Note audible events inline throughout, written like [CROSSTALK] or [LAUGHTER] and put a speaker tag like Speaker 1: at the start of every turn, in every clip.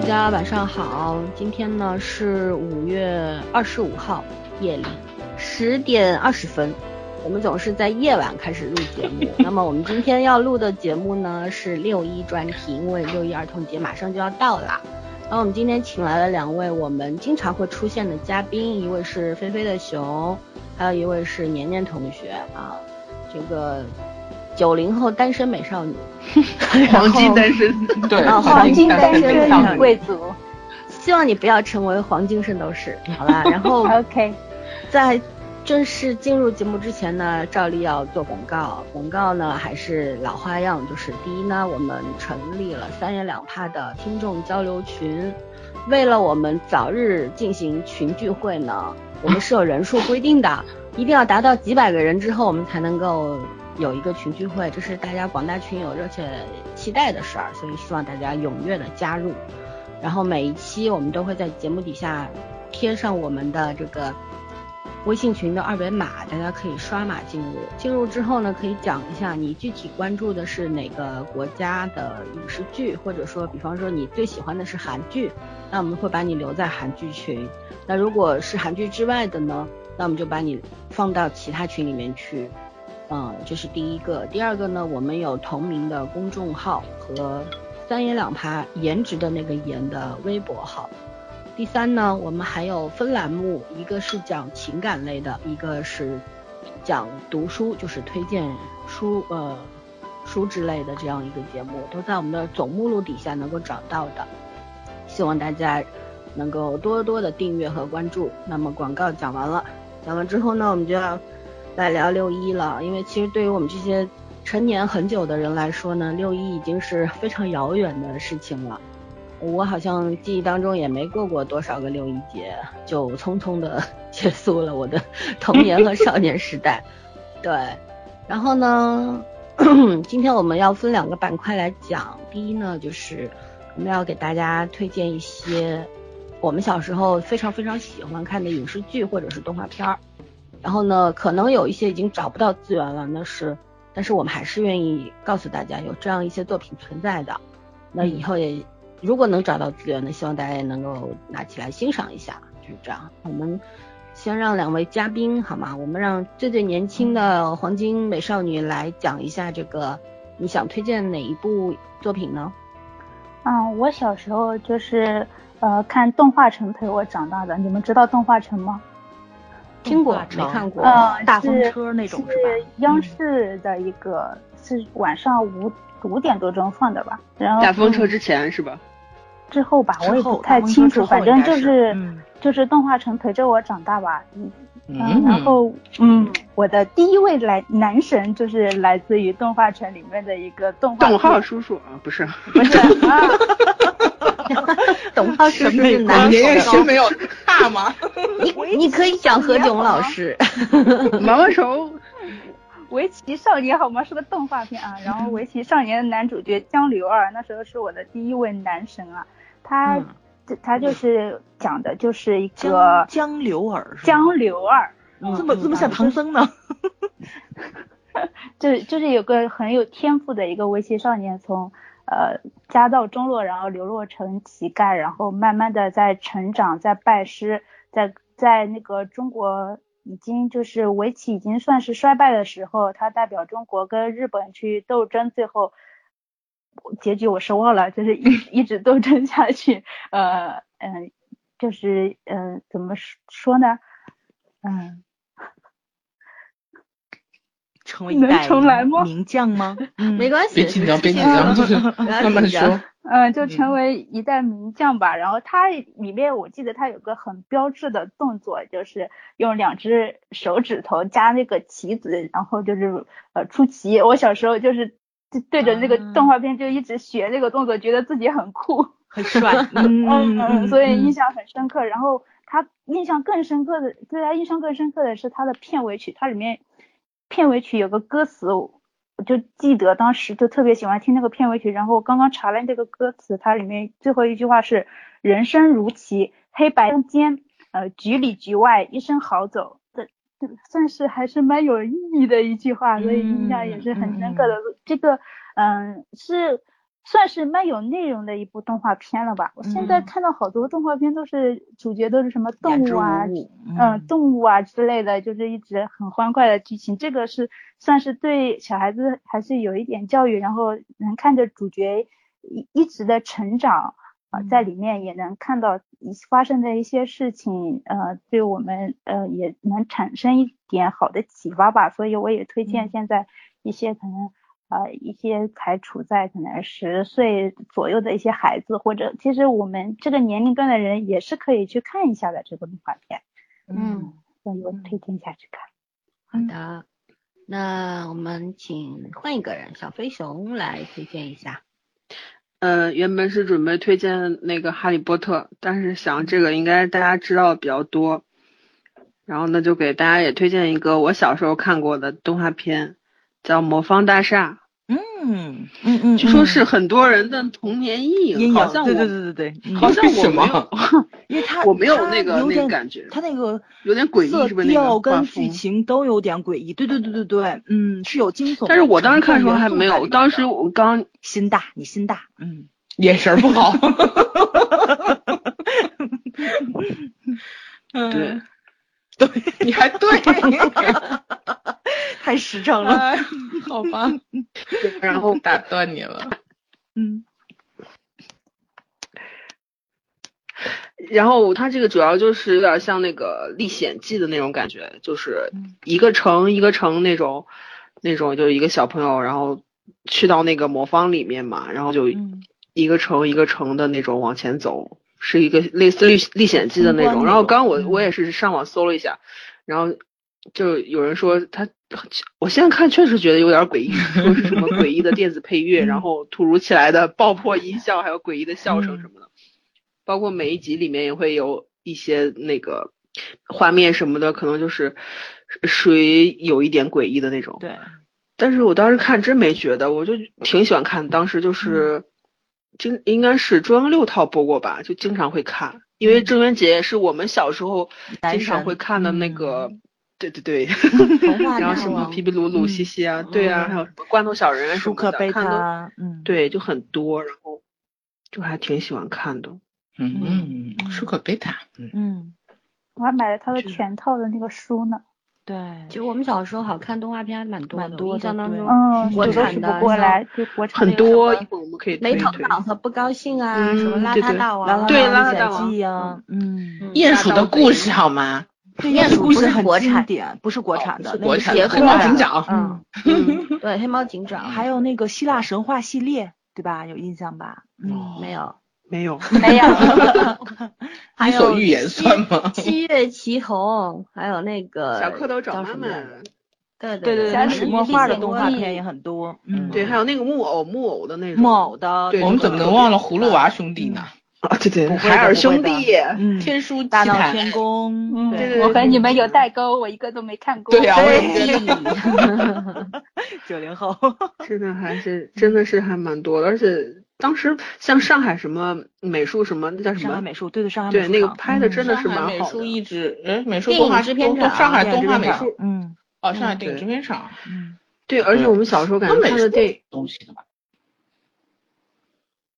Speaker 1: 家晚上好，今天呢是五月二十五号夜里十点二十分，我们总是在夜晚开始录节目。那么我们今天要录的节目呢是六一专题，因为六一儿童节马上就要到啦。然后我们今天请来了两位我们经常会出现的嘉宾，一位是菲菲的熊，还有一位是年年同学啊，这个九零后单身美少女， [LAUGHS] 然后
Speaker 2: [LAUGHS] 黄金单身，
Speaker 3: [LAUGHS] 对，
Speaker 1: 啊
Speaker 4: 嗯黄金单身
Speaker 3: 非
Speaker 4: 女
Speaker 3: 常
Speaker 4: 贵族。
Speaker 1: 希望你不要成为黄金圣斗士，好吧？然
Speaker 4: [LAUGHS]
Speaker 1: 后
Speaker 4: OK，
Speaker 1: 在正式进入节目之前呢，照例要做广告。广告呢还是老花样，就是第一呢，我们成立了三言两帕的听众交流群。为了我们早日进行群聚会呢，我们是有人数规定的，一定要达到几百个人之后，我们才能够有一个群聚会，这是大家广大群友热切期待的事儿，所以希望大家踊跃的加入。然后每一期我们都会在节目底下贴上我们的这个微信群的二维码，大家可以刷码进入。进入之后呢，可以讲一下你具体关注的是哪个国家的影视剧，或者说，比方说你最喜欢的是韩剧，那我们会把你留在韩剧群。那如果是韩剧之外的呢，那我们就把你放到其他群里面去。嗯，这是第一个。第二个呢，我们有同名的公众号和三言两爬颜值的那个颜的微博号。第三呢，我们还有分栏目，一个是讲情感类的，一个是讲读书，就是推荐书呃书之类的这样一个节目，都在我们的总目录底下能够找到的。希望大家能够多多的订阅和关注。那么广告讲完了，讲完之后呢，我们就要来聊六一了，因为其实对于我们这些成年很久的人来说呢，六一已经是非常遥远的事情了。我好像记忆当中也没过过多少个六一节，就匆匆的 [LAUGHS] 结束了我的童年和少年时代。对，然后呢， [CLEARS THROAT] 今天我们要分两个板块来讲。第一呢，就是我们要给大家推荐一些我们小时候非常非常喜欢看的影视剧或者是动画片儿。然后呢，可能有一些已经找不到资源了，那是，但是我们还是愿意告诉大家有这样一些作品存在的。那以后也如果能找到资源呢，希望大家也能够拿起来欣赏一下，就是这样。我们先让两位嘉宾好吗？我们让最最年轻的黄金美少女来讲一下这个，你想推荐哪一部作品呢？
Speaker 4: 嗯，我小时候就是呃看动画城陪我长大的，你们知道动画城吗？
Speaker 1: 听过
Speaker 2: 动画
Speaker 1: 没
Speaker 2: 城
Speaker 1: 看过？
Speaker 4: 呃，
Speaker 2: 哦大风
Speaker 4: 是
Speaker 2: 车那种
Speaker 4: 是
Speaker 2: 是吧嗯
Speaker 4: 央视的一个，是晚上五五点多钟放的吧？然后
Speaker 3: 大风车之前是吧？ [LAUGHS]
Speaker 4: 之后吧，我也
Speaker 2: 之后
Speaker 4: 不太
Speaker 2: 大风车
Speaker 4: 清
Speaker 2: 之
Speaker 4: 楚，
Speaker 2: 后
Speaker 4: 反正
Speaker 2: 应该
Speaker 4: 就是
Speaker 2: 嗯
Speaker 4: 就是动画城陪着我长大吧。嗯，
Speaker 2: 嗯
Speaker 4: 然后嗯，我的第一位来男神就是来自于动画城里面的一个动画
Speaker 3: 董浩
Speaker 4: 片
Speaker 3: 叔叔啊，不是，
Speaker 4: 不是啊，
Speaker 2: [LAUGHS]
Speaker 1: 董浩叔叔是
Speaker 2: 啊
Speaker 3: 我
Speaker 1: 男
Speaker 3: 爷爷
Speaker 1: 生
Speaker 3: 是，没有大吗？
Speaker 1: 你你可以讲何炅老师。
Speaker 3: [LAUGHS] 毛毛虫，
Speaker 4: 围棋少年好吗？是个动画片啊。然后围棋少年的男主角江流儿，那时候是我的第一位男神啊。他、
Speaker 1: 嗯
Speaker 4: 这他就是讲的就是一个
Speaker 2: 江江流儿是吗，
Speaker 4: 江流儿，
Speaker 1: 嗯
Speaker 2: 这么这么像
Speaker 1: 嗯
Speaker 2: 唐僧呢？
Speaker 4: 就是就是有个很有天赋的一个围棋少年从。呃，家道中落，然后流落成乞丐，然后慢慢的在成长，在拜师，在在那个中国已经就是围棋已经算是衰败的时候，他代表中国跟日本去斗争，最后结局我是忘了，就是一一直斗争下去，呃嗯、呃就是嗯、呃怎么说说呢，嗯、
Speaker 2: 成为一
Speaker 4: [LAUGHS]
Speaker 2: 代
Speaker 4: 能重来吗
Speaker 2: 名将
Speaker 4: [LAUGHS]
Speaker 2: 吗？嗯
Speaker 1: 没关系，
Speaker 5: [LAUGHS] 别紧张，别紧
Speaker 1: 没
Speaker 5: 张，
Speaker 1: 关
Speaker 5: 就
Speaker 1: 系
Speaker 5: 是
Speaker 3: [LAUGHS]
Speaker 5: 慢慢
Speaker 1: [LAUGHS]
Speaker 5: 说。
Speaker 4: 嗯、就成为一代名将吧。然后他里面我记得他有个很标志的动作，就是用两只手指头夹那个棋子，然后就是呃出棋。我小时候就是就对着那个
Speaker 2: 啊
Speaker 4: 动画片就一直学这个动作，觉得自己很酷。
Speaker 2: 很帅，
Speaker 4: [LAUGHS]
Speaker 2: 嗯
Speaker 4: 嗯嗯，所以印
Speaker 2: 象
Speaker 4: 象很深刻。然后他印象更深刻的，对他印象更深刻的是他的片尾曲，它里面片尾曲有个歌词，我就记得当时就特别喜欢听那个片尾曲。然后我刚刚查了这个歌词，它里面最后一句话是“人生如棋，黑白相间，呃，局里局外，一生好走”。这这算是还是蛮有意义的一句话，所以印象也是很深刻的。这个嗯、是算是蛮有内容的一部动画片了吧。我现在
Speaker 2: 嗯
Speaker 4: 看到好多动画片都是主角都是什么动
Speaker 2: 言之
Speaker 4: 物啊，
Speaker 2: 无物，
Speaker 4: 嗯，动物啊之类的，就是一直很欢快的剧情，这个是算是对小孩子还是有一点教育，然后能看着主角一一直的成长啊、
Speaker 2: 嗯
Speaker 4: 在里面也能看到一发生的一些事情，呃，对我们呃也能产生一点好的启发吧，所以我也推荐
Speaker 2: 嗯
Speaker 4: 现在一些可能。呃，一些才处在可能十岁左右的一些孩子，或者其实我们这个年龄段的人也是可以去看一下的这部动画片。
Speaker 1: 嗯，
Speaker 4: 所以我
Speaker 2: 嗯
Speaker 4: 推荐下去看。
Speaker 1: 好的，那我们请换一个人，小飞熊来推荐一下。
Speaker 3: 呃，原本是准备推荐那个《哈利波特》，但是想这个应该大家知道的比较多，然后那就给大家也推荐一个我小时候看过的动画片，叫《魔方大厦
Speaker 2: 嗯嗯嗯》，
Speaker 3: 据说是很多人的童年阴影，
Speaker 2: 阴
Speaker 3: 好
Speaker 2: 阳，
Speaker 3: 像
Speaker 2: 对对
Speaker 3: 我嗯
Speaker 2: 对对对，
Speaker 3: 好像
Speaker 5: 为
Speaker 3: 我
Speaker 5: 什
Speaker 3: 没
Speaker 5: 么
Speaker 3: 有
Speaker 2: 因为他
Speaker 3: 我没有
Speaker 2: 他
Speaker 3: 那个那个
Speaker 2: 点
Speaker 3: 感觉
Speaker 2: 他那个
Speaker 3: 有点诡异，
Speaker 2: 色
Speaker 3: 是不是那个
Speaker 2: 调
Speaker 3: 画
Speaker 2: 跟
Speaker 3: 风
Speaker 2: 剧？情都有点诡异，对对对对对，嗯，是有惊悚。
Speaker 3: 但是我当时看的时候还没
Speaker 2: 成分
Speaker 3: 有，
Speaker 2: 元素在里面
Speaker 3: 当时我刚
Speaker 2: 心大，你心大，嗯，
Speaker 5: 眼神儿不好。
Speaker 3: 对，
Speaker 5: 嗯你还对，
Speaker 2: 太实诚
Speaker 3: 啊
Speaker 2: 了，
Speaker 5: 哎好吧，
Speaker 3: 然后
Speaker 5: 打断你了。
Speaker 2: 嗯
Speaker 3: 然后它这个主要就是有点像那个《历险记》的那种感觉，就是
Speaker 2: 嗯
Speaker 3: 一个城一个城那种，那种就是一个小朋友，然后去到那个魔方里面嘛，然后就
Speaker 2: 嗯
Speaker 3: 一个城一个城的那种往前走，是一个类似于《历险记》的那
Speaker 2: 通关
Speaker 3: 种。
Speaker 2: 那
Speaker 3: 然后刚
Speaker 2: 种
Speaker 3: 我
Speaker 2: 嗯
Speaker 3: 我也是上网搜了一下，然后就有人说他，我现在看确实觉得有点诡异，说是什么诡异的电子配乐，
Speaker 2: 嗯
Speaker 3: 然后突如其来的爆破音效，还有诡异的笑声
Speaker 2: 嗯
Speaker 3: 什么的。包括每一集里面也会有一些那个画面什么的，可能就是属于有一点诡异的那种。
Speaker 2: 对，
Speaker 3: 但是我当时看真没觉得，我就挺喜欢看。当时
Speaker 2: 嗯
Speaker 3: 就是，经、应该是中央六套播过吧，就经常会看，因为郑渊洁也是我们小时候
Speaker 2: 嗯男
Speaker 3: 经常
Speaker 2: 神
Speaker 3: 会看的那个，对对对，
Speaker 2: 童话
Speaker 3: 然后
Speaker 2: [LAUGHS] 大
Speaker 3: 什么
Speaker 2: 王
Speaker 3: 皮皮鲁鲁、西西啊，对啊，
Speaker 2: 嗯
Speaker 3: 还有什么罐头小人啊什
Speaker 2: 舒
Speaker 3: 么
Speaker 2: 克
Speaker 3: 的
Speaker 2: 贝
Speaker 3: 看
Speaker 2: 塔
Speaker 3: 的，
Speaker 2: 啊，嗯，
Speaker 3: 对，就很多，然后就还挺喜欢看的。
Speaker 5: 嗯，舒克贝塔，嗯，
Speaker 2: 嗯，
Speaker 4: 我还买了他的
Speaker 2: 是的
Speaker 4: 全套的那个书呢，
Speaker 2: 对，
Speaker 1: 其实我们的时候好看动画片还蛮多的，
Speaker 2: 蛮多
Speaker 1: 我印象
Speaker 2: 的
Speaker 1: 当
Speaker 2: 对
Speaker 1: 中，
Speaker 4: 嗯，
Speaker 1: 国
Speaker 4: 我都
Speaker 1: 产
Speaker 4: 数
Speaker 1: 的
Speaker 4: 不过
Speaker 1: 像
Speaker 4: 来，对国产
Speaker 3: 很
Speaker 4: 的
Speaker 3: 多，
Speaker 1: 那
Speaker 3: 一
Speaker 1: 个
Speaker 3: 会儿我们可以推
Speaker 1: 没
Speaker 3: 一
Speaker 1: 头
Speaker 3: 推。
Speaker 1: 脑和不高兴啊，
Speaker 3: 嗯
Speaker 1: 什么邋
Speaker 3: 对对
Speaker 1: 遢大
Speaker 2: 啦啦
Speaker 1: 王，
Speaker 3: 对啦啦大
Speaker 2: 啦历
Speaker 3: 王
Speaker 2: 险记啊，嗯，
Speaker 5: 鼹鼠的故事好吗？
Speaker 2: 对，
Speaker 1: 鼹鼠
Speaker 2: 故
Speaker 1: 不
Speaker 2: 事
Speaker 1: 是
Speaker 2: 很
Speaker 1: 国
Speaker 2: 经
Speaker 1: 产
Speaker 2: 典，不是国产的，
Speaker 5: 哦是
Speaker 2: 那
Speaker 5: 国
Speaker 2: 个
Speaker 5: 产
Speaker 2: 是
Speaker 5: 的
Speaker 1: 黑
Speaker 5: 黑猫
Speaker 1: 猫
Speaker 5: 警
Speaker 1: 警
Speaker 5: 长，
Speaker 2: 嗯，
Speaker 3: 嗯
Speaker 1: 对黑猫警长，
Speaker 2: 还有那个希腊神话系列，对吧？有印象吧？
Speaker 3: 哦
Speaker 2: 嗯，
Speaker 5: 哦
Speaker 1: 没有？
Speaker 3: [LAUGHS] 没有，
Speaker 4: 没有， [LAUGHS]
Speaker 1: 还
Speaker 5: 伊索
Speaker 1: 有
Speaker 5: 寓言
Speaker 1: 七
Speaker 5: 算吗？
Speaker 1: 七月奇红，还有那个
Speaker 3: 小蝌蚪找
Speaker 1: 叫
Speaker 3: 妈
Speaker 1: 什么
Speaker 3: 妈
Speaker 1: 来，着对
Speaker 2: 对
Speaker 1: 对
Speaker 4: 小
Speaker 2: 对对，
Speaker 1: 反
Speaker 4: 鼠
Speaker 1: 正
Speaker 2: 水
Speaker 1: 就
Speaker 2: 墨
Speaker 1: 是
Speaker 2: 画的
Speaker 1: 一
Speaker 2: 动
Speaker 1: 些
Speaker 2: 画
Speaker 1: 东
Speaker 2: 片
Speaker 1: 西
Speaker 2: 也很多，
Speaker 5: 嗯
Speaker 2: 嗯，
Speaker 3: 对，还有那个木偶木偶的那种。
Speaker 2: 木偶的，
Speaker 3: 对
Speaker 5: 我们怎么能忘了葫芦娃兄弟呢？
Speaker 3: [LAUGHS] 啊，对对，
Speaker 2: 不会的
Speaker 3: 海尔
Speaker 2: 不会
Speaker 3: 兄
Speaker 2: 的 [LAUGHS]
Speaker 3: 弟，
Speaker 2: 嗯，
Speaker 5: 天书奇
Speaker 2: 大闹
Speaker 5: 谭，
Speaker 2: 天宫，
Speaker 4: 嗯
Speaker 3: 对对
Speaker 4: 我和
Speaker 3: 对
Speaker 4: 你们有代沟，我一个都没看过。
Speaker 5: 对啊呀，我也觉得
Speaker 2: 九零后，
Speaker 3: 真的还是真的是还蛮多的，而且当时像上海什么美术什么那叫什
Speaker 2: [LAUGHS] 上海
Speaker 3: 么
Speaker 2: 美术，对对上海美
Speaker 3: 对
Speaker 2: 术，
Speaker 3: 那个拍得
Speaker 2: 嗯
Speaker 3: 真的是
Speaker 5: 上海
Speaker 3: 蛮
Speaker 5: 美
Speaker 3: 好
Speaker 5: 术
Speaker 3: 的
Speaker 5: 一直，嗯，美术
Speaker 1: 电
Speaker 5: 动
Speaker 1: 影
Speaker 5: 画
Speaker 1: 制片
Speaker 5: 动
Speaker 1: 厂
Speaker 5: 上海
Speaker 2: 电影
Speaker 5: 动
Speaker 2: 制
Speaker 5: 画
Speaker 2: 片
Speaker 5: 美
Speaker 2: 厂
Speaker 5: 术，
Speaker 2: 嗯
Speaker 5: 哦，上海电影制片厂，
Speaker 2: 嗯
Speaker 3: 对，而且我们小时候感
Speaker 5: 他
Speaker 3: 觉
Speaker 5: 美
Speaker 3: 看
Speaker 5: 术
Speaker 3: 的电影，
Speaker 5: 东西的吧？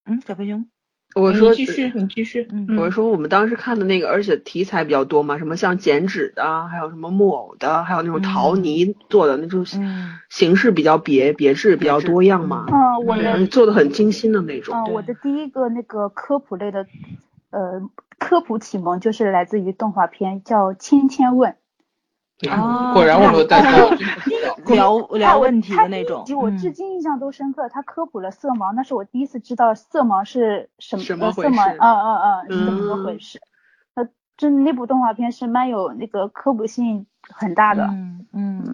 Speaker 2: 嗯，小飞熊，
Speaker 3: 我说
Speaker 5: 你继续，你继续，
Speaker 2: 嗯
Speaker 3: 我说我们当时看的那个，而且题材比较多嘛，什么像剪纸的啊，还有什么木偶的，还有那种陶
Speaker 2: 嗯
Speaker 3: 泥做的那种
Speaker 2: 嗯
Speaker 3: 形式比较别别致、比
Speaker 2: 别
Speaker 3: 较
Speaker 2: 致
Speaker 3: 多样嘛，
Speaker 4: 嗯，我
Speaker 3: 对，而
Speaker 4: 的
Speaker 3: 且做的很精心的那种。
Speaker 4: 嗯，我的第一个那个科普类的，呃，科普启蒙就是来自于动画片，叫《千千问》。
Speaker 2: 啊
Speaker 5: 果然我没有带过，
Speaker 2: 聊
Speaker 4: 啊
Speaker 2: 聊
Speaker 4: 我
Speaker 2: 问题
Speaker 4: 他
Speaker 2: 的那
Speaker 4: 第一
Speaker 2: 种
Speaker 4: 集，我至
Speaker 2: 嗯
Speaker 4: 今印象都深刻，他科普了色盲，那是我第一次知道色盲是什么
Speaker 3: 什么
Speaker 4: 呃
Speaker 3: 回
Speaker 4: 色盲，
Speaker 3: 事
Speaker 4: 嗯嗯嗯，是怎么
Speaker 3: 嗯
Speaker 4: 个回事？呃，真那部动画片是蛮有那个科普性很大的，
Speaker 2: 嗯嗯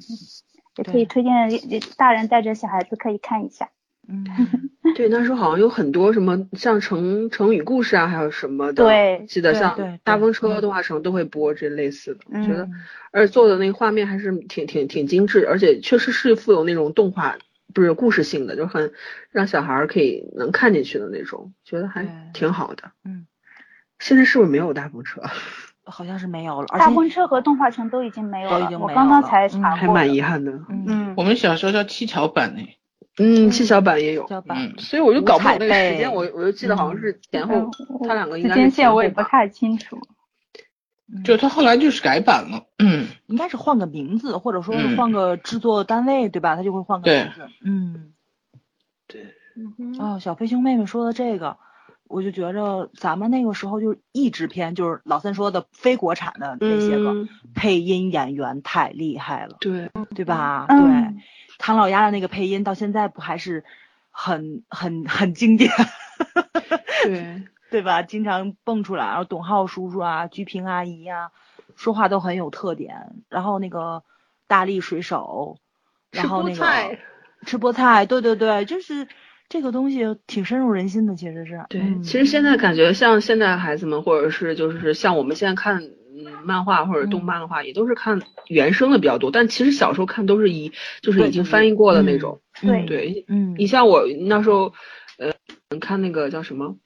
Speaker 4: 也可以
Speaker 2: 对
Speaker 4: 推荐也大人带着小孩子可以看一下。
Speaker 2: 嗯，
Speaker 3: 对，那时候好像有很多什么像成成语故事啊，还有什么的，
Speaker 4: 对
Speaker 3: 记得
Speaker 2: 对
Speaker 3: 像
Speaker 2: 对对
Speaker 3: 大风车、
Speaker 2: 嗯
Speaker 3: 动画城都会播这类似的，我觉得
Speaker 4: 嗯，
Speaker 3: 而且做的那个画面还是挺挺挺精致，而且确实是富有那种动画不是故事性的，就很让小孩儿可以能看进去的那种，觉得还
Speaker 2: 对
Speaker 3: 挺好的。
Speaker 2: 嗯，
Speaker 3: 现在是不是没有大风车？
Speaker 2: 好像是没有了，而
Speaker 4: 大
Speaker 2: 且
Speaker 4: 风车和动画城都已经没有
Speaker 2: 都已
Speaker 4: 了
Speaker 2: 经，
Speaker 4: 我
Speaker 2: 没
Speaker 4: 刚
Speaker 2: 有
Speaker 4: 刚
Speaker 2: 了
Speaker 4: 才
Speaker 2: 嗯
Speaker 4: 查
Speaker 3: 还
Speaker 4: 过的。
Speaker 3: 蛮遗憾的。
Speaker 2: 嗯
Speaker 4: 嗯
Speaker 2: [LAUGHS]
Speaker 5: 我们小时候叫七巧板呢，
Speaker 3: 嗯，七巧板也有，
Speaker 2: 小板，
Speaker 5: 嗯，
Speaker 3: 所以我就搞不懂那
Speaker 2: 五
Speaker 3: 个
Speaker 2: 彩贝
Speaker 3: 时间，我我就记得好像是前后
Speaker 4: 嗯，我
Speaker 3: 它两个应
Speaker 4: 时
Speaker 3: 该是
Speaker 4: 间线
Speaker 3: 前
Speaker 4: 我也
Speaker 3: 后
Speaker 4: 不
Speaker 3: 吧。
Speaker 4: 太清楚。
Speaker 2: 嗯
Speaker 5: 就他后来就是改版了，嗯，
Speaker 2: 应该是换个名字，或者说是
Speaker 5: 嗯
Speaker 2: 换个制作单位，对吧？他就会换个
Speaker 5: 对
Speaker 2: 名字。嗯，
Speaker 1: 嗯哼，
Speaker 2: 哦，小飞熊妹妹说的这个，我就觉着咱们那个时候就是译制片，就是老三说的非国产的那些个、
Speaker 3: 嗯，
Speaker 2: 配音演员太厉害了，
Speaker 3: 对，
Speaker 2: 对吧？对，
Speaker 4: 嗯，
Speaker 2: 唐老鸭的那个配音到现在不还是很很很经典，
Speaker 3: 对，
Speaker 2: 对吧？经常蹦出来，然后董浩叔叔啊、鞠萍阿姨啊，说话都很有特点。然后那个大力水手，
Speaker 3: 吃
Speaker 2: 然后那
Speaker 3: 菠
Speaker 2: 个
Speaker 3: 菜，
Speaker 2: 吃菠菜，对对对，就是这个东西挺深入人心的，其实是。
Speaker 3: 对，
Speaker 2: 嗯
Speaker 3: 其实现在感觉像现在孩子们，或者是就是像我们现在看嗯漫画或者动漫的
Speaker 2: 嗯
Speaker 3: 话，也都是看原声的比较多，但其实小时候看都是一就是
Speaker 2: 对
Speaker 3: 已经翻译过的那
Speaker 2: 嗯
Speaker 3: 种。
Speaker 4: 对
Speaker 3: 对，
Speaker 2: 嗯，
Speaker 3: 你像我那时候，呃，看那个叫什么，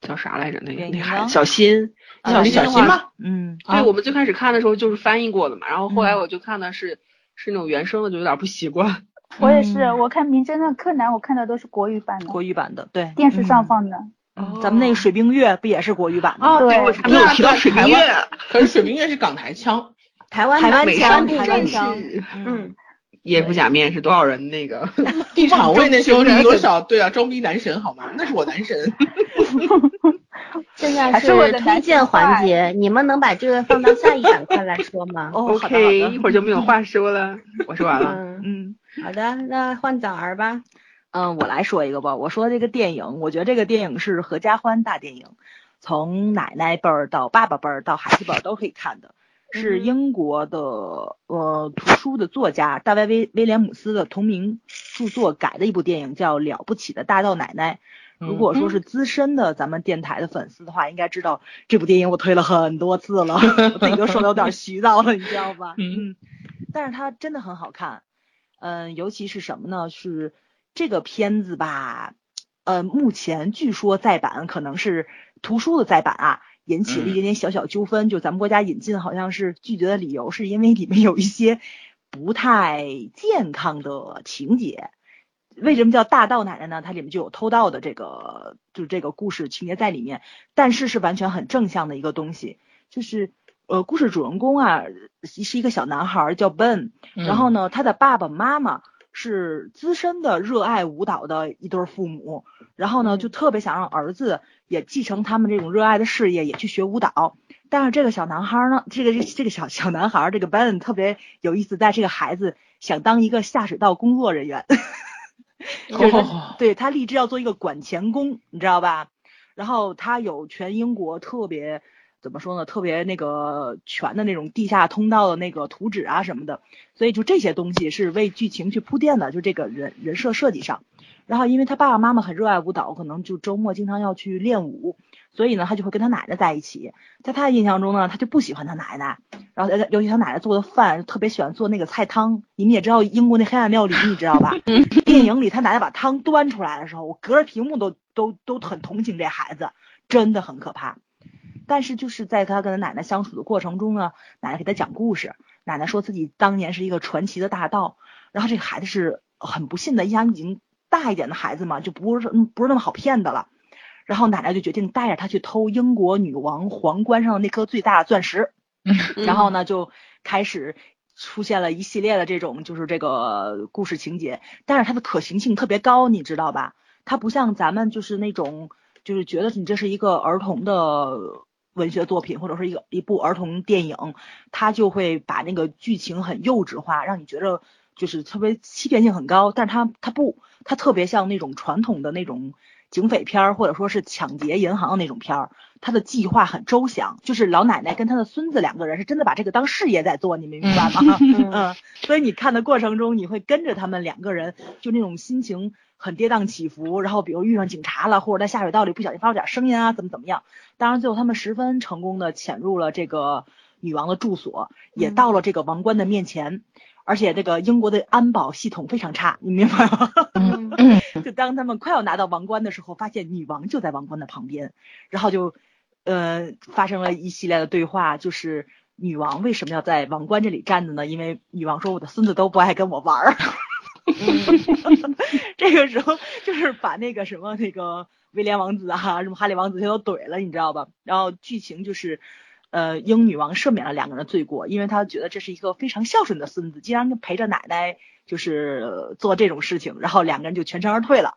Speaker 3: 叫啥来着？那个
Speaker 2: 变
Speaker 3: 那
Speaker 2: 形
Speaker 3: 孩
Speaker 2: 金
Speaker 3: 子小新，
Speaker 2: 啊
Speaker 3: 小
Speaker 5: 小
Speaker 2: 林
Speaker 3: 新
Speaker 2: 小
Speaker 3: 的
Speaker 5: 心
Speaker 3: 话，
Speaker 5: 嘛，
Speaker 2: 嗯，
Speaker 3: 对
Speaker 5: 啊
Speaker 3: 我们最开始看的时候就是翻译过的嘛，然后后来
Speaker 2: 嗯
Speaker 3: 我就看的是是那种原声的，就有点不习惯。
Speaker 4: 我也是，
Speaker 2: 嗯
Speaker 4: 我看《名侦探柯南》，我看的都是国语版的，
Speaker 2: 国语版的，对，
Speaker 4: 电视上
Speaker 2: 嗯。
Speaker 4: 放的。
Speaker 2: 嗯咱们那个水冰月不也是国语版的吗？
Speaker 3: 哦，对，
Speaker 4: 对
Speaker 3: 我没有提到水
Speaker 5: 台
Speaker 3: 冰月，
Speaker 5: 湾，可是水冰月是港台
Speaker 2: [LAUGHS]
Speaker 5: 腔，
Speaker 1: 台湾
Speaker 2: 台湾
Speaker 1: 美
Speaker 2: 腔
Speaker 1: 少
Speaker 2: 台
Speaker 1: 女
Speaker 2: 湾
Speaker 1: 战
Speaker 2: 腔
Speaker 1: 士，
Speaker 2: 嗯，
Speaker 3: 也不假面是多少人那个？
Speaker 5: 地场位那时候是多少？对啊，装逼男神好吗？那是我
Speaker 2: [LAUGHS]
Speaker 5: 男神，
Speaker 1: 现在
Speaker 4: 还是我的男
Speaker 1: 推荐
Speaker 4: 神
Speaker 1: 环
Speaker 4: 坏
Speaker 1: 节，你们能把这个放到下一板块来说 [LAUGHS] 吗？
Speaker 3: [LAUGHS]
Speaker 2: 哦，好的
Speaker 3: OK，
Speaker 2: 好的
Speaker 3: 一会儿就没有话说
Speaker 5: [LAUGHS]
Speaker 3: 了，我说
Speaker 5: 啊
Speaker 3: 完了。
Speaker 1: 嗯，
Speaker 2: 嗯。
Speaker 1: 好的，那换枣儿吧。
Speaker 2: 嗯，我来说一个吧。我说这个电影，我觉得这个电影是合家欢大电影，从奶奶辈儿到爸爸辈儿到孩子辈儿都可以看的。
Speaker 1: 嗯
Speaker 2: 是
Speaker 1: 哼
Speaker 2: 英国的呃图书的作家大卫威威廉姆斯的同名著作改的一部电影，叫《了不起的大盗奶奶》。
Speaker 1: 嗯
Speaker 2: 如果说是资深的咱们电台的粉丝的话，应该知道这部电影我推了很多次了，我自己都说的有
Speaker 1: [LAUGHS]
Speaker 2: 点虚到了，你知道吧？
Speaker 5: 嗯，
Speaker 2: 但是它真的很好看，嗯，尤其是什么呢？是这个片子吧，呃，目前据说再版可能是图书的再版啊，引起了一点点小小纠纷，就咱们国家引进好像是拒绝的理由是因为里面有一些不太健康的情节。为什么叫大盗奶奶呢？它里面就有偷盗的这个，就是这个故事情节在里面，但是是完全很正向的一个东西，就是呃，故事主人公啊是是一个小男孩儿叫 Ben，然
Speaker 5: 嗯
Speaker 2: 后呢，他的爸爸妈妈是资深的热爱舞蹈的一对儿父母，然后呢，就特别想让儿子也继承他们这种热爱的事业，也去学舞蹈。但是这个小男孩儿呢，这个这这个小小男孩儿，这个 Ben 特别有意思，在这个孩子想当一个下水道工作人员， [LAUGHS] 就是
Speaker 5: 哦
Speaker 2: 对他立志要做一个管钳工，你知道吧？然后他有全英国特别怎么说呢，特别那个全的那种地下通道的那个图纸啊什么的，所以就这些东西是为剧情去铺垫的，就这个人人设设计上。然后因为他爸爸妈妈很热爱舞蹈，可能就周末经常要去练舞，所以呢，他就会跟他奶奶在一起。在他的印象中呢，他就不喜欢他奶奶，然后呃尤其他奶奶做的饭，特别喜欢做那个菜汤。你们也知道英国那黑暗料理，你知道吧？电影里他奶奶把汤端出来的时候，我隔着屏幕都都都很同情这孩子，真的很可怕。但是就是在他跟他奶奶相处的过程中呢，奶奶给他讲故事，奶奶说自己当年是一个传奇的大盗，然后这个孩子是很不幸的，一想已经大一点的孩子嘛，就不是嗯不是那么好骗的了。然后奶奶就决定带着他去偷英国女王皇冠上的那颗最大的钻石。然后呢就开始出现了一系列的这种就是这个故事情节，但是它的可行性特别高，你知道吧？它不像咱们就是那种就是觉得你这是一个儿童的文学作品或者是一个一部儿童电影，它就会把那个剧情很幼稚化，让你觉得就是特别欺骗性很高，但是它它不，它特别像那种传统的那种警匪片儿或者说是抢劫银行的那种片儿，他的计划很周详，就是老奶奶跟她的孙子两个人是真的把这个当事业在做，你明白吗？ [LAUGHS] 嗯，所以你看的过程中，你会跟着他们两个人，就那种心情很跌宕起伏，然后比如遇上警察了，或者在下水道里不小心发出点声音啊，怎么怎么样。当然，最后他们十分成功的潜入了这个女王的住所，也到
Speaker 1: 嗯
Speaker 2: 了这个王冠的面前，而且这个英国的安保系统非常差，你明白吗？
Speaker 1: 嗯
Speaker 2: [LAUGHS] 就当他们快要拿到王冠的时候，发现女王就在王冠的旁边，然后就呃发生了一系列的对话，就是女王为什么要在王冠这里站着呢？因为女王说我的孙子都不爱跟我玩儿， [LAUGHS] 这个时候就是把那个什么那个威廉王子啊，什么哈利王子他都怼了，你知道吧？然后剧情就是，呃，英女王赦免了两个人的罪过，因为她觉得这是一个非常孝顺的孙子，竟然陪着奶奶就是呃做这种事情，然后两个人就全身而退了。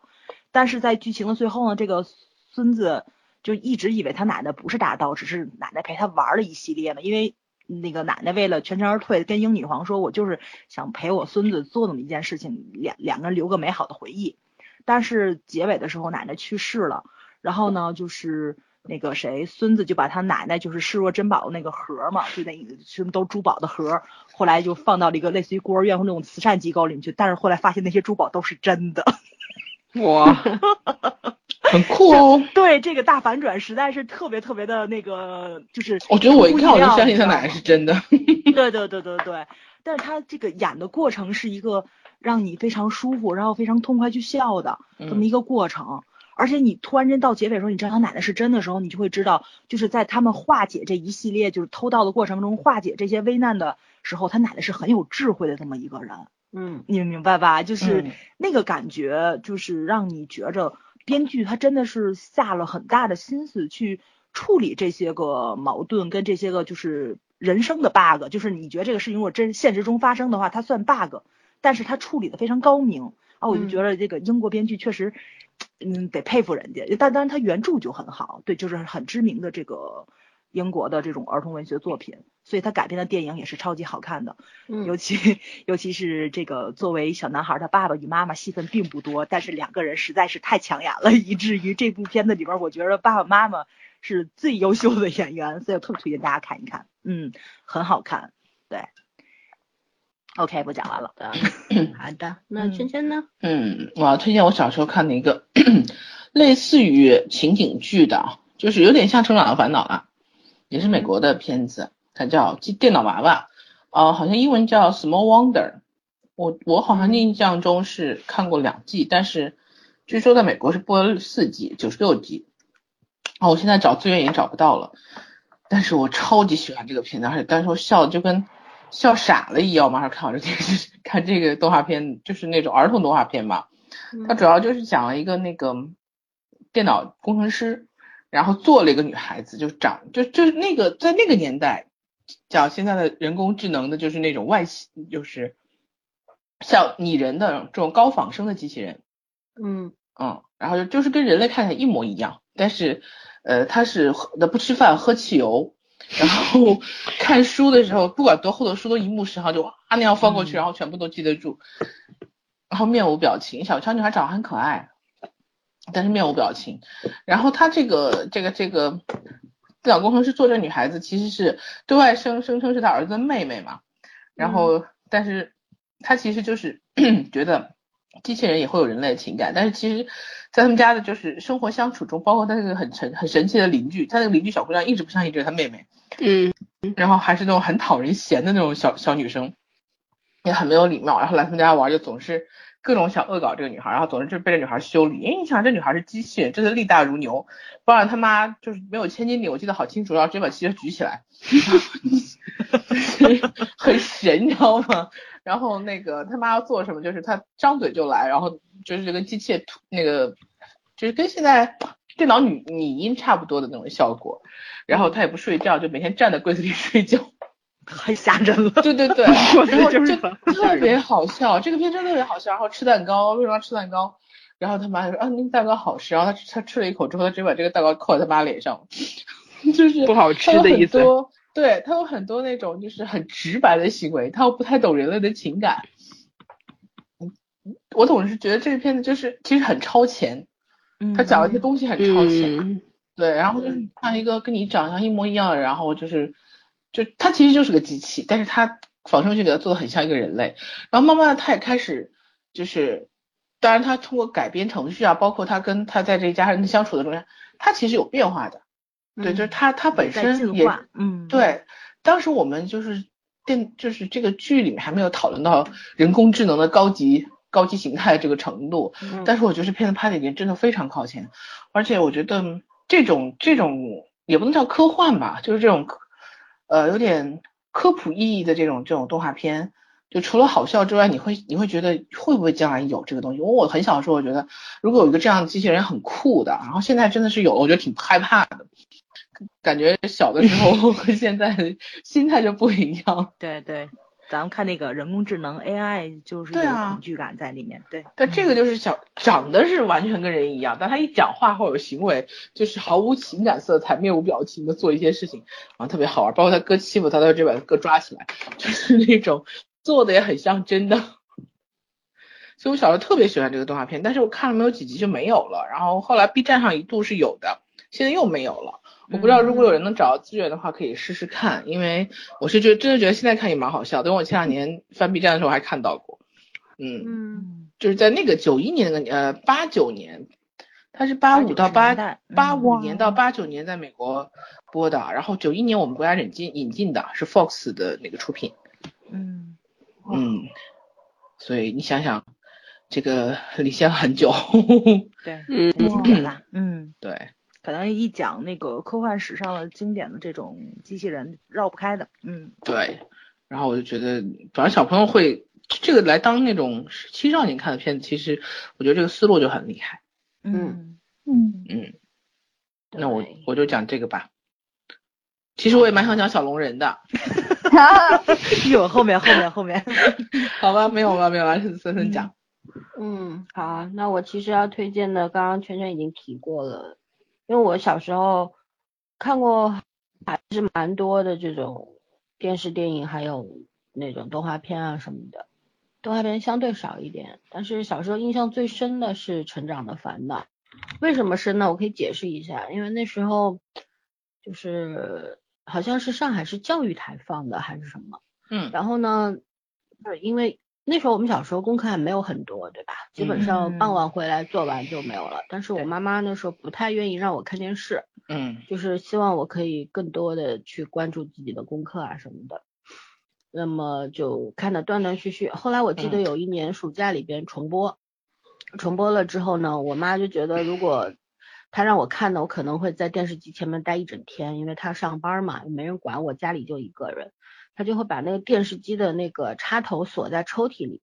Speaker 2: 但是在剧情的最后呢，这个孙子就一直以为他奶奶不是大盗，只是奶奶陪他玩了一系列嘛。因为那个奶奶为了全身而退，跟英女皇说：“我就是想陪我孙子做那么一件事情，两两个人留个美好的回忆。”但是结尾的时候，奶奶去世了，然后呢，就是那个谁，孙子就把他奶奶就是视若珍宝的那个盒儿嘛，就那个什么都珠宝的盒儿，后来就放到了一个类似于孤儿院或那种慈善机构里面去，但是后来发现那些珠宝都是真的。
Speaker 3: 哇，
Speaker 5: 很酷哦。
Speaker 2: 对这个大反转实在是特别特别的那个，就是
Speaker 5: 我觉得我一看我就相
Speaker 2: 出乎
Speaker 5: 信他
Speaker 2: 意料
Speaker 5: 奶奶是真的。
Speaker 2: 你知道吗对对对对对，但是他这个演的过程是一个让你非常舒服，然后非常痛快去笑的
Speaker 5: 嗯
Speaker 2: 这么一个过程。而且你突然间到结尾的时候，你知道他奶奶是真的时候，你就会知道，就是在他们化解这一系列就是偷盗的过程中，化解这些危难的时候，他奶奶是很有智慧的这么一个人。
Speaker 1: 嗯，
Speaker 2: 你明白吧？就是
Speaker 5: 嗯
Speaker 2: 那个感觉，就是让你觉着编剧他真的是下了很大的心思去处理这些个矛盾跟这些个就是人生的 bug，就是你觉得这个事情如果真现实中发生的话，它算 bug，但是他处理的非常高明啊，我就
Speaker 1: 嗯
Speaker 2: 觉得这个英国编剧确实，嗯，得佩服人家。但当然他原著就很好，对，就是很知名的这个英国的这种儿童文学作品，所以他改编的电影也是超级好看的。
Speaker 5: 嗯
Speaker 2: 尤其尤其是这个作为小男孩的爸爸与妈妈戏份并不多，但是两个人实在是太抢眼了，以至于这部片子里边，我觉得爸爸妈妈是最优秀的演员，所以我特别推荐大家看一看，嗯，很好看，对。OK，不讲完了，
Speaker 1: 的，好的。那
Speaker 2: 嗯
Speaker 1: 圈圈呢？
Speaker 5: 嗯，我要推荐我小时候看的一个 [COUGHS] 类似于情景剧的啊，就是有点像《成长的烦恼》啊，也是美国的片子，它叫《电脑娃娃》，呃，好像英文叫《Small Wonder》，我我好像印象中是看过两季，但是据说在美国是播了四季，九十六集。哦，我现在找资源已经找不到了，但是我超级喜欢这个片子，而且当时我笑的就跟笑傻了一样，马上看完这电视， [LAUGHS] 看这个动画片，就是那种儿童动画片吧。它主要就是讲了一个那个电脑工程师，然后做了一个女孩子，就长就就是那个在那个年代，讲现在的人工智能的，就是那种外星，就是像拟人的这种高仿生的机器人，
Speaker 1: 嗯
Speaker 5: 嗯，然后就是跟人类看起来一模一样，但是，呃，他是喝的不吃饭喝汽油，然后看书的时候不管多厚的书都一目十行，就哇那样翻过去，然后全部都记得住，然后面无表情，小小女孩长得很可爱，但是面无表情，然后她这个这个这个电脑工程师做这女孩子其实是对外声声称是她儿子的妹妹嘛，然后、但是她其实就是 [CLEARS THROAT] 觉得机器人也会有人类的情感，但是其实，在他们家的就是生活相处中，包括她那个很神很神奇的邻居，她那个邻居小姑娘一直不相信这是她妹妹，
Speaker 3: 嗯，
Speaker 5: 然后还是那种很讨人嫌的那种小小女生，也很没有礼貌，然后来他们家玩就总是各种想恶搞这个女孩，然后总是就被这女孩修理。因哎为你想这女孩是机器人，真的力大如牛，不然他妈就是没有千斤顶，我记得好清楚，然后直接把汽车举起来， [LAUGHS] 很神，你知道吗？然后那个他妈要做什么，就是他张嘴就来，然后就是跟机械突那个，就是跟现在电脑语拟音差不多的那种效果。然后他也不睡觉，就每天站在柜子里 [LAUGHS] 睡觉。
Speaker 2: 太吓人了。
Speaker 5: [LAUGHS] 对对对，
Speaker 2: 我觉
Speaker 5: 然
Speaker 2: 得
Speaker 5: 后
Speaker 2: 就是
Speaker 5: 就
Speaker 2: 很
Speaker 5: 特别好笑，这个片真的特别好笑。然后吃蛋糕，为什么要吃蛋糕？然后他妈就说啊，那个蛋糕好吃。然后他他吃了一口之后，他直接把这个蛋糕扣在他妈脸上， [LAUGHS] 就是
Speaker 3: [LAUGHS] 不好
Speaker 5: 他
Speaker 3: 吃
Speaker 5: 有
Speaker 3: 的意
Speaker 5: 很
Speaker 3: 思。
Speaker 5: 多，对他有很多那种就是很直白的行为，他又不太懂人类的情感。嗯我总是觉得这个片子就是其实很超前，
Speaker 2: 嗯
Speaker 5: 他讲的一些东西很超前。
Speaker 3: 嗯，
Speaker 5: 对，然后就是像一个跟你长相一模一样的，然后就是，就他其实就是个机器，但是他仿生学给他做的很像一个人类，然后慢慢的他也开始就是，当然他通过改编程序啊，包括他跟他在这一家人相处的中间，他其实有变化的，对，就是他他本
Speaker 2: 嗯在
Speaker 5: 身
Speaker 2: 进
Speaker 5: 也
Speaker 2: 化，嗯，，
Speaker 5: 对，当时我们就是电，就是这个剧里面还没有讨论到人工智能的高级高级形态这个程度，但是我觉得这片子拍的已经真的非常靠前，而且我觉得这种这种也不能叫科幻吧，就是这种科呃有点科普意义的这种这种动画片，就除了好笑之外，你会你会觉得会不会将来有这个东西？因为我很小的时候，我觉得如果有一个这样的机器人很酷的，然后现在真的是有了，我觉得挺害怕的。感觉小的时候 [LAUGHS] 和现在的心态就不一样。
Speaker 2: 对对，咱们看那个人工智能 AI 就是有
Speaker 5: 对啊
Speaker 2: 恐惧感在里面，对
Speaker 5: 但这个就是小长得是完全跟人一样，但他一讲话或者有行为，就是毫无情感色彩、面无表情的做一些事情，然后特别好玩。包括他哥欺负他，他就把他哥抓起来， [LAUGHS] 就是那种做的也很像真的。所以我小时候特别喜欢这个动画片，但是我看了没有几集就没有了。然后后来 B 站上一度是有的，现在又没有了。我不知道如果有人能找到资源的话，可以试试看，因为我是觉得真的觉得现在看也蛮好笑的。因为我前两年翻 B 站的时候还看到过，嗯。
Speaker 1: 嗯，
Speaker 5: 就是在那个九一年那个呃八九年，它是八五到
Speaker 2: 80
Speaker 5: 八
Speaker 2: 年代嗯
Speaker 5: 八五年到八九年在美国播的，然后九一年我们国家引进引进的是 Fox 的那个出品，
Speaker 2: 嗯，
Speaker 5: 嗯，所以你想想，这个离现在很久，
Speaker 2: 对，
Speaker 3: 嗯，
Speaker 2: 对吧？嗯，
Speaker 5: 对，
Speaker 2: 可能一讲那个科幻史上的经典的这种机器人绕不开的，嗯，
Speaker 5: 对，然后我就觉得，反正小朋友会这个来当那种青少年看的片子，其实我觉得这个思路就很厉害。
Speaker 2: 嗯，
Speaker 4: 嗯，
Speaker 5: 嗯，那我
Speaker 1: 对
Speaker 5: 我就讲这个吧。其实我也蛮想讲小龙人的，
Speaker 1: 嗯
Speaker 2: [LAUGHS] 有后面后面
Speaker 1: [LAUGHS]
Speaker 2: 后面，
Speaker 5: 好吧，没有吧，没有吧，森森讲。
Speaker 1: 嗯，好啊，那我其实要推荐的，刚刚圈圈已经提过了，因为我小时候看过还是蛮多的这种电视电影，还有那种动画片啊什么的。动画片相对少一点，但是小时候印象最深的是《成长的烦恼》。为什么深呢？我可以解释一下，因为那时候就是好像是上海市教育台放的还是什么。
Speaker 5: 嗯
Speaker 1: 然后呢，就是因为那时候我们小时候功课还没有很多，对吧？基本上
Speaker 2: 嗯
Speaker 1: 傍晚回来做完就没有了。但是我
Speaker 2: 对
Speaker 1: 妈妈那时候不太愿意让我看电视，
Speaker 5: 嗯
Speaker 1: 就是希望我可以更多的去关注自己的功课啊什么的。那么就看的断断续续。后来我记得
Speaker 5: 嗯
Speaker 1: 有一年暑假里边重播，重播了之后呢，我妈就觉得如果她让我看呢，我可能会在电视机前面待一整天，因为她上班嘛，也没人管我，家里就一个人，她就会把那个电视机的那个插头锁在抽屉里，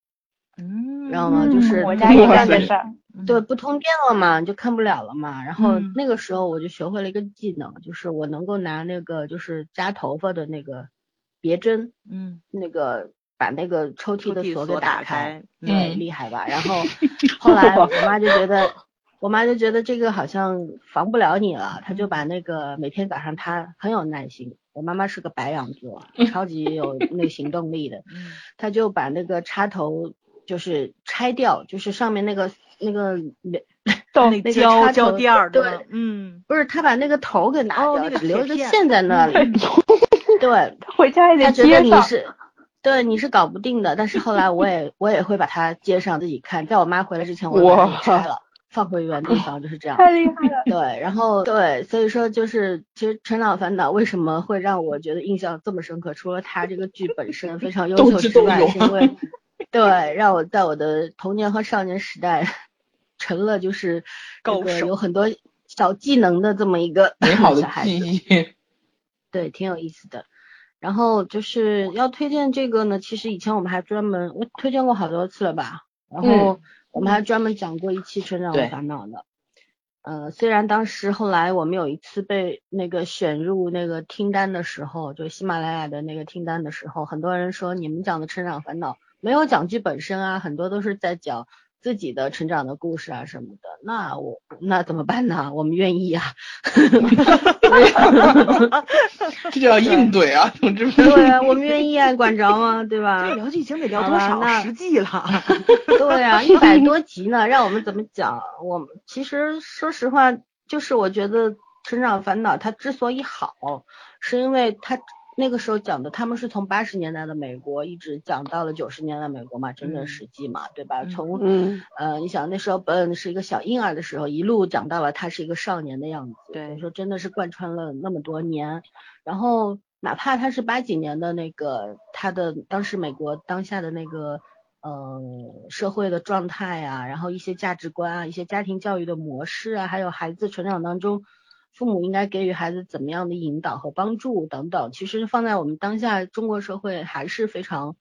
Speaker 2: 嗯，
Speaker 1: 然后呢，就是
Speaker 4: 我家也有
Speaker 5: 哇
Speaker 4: 这样
Speaker 5: 塞
Speaker 4: 的事儿，
Speaker 1: 对，不通电了嘛，你就看不了了嘛。然后
Speaker 2: 嗯
Speaker 1: 那个时候我就学会了一个技能，就是我能够拿那个就是扎头发的那个别针，
Speaker 2: 嗯，
Speaker 1: 那个把那个抽屉
Speaker 2: 抽
Speaker 1: 的
Speaker 2: 屉
Speaker 1: 锁给
Speaker 2: 锁
Speaker 1: 打开，
Speaker 2: 打开，
Speaker 1: 对，
Speaker 5: 嗯
Speaker 1: 厉害吧？然后后
Speaker 2: [LAUGHS]
Speaker 1: 来我妈就觉得，我妈就觉得这个好像防不了你了，她就把那个每天早上她很有耐心，我妈妈是个白羊
Speaker 2: [LAUGHS]
Speaker 1: 座，超级有那个行动力的，
Speaker 2: 嗯
Speaker 1: 她就把那个插头就是拆掉，就是上面那个那个连
Speaker 2: 那
Speaker 1: 那个
Speaker 2: 胶
Speaker 1: 插
Speaker 2: 胶
Speaker 1: 头
Speaker 2: 垫儿的
Speaker 1: 对， [LAUGHS]
Speaker 2: 嗯，
Speaker 1: 不是她把那个头给拿
Speaker 2: 哦
Speaker 1: 掉，
Speaker 2: 那个
Speaker 1: 只留
Speaker 2: 铁
Speaker 1: 一个
Speaker 2: 片嗯
Speaker 1: 线在那里，
Speaker 2: [LAUGHS]
Speaker 1: 对。
Speaker 4: 回家也
Speaker 1: 他
Speaker 4: 得
Speaker 1: 觉得
Speaker 4: 接
Speaker 1: 你
Speaker 4: 上。
Speaker 1: 是，对，你是搞不定的。但是后来我也我也会把它接上自己看，在我妈回来之前我就把它给拆了，放回原地方，就是这
Speaker 5: [LAUGHS]
Speaker 1: 样。
Speaker 4: 太厉害了，
Speaker 1: 对，然后对，所以说就是其实《陈老烦恼》为什么会让我觉得印象这么深刻？除了它这个剧本身非常优
Speaker 5: 斗
Speaker 1: 秀
Speaker 5: 智
Speaker 1: 之
Speaker 5: 斗
Speaker 1: 外，
Speaker 5: 勇
Speaker 1: 是因
Speaker 5: [LAUGHS]
Speaker 1: 为对让我在我的童年和少年时代成了就是这
Speaker 2: 高
Speaker 1: 个
Speaker 2: 手
Speaker 1: 有很多小技能的这么一个
Speaker 5: 嗯美好的
Speaker 1: 小孩
Speaker 5: 记
Speaker 1: 子。
Speaker 5: 忆。
Speaker 1: 对，挺有意思的。然后就是要推荐这个呢，其实以前我们还专门我推荐过好多次了吧，然后我们还专门讲过一期《成长
Speaker 5: 对
Speaker 1: 的烦恼》的。呃，虽然当时后来我们有一次被那个选入那个听单的时候，就喜马拉雅的那个听单的时候，很多人说你们讲的《成长烦恼》没有讲剧本身啊，很多都是在讲自己的成长的故事啊什么的。那我那怎么办呢？我们愿意啊。 [LAUGHS]
Speaker 5: 这叫硬怼啊，总之
Speaker 1: 对啊，我们愿意 [LAUGHS] 啊，管着吗？对吧？
Speaker 2: 这聊剧情得聊
Speaker 1: 好
Speaker 2: 多
Speaker 1: 吧
Speaker 2: 少
Speaker 1: 那
Speaker 2: 实际了？
Speaker 1: [LAUGHS] 对啊，一百
Speaker 2: [LAUGHS]
Speaker 1: 多集呢，让我们怎么讲？我们其实说实话，就是我觉得《成长烦恼》它之所以好，是因为它那个时候讲的，他们是从八十年代的美国一直讲到了九十年代美国嘛，整整
Speaker 2: 嗯
Speaker 1: 十季嘛，对吧？
Speaker 2: 嗯
Speaker 1: 从
Speaker 3: 嗯
Speaker 1: 呃，你想那时候本是一个小婴儿的时候，一路讲到了他是一个少年的样子，
Speaker 2: 对
Speaker 1: 所以说真的是贯穿了那么多年。然后哪怕他是八几年的那个他的当时美国当下的那个呃社会的状态啊，然后一些价值观啊，一些家庭教育的模式啊，还有孩子成长当中。父母应该给予孩子怎么样的引导和帮助等等，其实放在我们当下中国社会还是非常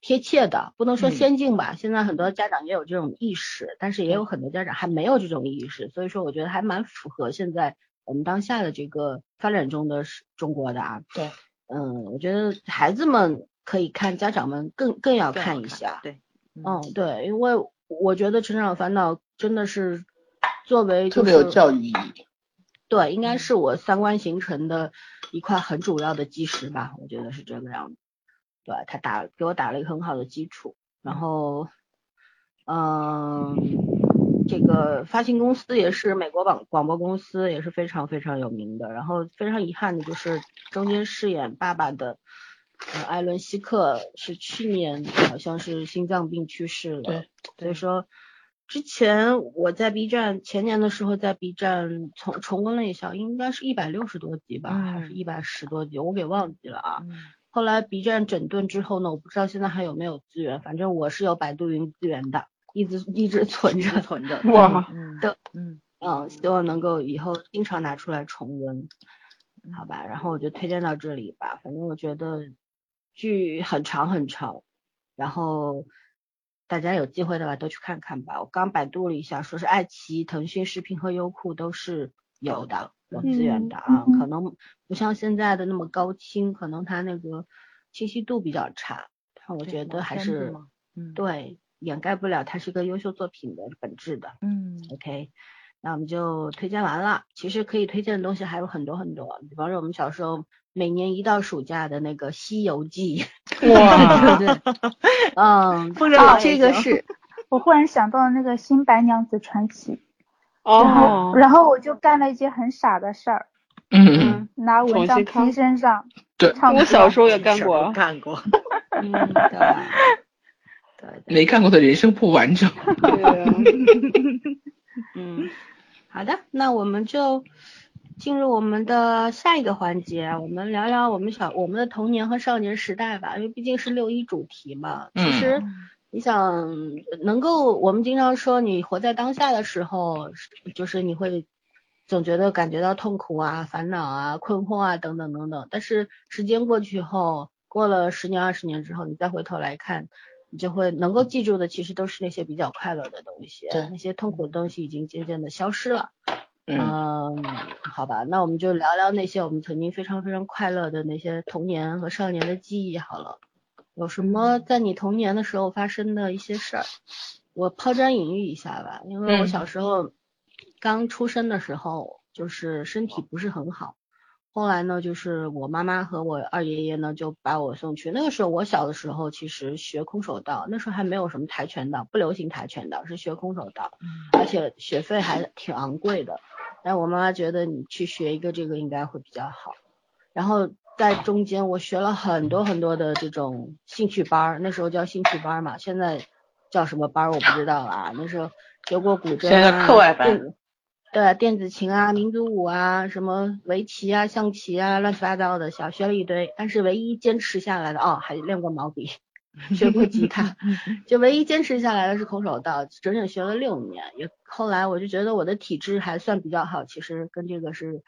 Speaker 1: 贴切的，不能说
Speaker 5: 嗯
Speaker 1: 先进吧。现在很多家长也有这种意识，但是也有很多家长还没有这种意识，所以说我觉得还蛮符合现在我们当下的这个发展中的是中国的啊。
Speaker 5: 对，
Speaker 1: 嗯，我觉得孩子们可以看，家长们更更要
Speaker 2: 更要
Speaker 1: 看一
Speaker 2: 看
Speaker 1: 下。
Speaker 2: 对，
Speaker 1: 嗯，对，因为我觉得《成长烦恼》真的是作为、就
Speaker 5: 特
Speaker 1: 是、
Speaker 5: 别有教嗯育意义。
Speaker 1: 对，应该是我三观形成的一块很主要的基石吧，我觉得是这个样子。对他打给我打了一个很好的基础，然后，嗯，这个发行公司也是美国广广播公司也是非常非常有名的。然后非常遗憾的就是中间饰演爸爸的、呃、艾伦希克是去年好像是心脏病去世了，
Speaker 5: 对
Speaker 1: 所以说，之前我在 B 站前年的时候，在 B 站重重温了一下，应该是一百六十多集吧，还
Speaker 5: 嗯
Speaker 1: 是一百十多集，我给忘记了啊。后来 B 站整顿之后呢，我不知道现在还有没有资源，反正我是有百度云资源的，一直一直存
Speaker 2: 一直
Speaker 1: 着。
Speaker 2: 存着。
Speaker 3: 哇，
Speaker 2: [LAUGHS] 嗯
Speaker 1: 对
Speaker 2: 嗯，
Speaker 1: 嗯，希望能够以后经常拿出来重温，好吧？然后我就推荐到这里吧，反正我觉得剧很长很长，然后大家有机会的话都去看看吧。我刚百度了一下，说是爱奇艺、腾讯视频和优酷都是有的，有资源的啊，
Speaker 4: 嗯嗯
Speaker 1: 可能不像现在的那么高清，可能它那个清晰度比较差，但我
Speaker 2: 对
Speaker 1: 觉得
Speaker 2: 网
Speaker 1: 还
Speaker 2: 站部
Speaker 1: 是
Speaker 2: 嘛嗯
Speaker 1: 对掩盖不了它是个优秀作品的本质的。
Speaker 2: 嗯
Speaker 1: OK，那我们就推荐完了。其实可以推荐的东西还有很多很多，比方说我们小时候每年一到暑假的那个《西游记》，
Speaker 5: 嗯 [LAUGHS] 哇，
Speaker 1: 对不对？嗯，
Speaker 2: 风筝老
Speaker 1: 这
Speaker 2: 师
Speaker 1: 个
Speaker 2: 已经 [LAUGHS]
Speaker 1: 是
Speaker 4: 我忽然想到那个《新白娘子传奇》，然后
Speaker 3: 哦，
Speaker 4: 然后我就干了一件很傻的事儿，
Speaker 5: 嗯，
Speaker 4: 拿蚊
Speaker 3: 重新
Speaker 4: 帐
Speaker 3: 看
Speaker 4: 披身上，
Speaker 5: 对
Speaker 4: 唱
Speaker 3: 我
Speaker 4: 不
Speaker 3: 小
Speaker 4: 了
Speaker 3: 时候也干过，
Speaker 2: 干过，
Speaker 1: 嗯，对吧对对，
Speaker 5: 没看过的人生不完整。
Speaker 3: 对啊，
Speaker 1: 嗯，好的，那我们就进入我们的下一个环节，啊我们聊聊我们小我们的童年和少年时代吧，因为毕竟是六一主题嘛。其
Speaker 5: 嗯
Speaker 1: 实、你想能够，我们经常说你活在当下的时候，是就是你会总觉得感觉到痛苦啊、烦恼啊、困惑啊等等等等。但是时间过去后，过了十年、二十年之后，你再回头来看，你就会能够记住的，其实都是那些比较快乐的东西啊
Speaker 5: 对，
Speaker 1: 那些痛苦的东西已经渐渐的消失了。
Speaker 5: 嗯，
Speaker 1: 嗯，好吧，那我们就聊聊那些我们曾经非常非常快乐的那些童年和少年的记忆好了。有什么在你童年的时候发生的一些事儿？我抛砖引玉一下吧，因为我
Speaker 5: 嗯
Speaker 1: 小时候刚出生的时候，就是身体不是很好。后来呢，就是我妈妈和我二爷爷呢，就把我送去。那个时候我小的时候，其实学空手道，那时候还没有什么跆拳道，不流行跆拳道，是学空手道，而且学费还挺昂贵的。但我妈妈觉得你去学一个这个应该会比较好。然后在中间我学了很多很多的这种兴趣班儿，那时候叫兴趣班儿嘛，现在叫什么班儿我不知道了啊。那时候学过古筝、啊，
Speaker 5: 现在叫课外班
Speaker 1: 电。对，电子琴啊、民族舞啊、什么围棋啊、象棋啊，乱七八糟的，小学了一堆。但是唯一坚持下来的，哦，还练过毛笔，
Speaker 2: [LAUGHS]
Speaker 1: 学过吉他，
Speaker 2: 嗯
Speaker 1: [LAUGHS] 就唯一坚持下来的是空手道，整整学了六年。也后来我就觉得我的体质还算比较好，其实跟这个是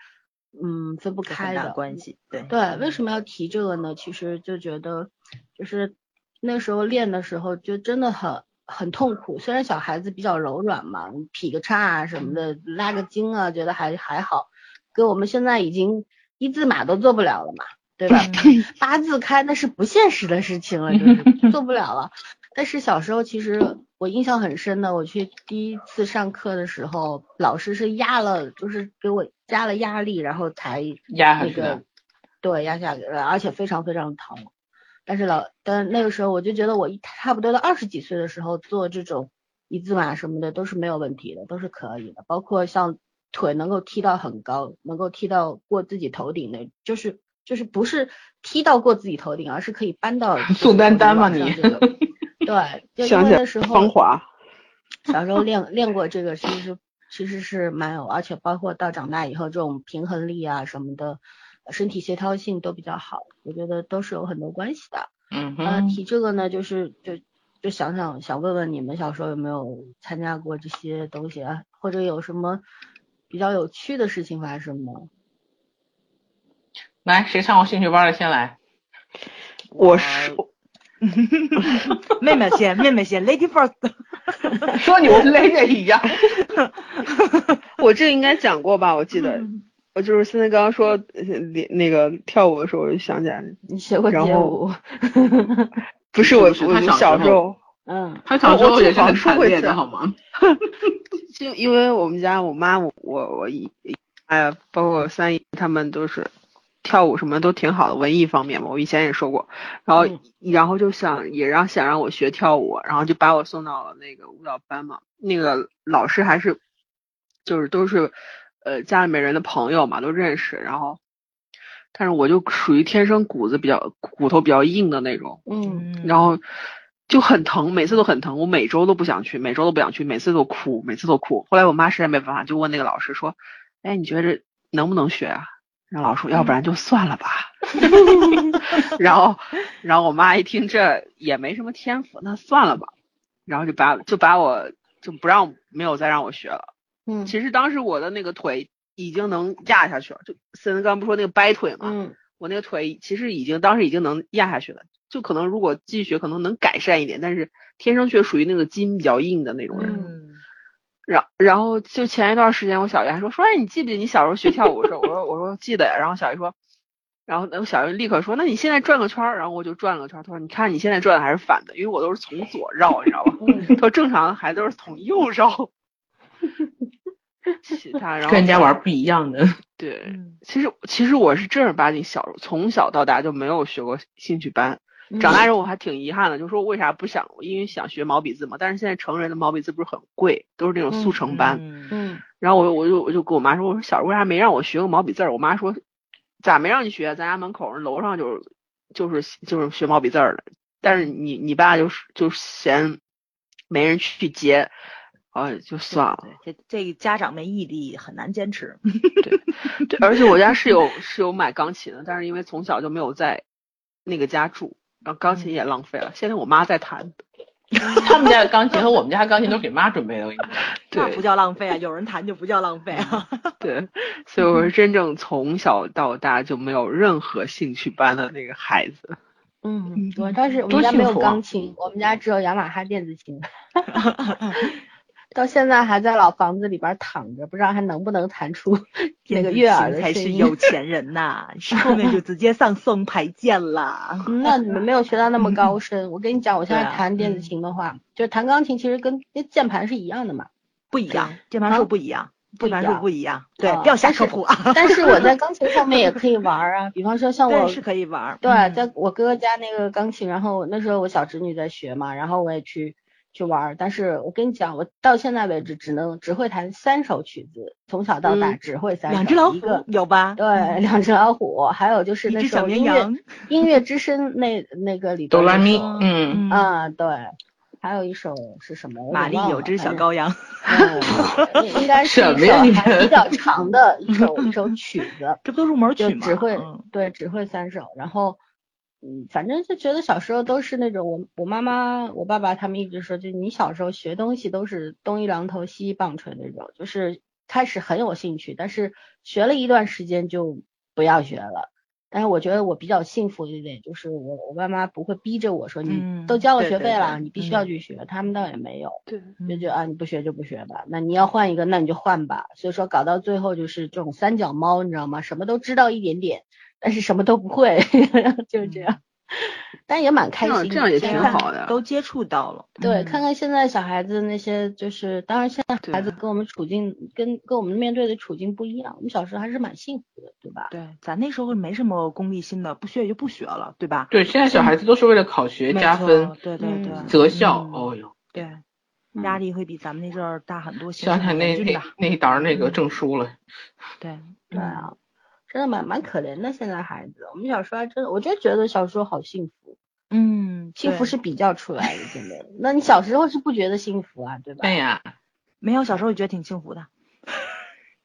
Speaker 1: 嗯分不
Speaker 2: 有很
Speaker 1: 开
Speaker 2: 大
Speaker 1: 的。
Speaker 2: 关系，对
Speaker 1: 对，为什么要提这个呢？其实就觉得，就是那时候练的时候就真的很很痛苦。虽然小孩子比较柔软嘛，你劈个叉啊什么的，拉个筋啊，觉得还还好。跟我们现在已经一字马都做不了了嘛，对吧？八字开那是不现实的事情了，就是做不了了。但是小时候其实我印象很深的，我去第一次上课的时候，老师是压了，就是给我加了压力，然后才
Speaker 5: 压下
Speaker 1: 那
Speaker 5: 去的
Speaker 1: 个，对，压下去了，而且非常非常疼。但是老，但那个时候我就觉得我一差不多到二十几岁的时候做这种一字马什么的都是没有问题的，都是可以的，包括像腿能够踢到很高，能够踢到过自己头顶的，就是就是不是踢到过自己头顶，而是可以搬
Speaker 5: [LAUGHS]
Speaker 1: 到
Speaker 5: 宋丹丹吗
Speaker 1: 往上
Speaker 5: 你
Speaker 1: 这个
Speaker 5: [LAUGHS]
Speaker 1: 对，就因
Speaker 3: 想
Speaker 1: 为
Speaker 3: 起
Speaker 1: 那
Speaker 3: 来
Speaker 1: 时候
Speaker 3: 芳华，
Speaker 1: 小时候练练过这个，其实其实是蛮有，而且包括到长大以后，这种平衡力啊什么的，身体协调性都比较好，我觉得都是有很多关系的。
Speaker 5: 嗯
Speaker 1: 呃，
Speaker 5: 哼，
Speaker 1: 提这个呢，就是就就想想想问问你们小时候有没有参加过这些东西啊，或者有什么比较有趣的事情发生吗？
Speaker 5: 来，谁上过兴趣班的先来？
Speaker 3: 我是
Speaker 2: 妹妹先，妹妹先，Lady First。
Speaker 5: 说牛勒着一样。
Speaker 3: [LAUGHS] 我这应该讲过吧？我记得，我就是现在刚刚说呃那个跳舞的时候，我就想起来，
Speaker 1: 你学过
Speaker 3: 然
Speaker 1: 街
Speaker 3: 后
Speaker 1: 舞？
Speaker 3: 不是我
Speaker 5: 不是
Speaker 3: 我
Speaker 5: 他小
Speaker 3: 小
Speaker 5: 时
Speaker 3: 时
Speaker 5: 候
Speaker 3: 候
Speaker 1: 嗯，
Speaker 5: 他小时候也是很惨烈
Speaker 3: 我我
Speaker 5: 的，好吗？
Speaker 3: 就因为我们家我妈我我我姨，哎呀，包括我三姨他们都是跳舞什么都挺好的，文艺方面嘛，我以前也说过。然后、
Speaker 1: 嗯
Speaker 3: 然后就想也让想让我学跳舞，然后就把我送到了那个舞蹈班嘛。那个老师还是就是都是呃家里面人的朋友嘛，都认识。然后，但是我就属于天生骨子比较骨头比较硬的那种，
Speaker 1: 嗯，
Speaker 3: 然后就很疼，每次都很疼，我每周都不想去，每周都不想去，每次都哭，每次都哭。后来我妈实在没办法，就问那个老师说：“哎，你觉得能不能学啊？”然后老师说：“要不然就算了吧。 [LAUGHS] 然后，然后我妈一听这也没什么天赋，那算了吧，然后就把就把我就不让没有再让我学了。
Speaker 1: 嗯
Speaker 3: 其实当时我的那个腿已经能压下去了，就森森刚不说那个掰腿嘛，
Speaker 1: 嗯
Speaker 3: 我那个腿其实已经当时已经能压下去了，就可能如果继续学可能能改善一点，但是天生却属于那个筋比较硬的那种人。
Speaker 1: 嗯
Speaker 3: 然然后就前一段时间，我小姨还说说哎你记不记得你小时候学跳舞的时候？我说我说记得呀。然后小姨说，然后那我小姨立刻说那你现在转个圈儿，然后我就转了个圈儿。她说你看你现在转的还是反的，因为我都是从左绕，你知道吧？ [LAUGHS] 她说正常的孩子都是从右绕。 [LAUGHS] 其他然后
Speaker 5: 跟人家玩不一样的，
Speaker 3: 对，其实其实我是正儿八经小时候，从小到大就没有学过兴趣班。长大之后我还挺遗憾的，就说为啥不想？因为想学毛笔字嘛。但是现在成人的毛笔字不是很贵，都是那种速成班。
Speaker 2: 嗯
Speaker 1: 嗯
Speaker 3: 然后我我就我就跟我妈说，我说小时候为啥没让我学过毛笔字儿？我妈说，咋没让你学？咱家门口儿楼上就是就是就是学毛笔字儿的，但是你你爸就是就是嫌没人去接，啊就算了。
Speaker 2: 对，这这个家长没毅力，很难坚持。
Speaker 3: 对， [LAUGHS] 而且我家是有是有买钢琴的，但是因为从小就没有在那个家住，然后
Speaker 1: 嗯
Speaker 3: 钢琴也浪费了。现在我妈在弹， [LAUGHS]
Speaker 5: 他们家的钢琴和我们家的钢琴都给妈准备的，我跟你讲。
Speaker 2: 那
Speaker 3: 对
Speaker 2: 不叫浪费啊，有人谈就不叫浪费啊。
Speaker 3: 对，所以我是真正从小到大就没有任何兴趣班的那个孩子。
Speaker 1: 嗯，我当时我们
Speaker 5: 多
Speaker 1: 家没有
Speaker 5: 幸福啊
Speaker 1: 钢琴，我们家只有雅马哈电子琴。
Speaker 2: [LAUGHS]
Speaker 1: 到现在还在老房子里边躺着，不知道还能不能弹
Speaker 2: [LAUGHS]
Speaker 1: 出那个悦耳的
Speaker 2: 才
Speaker 1: 声
Speaker 2: 是
Speaker 1: 音。
Speaker 2: 有钱人呐，是后面就直接上宋牌见了。
Speaker 1: 嗯那你们没有学到那么高深。我跟你讲，我现在
Speaker 2: 嗯对啊
Speaker 1: 弹电子琴的话，就是弹钢琴，其实跟那键盘是一样的嘛。
Speaker 2: 不一样，键盘数不一样，
Speaker 1: 不一
Speaker 2: 键盘数
Speaker 1: 样
Speaker 2: 不一样，对，
Speaker 1: 啊
Speaker 2: 不要瞎科普啊。
Speaker 1: 但是我
Speaker 2: [LAUGHS]
Speaker 1: 在钢琴上面也可以玩儿啊，比方说像我
Speaker 2: 对，是可以玩儿。
Speaker 1: 对，
Speaker 2: 嗯
Speaker 1: 在我哥哥家那个钢琴，然后那时候我小侄女在学嘛，然后我也去去玩儿。但是我跟你讲，我到现在为止只能只会弹三首曲子，从小到大
Speaker 3: 嗯
Speaker 1: 只会三首。
Speaker 2: 两只老
Speaker 1: 一
Speaker 2: 虎
Speaker 1: 个
Speaker 2: 有吧？
Speaker 1: 对，两只老虎，还有就是
Speaker 2: 一
Speaker 1: 那
Speaker 2: 只
Speaker 1: 时
Speaker 2: 小
Speaker 1: 候
Speaker 2: 绵
Speaker 1: 音乐
Speaker 2: 羊。
Speaker 1: 音乐之声那那个里边
Speaker 5: 哆
Speaker 1: 有
Speaker 5: 来
Speaker 1: 一
Speaker 5: 咪
Speaker 1: 首，
Speaker 2: 嗯，
Speaker 5: 嗯，
Speaker 1: 啊，对，还有一首是什么？我
Speaker 2: 玛
Speaker 1: 给
Speaker 2: 丽
Speaker 1: 忘
Speaker 2: 有
Speaker 1: 了
Speaker 2: 只小
Speaker 1: 反正
Speaker 2: 羔羊。
Speaker 1: 嗯，应
Speaker 5: [LAUGHS]
Speaker 1: 该是
Speaker 5: 什
Speaker 1: 一
Speaker 5: 么呀
Speaker 1: 首
Speaker 5: 你
Speaker 1: 还
Speaker 5: 们
Speaker 1: 比较长的一首一首曲子，
Speaker 2: 这不都入门曲
Speaker 1: 就
Speaker 2: 吗？
Speaker 1: 只会
Speaker 2: 嗯
Speaker 1: 对只会三首，然后嗯，反正就觉得小时候都是那种我我妈妈我爸爸他们一直说，就你小时候学东西都是东一榔头西一棒槌那种，就是开始很有兴趣，但是学了一段时间就不要学了。但是我觉得我比较幸福的一点就是我我爸妈不会逼着我说你
Speaker 2: 嗯
Speaker 1: 都交了
Speaker 2: 对
Speaker 1: 学
Speaker 2: 对
Speaker 1: 费
Speaker 2: 对
Speaker 1: 了，你必须要
Speaker 2: 嗯
Speaker 1: 去学，他们倒也没有。
Speaker 3: 对，
Speaker 1: 就觉得啊，你不学就不学吧，那你要换一个，那你就换吧。所以说搞到最后就是这种三脚猫，你知道吗？什么都知道一点点，但是什么都不会， [LAUGHS] 就是这样。
Speaker 2: 嗯
Speaker 1: [LAUGHS] 但也蛮开
Speaker 3: 这样
Speaker 1: 心的，
Speaker 3: 这样也
Speaker 1: 现
Speaker 3: 挺
Speaker 1: 在
Speaker 3: 好的
Speaker 2: 都接触到了。
Speaker 1: 对，
Speaker 2: 嗯
Speaker 1: 看看现在小孩子那些，就是当然现在
Speaker 3: 对
Speaker 1: 孩子跟我们处境跟跟我们面对的处境不一样，我们小时候还是蛮幸福的，对吧？
Speaker 2: 对，咱那时候没什么功利心的，不学也就不学了，对吧？
Speaker 5: 对，现在小孩子都是为了考学
Speaker 2: 没
Speaker 5: 加
Speaker 2: 错
Speaker 5: 分、
Speaker 2: 对对
Speaker 1: 嗯
Speaker 2: 对，
Speaker 5: 择校。
Speaker 2: 嗯
Speaker 5: 哦哟，
Speaker 2: 对，
Speaker 1: 嗯
Speaker 2: 压力会比咱们那阵儿大很多，形
Speaker 5: 想
Speaker 2: 势
Speaker 5: 想
Speaker 2: 很
Speaker 5: 那
Speaker 2: 严峻
Speaker 5: 那
Speaker 2: 的。
Speaker 5: 那一沓儿那个证书了，
Speaker 2: 对，
Speaker 1: 对
Speaker 2: 嗯
Speaker 1: 啊，真的蛮蛮可怜的。现在孩子，我们小时候还真的，我真觉得小时候好幸福，
Speaker 2: 嗯，
Speaker 1: 幸福
Speaker 2: 对
Speaker 1: 是比较出来的，真的。那你小时候是不觉得幸福啊，对吧？
Speaker 5: 对哎呀，
Speaker 2: 没有小时候也觉得挺幸福的。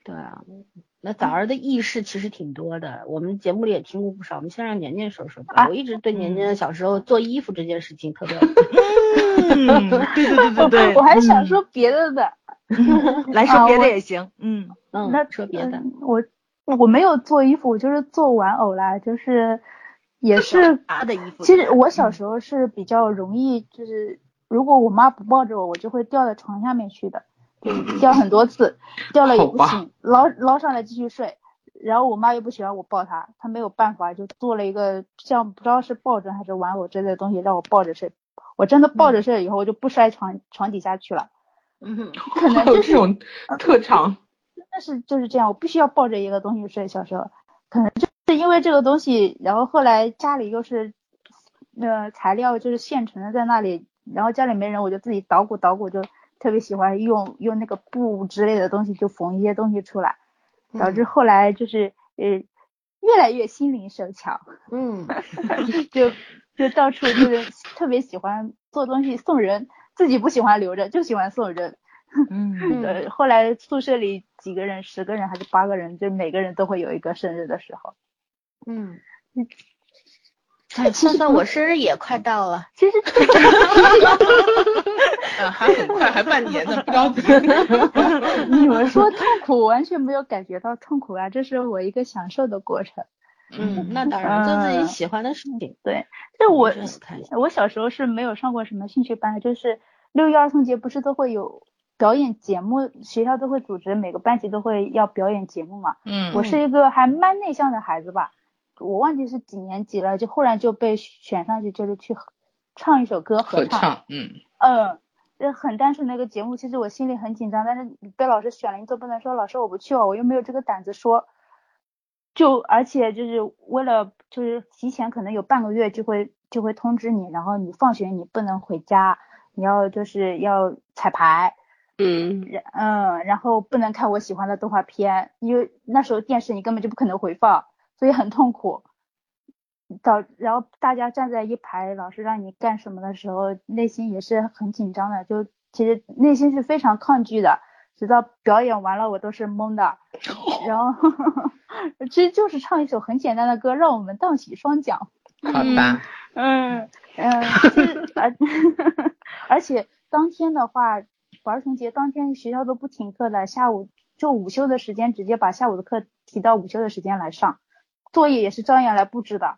Speaker 1: 对啊，
Speaker 4: 嗯
Speaker 1: 那早儿的轶事其实挺多的，我们节目里也听过不少。我们先让年年说说吧。
Speaker 4: 啊
Speaker 1: 我一直对年年小时候做衣服这件事情特
Speaker 4: [LAUGHS]
Speaker 1: 别，
Speaker 2: 嗯，对对对对对，
Speaker 4: 我还想
Speaker 2: 嗯
Speaker 4: 说别的的，
Speaker 2: 来
Speaker 4: 啊
Speaker 2: 说别
Speaker 4: 我
Speaker 2: 的也行，嗯，
Speaker 1: 嗯
Speaker 4: 那，
Speaker 1: 说别的，
Speaker 4: 嗯我我没有做衣服，我就是做玩偶啦，就是也是
Speaker 2: 他的嗯衣服。
Speaker 4: 其实我小时候是比较容易，就是如果我妈不抱着我，我就会掉到床下面去的，
Speaker 2: 嗯
Speaker 4: 就是掉很多次，掉了也不
Speaker 5: 好
Speaker 4: 醒，捞捞上来继续睡。然后我妈又不喜欢我抱她，她没有办法，就做了一个像不知道是抱枕还是玩偶之类的东西让我抱着睡。我真的抱着睡了以后，我就不摔床床底下去了。
Speaker 2: 嗯，
Speaker 4: 可能
Speaker 5: 还有
Speaker 4: 就
Speaker 5: 这
Speaker 4: 是
Speaker 5: 种特长，
Speaker 4: 但是就是这样，我必须要抱着一个东西睡。小时候，可能就是因为这个东西，然后后来家里又是，呃，材料就是现成的在那里，然后家里没人，我就自己捣鼓捣鼓，就特别喜欢用用那个布之类的东西，就缝一些东西出来，导致后来就是呃越来越心灵手巧， [LAUGHS]
Speaker 1: 嗯，
Speaker 4: 就就到处就是特别喜欢做东西送人，自己不喜欢留着，就喜欢送人。
Speaker 2: 嗯，
Speaker 4: 呃，后来宿舍里几个人，十个人还是八个人，就每个人都会有一个生日的时候。
Speaker 1: 嗯
Speaker 4: 嗯，
Speaker 1: 哎，算算我生日也快到
Speaker 4: [LAUGHS]
Speaker 1: 了，
Speaker 4: 其实
Speaker 5: 嗯，还很快，还半年呢，不着 [LAUGHS] 急。嗯
Speaker 4: 你们说痛苦，完全没有感觉到痛苦啊，这是我一个享受的过程。
Speaker 1: 嗯，那当然做自己
Speaker 4: 嗯
Speaker 1: 喜欢的事情，
Speaker 4: 但我
Speaker 1: 真的很开心。
Speaker 4: 我小时候是没有上过什么兴趣班，就是六一儿童节不是都会有表演节目，学校都会组织每个班级都会要表演节目嘛。
Speaker 5: 嗯，
Speaker 4: 我是一个还蛮内向的孩子吧，我忘记是几年级了，就忽然就被选上去，就是去合唱一首歌合
Speaker 5: 合
Speaker 4: 唱。
Speaker 5: 唱，嗯，
Speaker 4: 嗯，这很单纯的一个节目，其实我心里很紧张，但是你被老师选了，你总不能说老师我不去哦，我又没有这个胆子说。就而且就是为了就是提前可能有半个月就会就会通知你，然后你放学你不能回家，你要就是要彩排，
Speaker 3: 嗯，
Speaker 4: 然嗯，然后不能看我喜欢的动画片，因为那时候电视你根本就不可能回放，所以很痛苦。到然后大家站在一排，老师让你干什么的时候，内心也是很紧张的，就其实内心是非常抗拒的。直到表演完了，我都是懵的。然后 [LAUGHS] 其实就是唱一首很简单的歌，让我们荡起双桨。
Speaker 5: 好吧，
Speaker 4: 嗯 [LAUGHS] 嗯，就是而 [LAUGHS] 而且当天的话，儿童节当天学校都不停课的，下午就午休的时间直接把下午的课提到午休的时间来上，作业也是照样来布置的。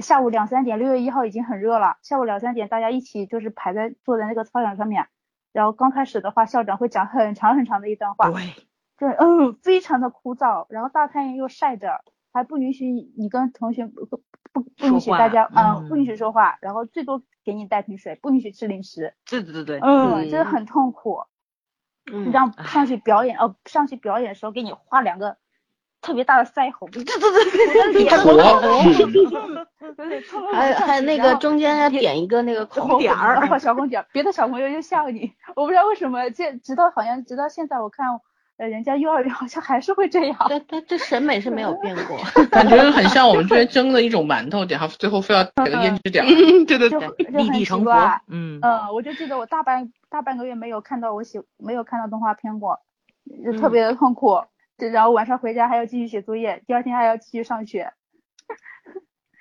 Speaker 4: 下午两三点，六月一号已经很热了，下午两三点大家一起就是排在坐在那个操场上面，然后刚开始的话，校长会讲很长很长的一段话，
Speaker 2: 对，
Speaker 4: 对，嗯，非常的枯燥，然后大太阳又晒着，还不允许你你跟同学不不不允许
Speaker 2: 说话
Speaker 4: 大家，嗯，
Speaker 2: 嗯
Speaker 4: 不允许说话，然后最多给你带瓶水，不允许吃零食，
Speaker 2: 对对对对，
Speaker 4: 嗯，
Speaker 3: 嗯
Speaker 4: 真的很痛苦。 [LAUGHS]
Speaker 3: 嗯
Speaker 4: 让上去表演，哦，上去表演的时候给你画两个特别大的腮红，对对对，脸都
Speaker 5: 嗯我
Speaker 4: 红，
Speaker 5: 指
Speaker 4: 对，痛痛
Speaker 1: 还有
Speaker 4: 上
Speaker 1: 还有
Speaker 4: 去
Speaker 1: 那
Speaker 4: 然
Speaker 1: 个
Speaker 4: 后
Speaker 1: 中间要点一个那个
Speaker 4: 小红
Speaker 1: 孔
Speaker 2: 点儿
Speaker 4: [LAUGHS] 然后小红点儿，别的小朋友又笑你，我不知道为什么，这直到好像直到现在我看，呃，人家幼儿园好像还是会这样。
Speaker 1: 对对，这审美是没有变
Speaker 4: [LAUGHS]
Speaker 1: 过。
Speaker 5: 嗯感觉很像我们这边蒸的一种馒头点，然后最后非要给个胭脂点儿。
Speaker 3: 嗯对对
Speaker 4: 就
Speaker 3: 对，
Speaker 4: 就
Speaker 2: 立
Speaker 4: 很
Speaker 2: 地
Speaker 4: 奇
Speaker 2: 成佛
Speaker 4: 怪。，
Speaker 2: 嗯，
Speaker 4: 嗯，我就记得我大半大半个月没有看到我喜没有看到动画片过，就特别的痛苦。就然后晚上回家还要继续写作业，第二天还要继续上学。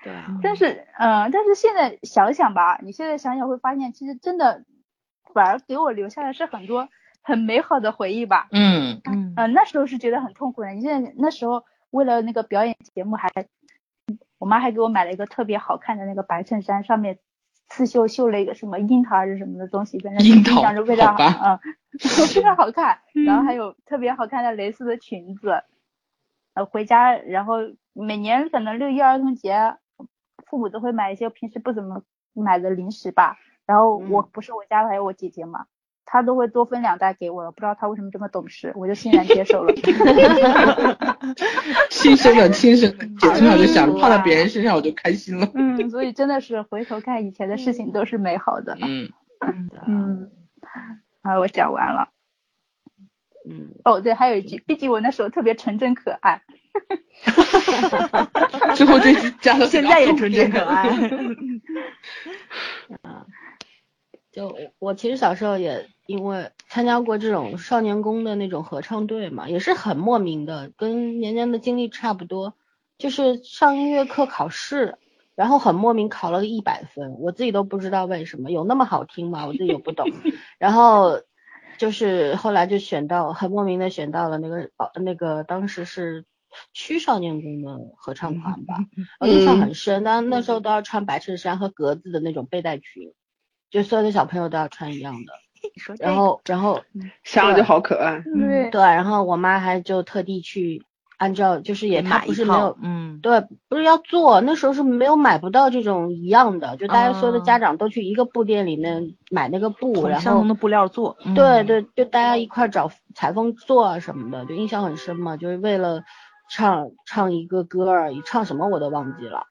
Speaker 1: 对啊，
Speaker 4: 但是，嗯、但是现在想想吧，你现在想想会发现，其实真的反而给我留下的是很多很美好的回忆吧。
Speaker 5: [LAUGHS] 嗯，
Speaker 2: 嗯
Speaker 4: 嗯，那时候是觉得很痛苦的。你现在那时候为了那个表演节目还，我妈还给我买了一个特别好看的那个白衬衫，上面刺绣绣了一个什么樱桃还是什么的东西，反正
Speaker 5: 樱
Speaker 4: 印
Speaker 5: 桃
Speaker 4: 象中非常
Speaker 5: 好吧
Speaker 4: 好，嗯， [LAUGHS] 非常好看。然后还有特别好看的蕾丝的裙子。呃，回家然后每年可能六一儿童节，父母都会买一些平时不怎么买的零食吧。然后我不是我家还有我姐姐嘛，他都会多分两袋给我了，不知道他为什么这么懂事，我就欣然接 [LAUGHS] 受了。
Speaker 5: 亲生的亲生的，姐从小就想
Speaker 4: 嗯
Speaker 5: 胖到别人身上我就开心了。
Speaker 4: 嗯，所以真的是回头看以前的事情都是美好的。
Speaker 5: 嗯，
Speaker 4: 嗯，啊，我讲完了。
Speaker 1: 嗯，
Speaker 4: 哦，对，还有一句，毕竟我那时候特别纯真可爱。
Speaker 2: [LAUGHS]
Speaker 5: 最后这句加了
Speaker 2: 现
Speaker 5: [LAUGHS]
Speaker 2: 在也纯真可爱，
Speaker 1: 就我我其实小时候也因为参加过这种少年宫的那种合唱队嘛，也是很莫名的，跟年年的经历差不多，就是上音乐课考试，然后很莫名考了个一百分，我自己都不知道为什么，有那么好听吗？我自己也不懂。然后呃就是后来就选到很莫名的选到了那个保那个当时是区少年宫的合唱团吧，
Speaker 2: 嗯
Speaker 1: 我印象哦很深。但那时候都要穿白衬衫和格子的那种背带裙，就所有的小朋友都要穿一样的。
Speaker 2: [LAUGHS] 你说这
Speaker 1: 然后，然后
Speaker 3: 想想就好可爱。
Speaker 2: 对
Speaker 4: 嗯对
Speaker 1: 对，然后我妈还就特地去按照，就是也她
Speaker 2: 买
Speaker 1: 不
Speaker 2: 一
Speaker 1: 是没有
Speaker 2: 套，嗯，
Speaker 1: 对，不是要做，那时候是没有买不到这种一样的，就大家所有的
Speaker 2: 啊
Speaker 1: 家长都去一个布店里面买那个布，
Speaker 2: 从
Speaker 1: 然
Speaker 2: 相
Speaker 1: 后
Speaker 2: 同的布料做，嗯
Speaker 1: 对，对，就大家一块儿找裁缝做啊什么的，就印象很深嘛，就是为了唱唱一个歌而已，唱什么我都忘记了。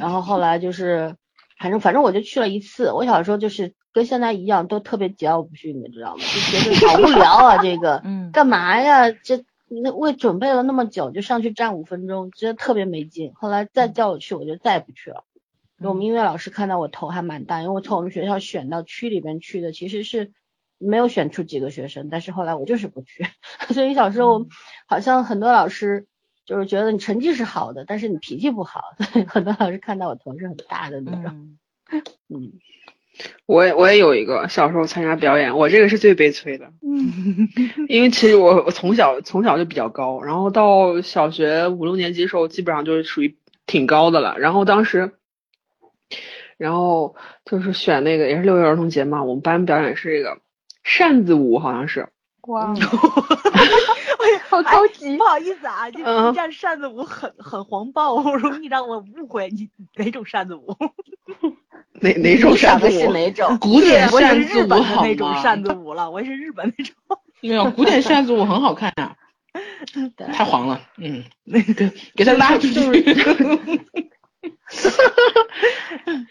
Speaker 1: 然后后来就是，反正反正我就去了一次。我小时候就是跟现在一样，都特别桀骜不驯，你知道吗？就觉得好无聊啊，这个
Speaker 2: 嗯，
Speaker 1: 干嘛呀？这那为准备了那么久，就上去站五分钟，觉得特别没劲。后来
Speaker 3: 嗯
Speaker 1: 再叫我去，我就再也不去了。因为我们音乐老师看到我头还蛮大，因为我从我们学校选到区里边去的，其实是没有选出几个学生，但是后来我就是不去， [LAUGHS] 所以小时
Speaker 3: 嗯
Speaker 1: 候好像很多老师就是觉得你成绩是好的，但是你脾气不好， [LAUGHS] 所以很多老师看到我头是很大的那种。
Speaker 2: 嗯
Speaker 1: 嗯，
Speaker 3: 我也我也有一个小时候参加表演，我这个是最悲催的，
Speaker 4: 嗯，
Speaker 3: 因为其实我我从小从小就比较高，然后到小学五六年级的时候，基本上就是属于挺高的了。然后当时，然后就是选那个也是六一儿童节嘛，我们班表演是这个扇子舞，好像是，
Speaker 4: [LAUGHS] 哇，
Speaker 2: 好
Speaker 4: 好高级
Speaker 2: 不好意思啊，这
Speaker 3: 嗯
Speaker 2: 一站扇子舞很很黄暴， [LAUGHS] 容易让我误会你哪种扇子舞。
Speaker 3: 哪哪种
Speaker 1: 你想
Speaker 3: 扇子
Speaker 1: 的
Speaker 3: 舞？
Speaker 1: 是哪种？
Speaker 5: 古典
Speaker 2: [LAUGHS] 我也
Speaker 5: 扇
Speaker 2: 是
Speaker 5: 子
Speaker 2: 日
Speaker 5: 舞
Speaker 2: 本的
Speaker 5: 好
Speaker 2: 那种
Speaker 5: 吗？ [LAUGHS]
Speaker 2: 扇子舞了，我也是日本那种。
Speaker 5: 没有，古典扇子舞很好看
Speaker 2: [LAUGHS]
Speaker 5: 呀、
Speaker 1: 对
Speaker 5: 太黄了，嗯，
Speaker 2: 那个
Speaker 5: 给他拉出去。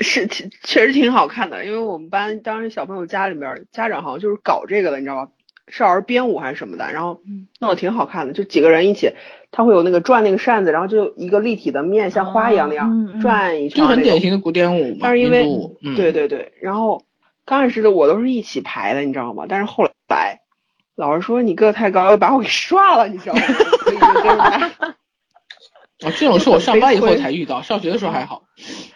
Speaker 3: 是 [LAUGHS] 挺确实挺好看的，因为我们班当时小朋友家里边儿家长好像就是搞这个的，你知道吧？少儿编舞还是什么的，然后
Speaker 2: 嗯
Speaker 3: 弄得挺好看的，就几个人一起，他会有那个转那个扇子，然后就一个立体的面，像花一样那样、
Speaker 2: 嗯嗯
Speaker 3: 转一圈
Speaker 5: 就
Speaker 3: 儿那
Speaker 5: 很
Speaker 3: 种。
Speaker 5: 典型的古典舞嘛，
Speaker 3: 但是因
Speaker 5: 民
Speaker 3: 为
Speaker 5: 族舞，嗯，
Speaker 3: 对对对，然后刚开始的我都是一起排的，你知道吗？但是后来老师说你个子太高，又把我给刷了，你知道吗？ [LAUGHS] 所以就跟着他
Speaker 5: 啊，这种是我上班以后
Speaker 3: 悲催
Speaker 5: 才遇到，上学的时候还好，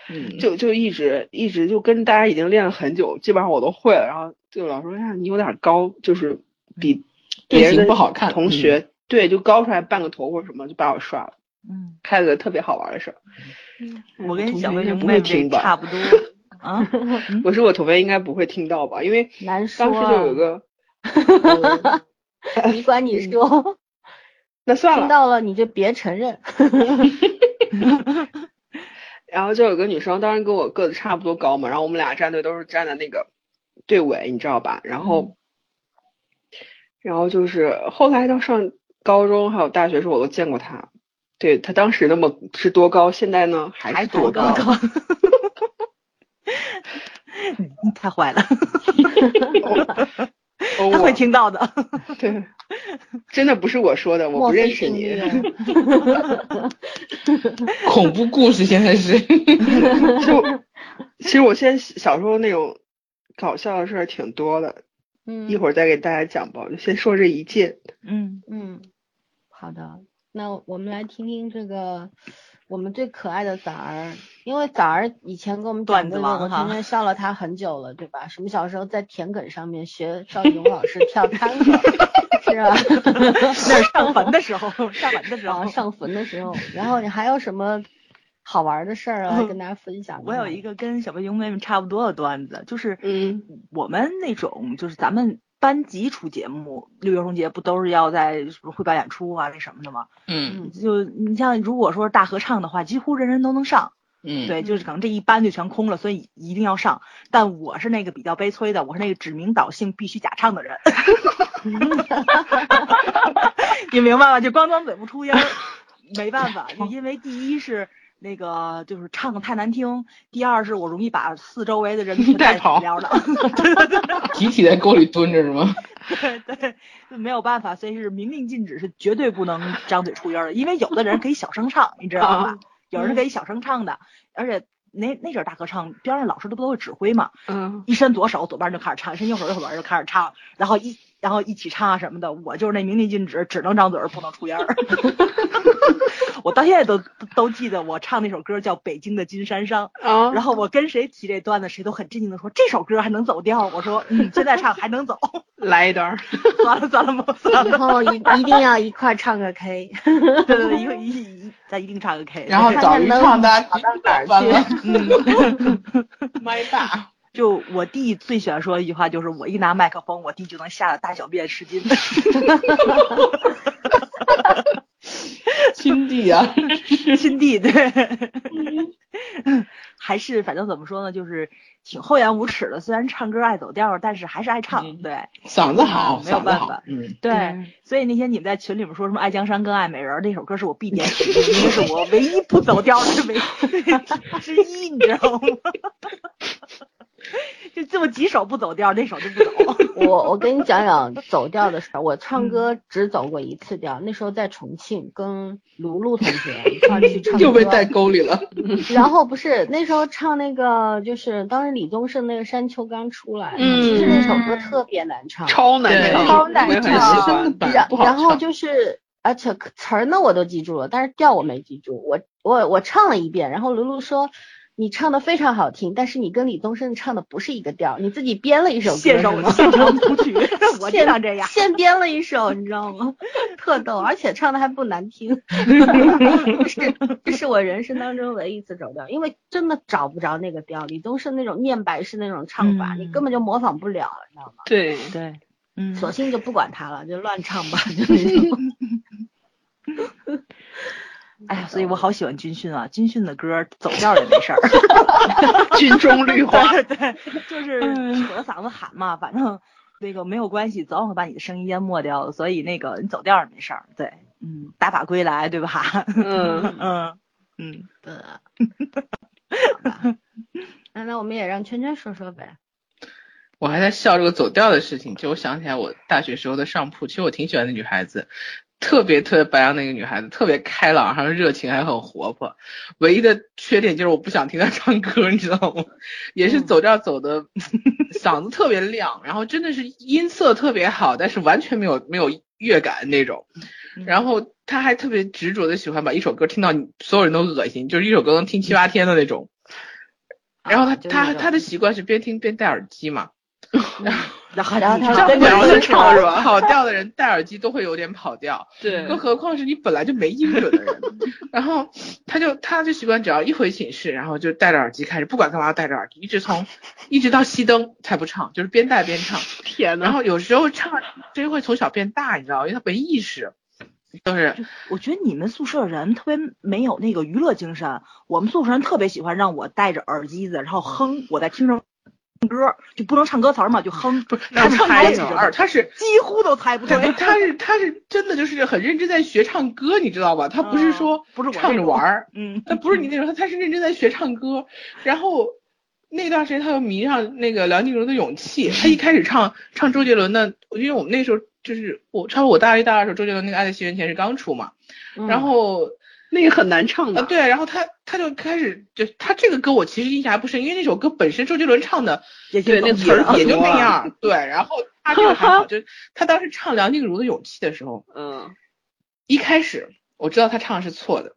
Speaker 5: 嗯，
Speaker 3: 就就一直一直就跟大家已经练了很久，基本上我都会了。然后就老师说，哎呀，你有点高，就是比
Speaker 5: 嗯队
Speaker 3: 别人
Speaker 5: 形
Speaker 3: 的
Speaker 5: 不好看嗯
Speaker 3: 同学、对就高出来半个头或者什么，就把我刷了，
Speaker 2: 嗯，
Speaker 3: 开了个特别好玩的事儿。
Speaker 2: 我跟
Speaker 3: 同
Speaker 2: 小
Speaker 3: 学
Speaker 2: 妹
Speaker 3: 应该
Speaker 2: 妹
Speaker 3: 不会
Speaker 2: 妹
Speaker 3: 听吧
Speaker 2: 差不多啊。
Speaker 5: 嗯
Speaker 3: 我说我同学应该不会听到吧，因为
Speaker 1: 难说
Speaker 3: 当时就有嗯个，
Speaker 1: 你管你说，
Speaker 3: 那算
Speaker 1: 听
Speaker 3: 了。
Speaker 1: 到了你就别承认。
Speaker 3: 然后就有个女生，当时跟我个子差不多高嘛，然后我们俩站队都是站在那个队尾，你知道吧？然后。嗯然后就是后来到上高中还有大学时候，我都见过他。对他当时那么是多高，现在呢还是多
Speaker 2: 高
Speaker 3: 高？
Speaker 2: 高？你太坏了，
Speaker 3: 哦
Speaker 2: 他
Speaker 3: 我
Speaker 2: 会听到的。
Speaker 3: 对，真的不是我说的，我
Speaker 1: 莫
Speaker 3: 不
Speaker 1: 非
Speaker 3: 认识
Speaker 1: 是啊
Speaker 3: 你。
Speaker 1: [LAUGHS]
Speaker 3: [LAUGHS]
Speaker 5: 恐怖故事现在是， [LAUGHS]
Speaker 3: 就其实我现在小时候那种搞笑的事儿挺多的，
Speaker 1: 嗯
Speaker 3: 一会儿再给大家讲吧。我就先说这一届，
Speaker 2: 嗯，
Speaker 1: 嗯，好的，那我们来听听这个我们最可爱的崽儿，因为崽儿以前跟我们
Speaker 2: 段
Speaker 1: 讲
Speaker 2: 子
Speaker 1: 过的，
Speaker 2: 王
Speaker 1: 我
Speaker 2: 哈 [LAUGHS]
Speaker 1: 天天笑了他很久了，对吧？什么小时候在田埂上面学赵丽蓉老师跳探
Speaker 2: [LAUGHS]
Speaker 1: 戈，是吧？
Speaker 2: [LAUGHS] 那是上坟的时候，上坟的时
Speaker 1: 然
Speaker 2: 候
Speaker 1: 后。哦上坟的时候，然后你还有什么好玩的事儿啊，
Speaker 2: 嗯
Speaker 1: 跟大家分享？
Speaker 2: 我有一，个跟小白熊妹妹差不多的段子，就是
Speaker 3: 嗯，
Speaker 2: 我们那种就是咱们班级出节目，六一儿童节不都是要在什么汇报演出啊那什么的吗？
Speaker 5: 嗯
Speaker 1: 嗯
Speaker 2: 就你像如果说是大合唱的话，几乎人人都能上，
Speaker 5: 嗯，
Speaker 2: 对，就是可能这一班就全空了，所以一定要上。但我是那个比较悲催的，我是那个指名导姓必须假唱的
Speaker 5: [LAUGHS]
Speaker 2: 人，你明白吗？就光张嘴不出音儿，没办法，就因为第一是。那个就是唱的太难听，第二是我容易把四周围的人全
Speaker 5: 带
Speaker 2: 带
Speaker 5: 跑
Speaker 2: 跑了， [LAUGHS]
Speaker 5: 集体在沟里蹲着是吗？
Speaker 2: 对 [LAUGHS] 对，就没有办法，所以是明令禁止，是绝对不能张嘴出音儿的。因为有的人可以小声唱，你知道吧？有人可以小声唱的，而且那那阵儿大合唱边上老师都不都会指挥嘛，
Speaker 3: 嗯，
Speaker 2: 一伸左手，左边就开始唱；一伸右手，右边就开始唱，然后一然后一起唱啊什么的。我就是那明令禁止，只能张嘴儿不能出烟儿。 [LAUGHS] 我到现在都都都记得，我唱那首歌叫《北京的金山上》，
Speaker 3: 啊
Speaker 2: 然后我跟谁提这段子，谁都很震惊的说这首歌还能走调。我说嗯，现在唱还能走，
Speaker 3: 来一段儿，
Speaker 2: 算了算了不算
Speaker 1: 以
Speaker 2: 了。
Speaker 1: 后一一定要一块儿唱个 K。
Speaker 2: 对对对，一个一一咱一定唱个 K。
Speaker 5: 然后
Speaker 1: 看
Speaker 5: 早
Speaker 1: 看
Speaker 5: 一
Speaker 1: 能
Speaker 5: 唱大家
Speaker 1: 跑到哪儿
Speaker 5: 翻
Speaker 1: 去
Speaker 5: 了，
Speaker 2: 嗯， [LAUGHS]
Speaker 5: 麦霸。
Speaker 2: 就我弟最喜欢说的一句话就是我一拿麦克风，我弟就能吓得大小便失禁。 [LAUGHS]
Speaker 5: 亲弟啊，
Speaker 2: 亲弟，对，嗯还是反正怎么说呢，就是挺厚颜无耻的。虽然唱歌爱走调，但是还是爱唱。
Speaker 5: 嗯
Speaker 2: 对
Speaker 5: 嗓子好，
Speaker 2: 没有
Speaker 5: 嗓子
Speaker 2: 办
Speaker 5: 好
Speaker 2: 法，
Speaker 5: 嗯， [LAUGHS]
Speaker 2: 对、
Speaker 3: 嗯
Speaker 2: 所以那天你们在群里面说什么《爱江山更爱美人》那首歌是我必点曲目，因为是我唯一不走调的唯 [LAUGHS] 之一，你知道吗？ [LAUGHS] 就这么几首不走调，那首就不走。
Speaker 1: 我我跟你讲讲走调的事儿。我
Speaker 5: 嗯
Speaker 1: 唱歌只走过一次调，那时候在重庆跟卢璐同学
Speaker 5: [LAUGHS]
Speaker 1: 一块儿去唱歌，
Speaker 5: 又被带沟里了。
Speaker 1: 然后不是那时候唱那个，就是当时李宗盛那个《山丘》刚出来，
Speaker 3: 嗯
Speaker 1: 其实那首歌特别难唱，
Speaker 3: 超难
Speaker 5: 对
Speaker 3: 唱，
Speaker 1: 超难
Speaker 3: 我也很
Speaker 1: 唱
Speaker 3: 喜
Speaker 5: 真的
Speaker 3: 欢。
Speaker 5: 版
Speaker 1: 然
Speaker 5: 不好
Speaker 1: 然后
Speaker 5: 唱
Speaker 1: 就是，而且词儿呢我都记住了，但是调我没记住。我我我唱了一遍，然后卢璐说你唱的非常好听，但是你跟李宗盛唱的不是一个调，你自己编了一首歌
Speaker 2: 献
Speaker 1: 是
Speaker 2: 首
Speaker 1: 吗？
Speaker 2: 献首舞 [LAUGHS] 曲，
Speaker 5: 哦
Speaker 2: 我经常这样。
Speaker 1: 现编了一首，你知道吗？特逗，而且唱的还不难
Speaker 5: [LAUGHS]
Speaker 1: 听。这是这是我人生当中唯一一次走调，因为真的找不着那个调。李宗盛那种念白式那种唱法，你
Speaker 2: 嗯
Speaker 1: 根本就模仿不了，你知道吗？
Speaker 3: 对，
Speaker 2: [LAUGHS] 对，嗯
Speaker 1: 索性就不管他了，就乱唱吧，就那
Speaker 5: [LAUGHS]
Speaker 1: 种。
Speaker 2: 哎呀，所以我好喜欢军训啊，军训的歌走调也没事儿。
Speaker 3: [LAUGHS] 军中绿花，
Speaker 2: [LAUGHS] 对 [LAUGHS] 对，就是扯着嗓子喊嘛，反正那个没有关系，早晚会把你的声音淹没掉的，所以那个你走调也没事儿。对，嗯，打靶归来，对吧？ [LAUGHS]
Speaker 3: 嗯，
Speaker 2: 嗯嗯，
Speaker 1: 呃好吧那那我们也让圈圈说说呗。
Speaker 5: 我还在笑这个走调的事情，就我想起来我大学时候的上铺，其实我挺喜欢那女孩子，特别特别白羊那个女孩子，特别开朗，还有热情，还很活泼。唯一的缺点就是我不想听她唱歌，你知道吗？也
Speaker 1: 嗯
Speaker 5: 是走调走的，嗓子特别亮，然后真的是音色特别好，但是完全没有没有乐感那种。
Speaker 1: 嗯
Speaker 5: 然后她还特别执着的喜欢把一首歌听到你所有人都恶心，就是一首歌能听七八天的那种。然后
Speaker 1: 嗯啊
Speaker 5: 她
Speaker 1: 就
Speaker 5: 她
Speaker 1: 那种
Speaker 5: 她的习惯是边听边戴耳机嘛。
Speaker 2: 然后
Speaker 1: 然后
Speaker 2: 你
Speaker 1: 他
Speaker 2: 知道
Speaker 1: 跟
Speaker 2: 吗
Speaker 1: 着
Speaker 3: 然后就唱是吧？
Speaker 5: 跑调的人戴耳机都会有点跑
Speaker 2: [LAUGHS]
Speaker 5: 调，
Speaker 3: 对
Speaker 5: 更何况是你本来就没音准的人。然后他就他就习惯，只要一回寝室，然后就戴着耳机开始，不管干嘛戴着耳机，一直从一直到熄灯才不唱，就是边戴边唱。
Speaker 3: 天
Speaker 5: 然
Speaker 3: 呐，
Speaker 5: 后有时候唱真会从小变大，你知道吗，因为他没意识，就是
Speaker 2: 我觉得你们宿舍人特别没有那个娱乐精神，我们宿舍人特别喜欢让我戴着耳机子，然后哼，我在听着。歌就不能唱歌词儿嘛，就哼，
Speaker 5: 不是
Speaker 2: 他
Speaker 5: 他
Speaker 2: 唱
Speaker 5: 猜
Speaker 2: 歌
Speaker 5: 词
Speaker 2: 词
Speaker 5: 儿，
Speaker 2: 儿，
Speaker 5: 他是
Speaker 2: 几乎都猜不 [LAUGHS] 对
Speaker 5: [LAUGHS] 对，。他是他是真的就是很认真在学唱歌，你知道吧？他不是说
Speaker 2: 嗯不是我
Speaker 5: 唱
Speaker 2: 这
Speaker 5: 着
Speaker 2: 种
Speaker 5: 玩儿，
Speaker 2: 嗯，
Speaker 5: 他不是你那种，他他是认真在学唱歌。然后那段时间他又迷上那个梁静茹的《勇气》，他一开始唱唱周杰伦的，因为我们那时候就是我差不多我大一大二的时候，周杰伦那个《爱在西元前》是刚出嘛，
Speaker 1: 嗯
Speaker 5: 然后、
Speaker 3: 那个很难唱
Speaker 5: 啊
Speaker 3: 的，
Speaker 5: 对，然后他他就开始就他这个歌我其实印象还不深，因为那首歌本身周杰伦唱的
Speaker 2: 也
Speaker 5: 对，那
Speaker 2: 就
Speaker 5: 词儿
Speaker 3: 很
Speaker 5: 也就
Speaker 3: 多
Speaker 5: 那
Speaker 3: 啊
Speaker 5: 样儿，对，然后他这个还
Speaker 1: [LAUGHS]
Speaker 5: 好，就他当时唱梁静茹的《勇气》的时候，
Speaker 3: 嗯，
Speaker 5: 一开始我知道他唱的是错的。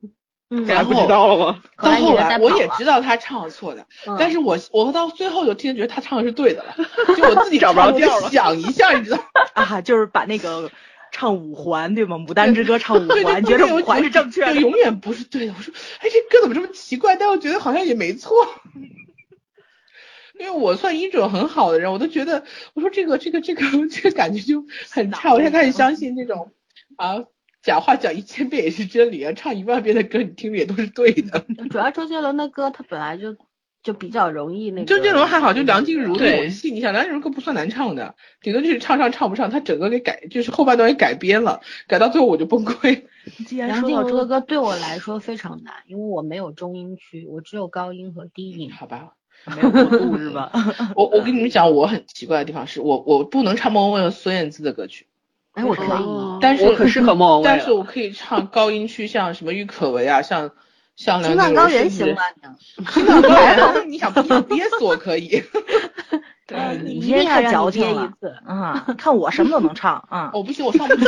Speaker 1: 嗯，
Speaker 5: 然后
Speaker 3: 不知道了吗？
Speaker 1: 后
Speaker 5: 到
Speaker 1: 来你
Speaker 5: 后
Speaker 1: 就
Speaker 5: 来
Speaker 1: 在
Speaker 5: 我
Speaker 1: 跑
Speaker 5: 也
Speaker 1: 了
Speaker 5: 知道他唱的错的，
Speaker 1: 嗯
Speaker 5: 但是我我到最后就听觉得他唱的是对的了，就我自己
Speaker 3: 找不着
Speaker 5: 唱我就
Speaker 3: 调了
Speaker 5: 想一下，你知道吗？
Speaker 2: 啊，就是把那个唱五环对吗？《牡丹之歌》唱五 [LAUGHS]
Speaker 5: 对
Speaker 2: 环，觉
Speaker 5: 对，对
Speaker 2: 得五环是正确
Speaker 5: 就
Speaker 2: 的。
Speaker 5: 永远不是对的。我说，哎，这歌怎么这么奇怪？但我觉得好像也没错。因为我算音准很好的人，我都觉得，我说这个这个这个这个感觉就很差。我现在开始相信这种啊，假话讲一千遍也是真理啊，唱一万遍的歌你听着也都是对的。
Speaker 1: 嗯主要周杰伦的歌，他本来就就比较容易那个。
Speaker 5: 周杰伦还好，就梁静茹的
Speaker 3: 对
Speaker 5: 勇气，你想梁静茹歌不算难唱的，顶多就是唱唱唱不上，她整个给改，就是后半段给改编了，改到最后我就崩溃。
Speaker 2: 既然
Speaker 1: 梁
Speaker 2: 说
Speaker 1: 静
Speaker 2: 到
Speaker 1: 茹的
Speaker 2: 周，
Speaker 1: 歌对我来说非常难，因为我没有中音区，我只有高音和低音。
Speaker 5: [LAUGHS] 好吧，
Speaker 2: 没有过度是吧？
Speaker 5: 我我跟你们讲，我很奇怪的地方是我我不能唱莫文蔚和孙燕姿的歌曲，
Speaker 1: 哎，我
Speaker 3: 可
Speaker 1: 可
Speaker 3: 以
Speaker 1: 以，
Speaker 5: 但是
Speaker 3: 我可是很莫文蔚了，
Speaker 5: 但是我可以唱高音区，像什么郁可唯啊，像像
Speaker 1: 青藏
Speaker 5: 梁静茹
Speaker 1: 高
Speaker 5: 是
Speaker 1: 原
Speaker 5: 不
Speaker 1: 行
Speaker 5: 是
Speaker 1: 吗？？你
Speaker 5: [LAUGHS] 青藏高原，你想你想憋死我可以，
Speaker 2: 呃你
Speaker 1: 你
Speaker 2: 一
Speaker 1: 今天
Speaker 2: 定
Speaker 1: 太
Speaker 2: 要
Speaker 1: 矫
Speaker 2: 让你
Speaker 1: 情
Speaker 2: 憋一
Speaker 1: 了
Speaker 2: 次
Speaker 1: [LAUGHS]
Speaker 2: 啊！看我什么都能唱啊！
Speaker 5: 我不行，我上不去，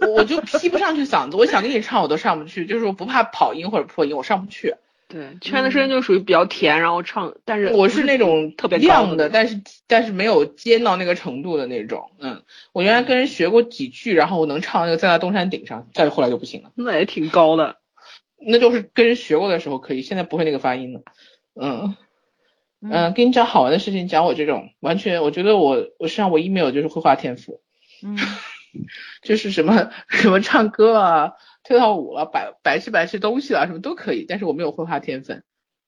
Speaker 5: 我我就劈不上去嗓子，我想给你唱我都上不去，就是我不怕跑音或者破音，我上不去。
Speaker 3: 对，圈的声音就属于比较甜，然后唱，但是
Speaker 5: 我
Speaker 3: 不
Speaker 5: 是那种
Speaker 3: [LAUGHS] 特别高
Speaker 5: 亮
Speaker 3: 的
Speaker 5: 的，但是但是没有尖到那个程度的那种。嗯，我原来跟人学过几句，然后我能唱那个在那东山顶上，但是后来就不行了。
Speaker 3: 那也挺高的。
Speaker 5: 那就是跟人学过的时候可以，现在不会那个发音了。嗯嗯、跟你讲好玩的事情，讲我这种完全，我觉得我我身上唯一没有就是绘画天赋，
Speaker 2: 嗯，
Speaker 5: [LAUGHS] 就是什么 [LAUGHS] 什么唱歌啊、跳跳舞啊、摆摆吃摆吃东西啊，什么都可以，但是我没有绘画天分。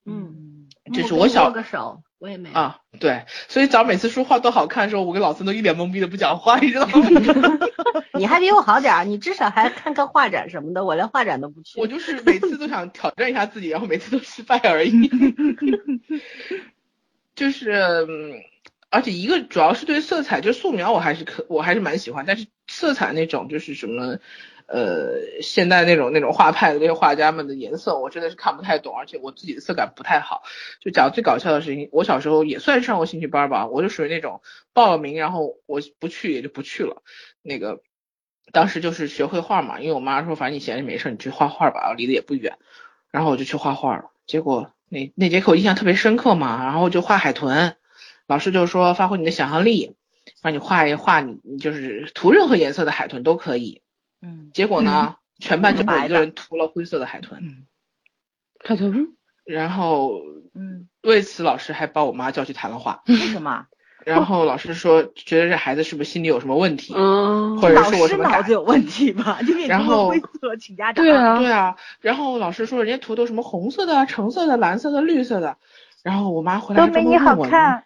Speaker 1: 嗯，
Speaker 5: 这是
Speaker 1: 跟
Speaker 5: 我
Speaker 1: 你
Speaker 5: 小
Speaker 1: 握个手，我也没有。
Speaker 5: 啊，对，所以咱每次说话都好看的时候，我跟老孙都一脸懵逼的不讲话，你知道吗？
Speaker 1: 你还比我好 [LAUGHS] 点儿，你至少还看看画展什么的，我连画展都不去。
Speaker 5: 我就是每次都想挑战一下自己，然后每次都失败而已。就是，嗯而且一个主要是对色彩，就素描我还是可我还是蛮喜欢，但是色彩那种就是什么，呃，现代那种那种画派的那些画家们的颜色，我真的是看不太懂，而且我自己的色感不太好。就讲最搞笑的事情，我小时候也算上过兴趣班吧，我就属于那种报了名，然后我不去也就不去了。那个当时就是学绘画嘛，因为我妈说，反正你闲着没事儿，你去画画吧，离得也不远。然后我就去画画了，结果那那节课我印象特别深刻嘛，然后我就画海豚，老师就说发挥你的想象力，让你画一画你你就是涂任何颜色的海豚都可以。
Speaker 2: 嗯，
Speaker 5: 结果呢，全班就
Speaker 2: 白
Speaker 5: 我一个
Speaker 2: 的
Speaker 5: 人涂了灰色的海豚，
Speaker 2: 嗯
Speaker 3: 海豚，
Speaker 5: 然后
Speaker 2: 嗯，
Speaker 5: 为此老师还把我妈叫去谈
Speaker 2: [LAUGHS]
Speaker 5: 了话，
Speaker 2: 为什么？
Speaker 5: 然后老师说觉得这孩子是不是心理有什么问题，
Speaker 3: 嗯，
Speaker 5: 或者
Speaker 2: 老
Speaker 5: 是我
Speaker 2: 师
Speaker 5: 什么改
Speaker 2: 脑子有问题吧？ [LAUGHS] 你给
Speaker 5: 然
Speaker 2: 涂个
Speaker 5: 后
Speaker 2: 灰色，请家长。
Speaker 3: 对啊，
Speaker 5: 对啊，然后老师说人家涂都什么红色的、啊橙色的、蓝色的、绿色的，然后我妈回来
Speaker 4: 都
Speaker 5: 还专
Speaker 4: 没
Speaker 5: 门
Speaker 4: 你好
Speaker 5: 问我呢
Speaker 4: [LAUGHS] 看。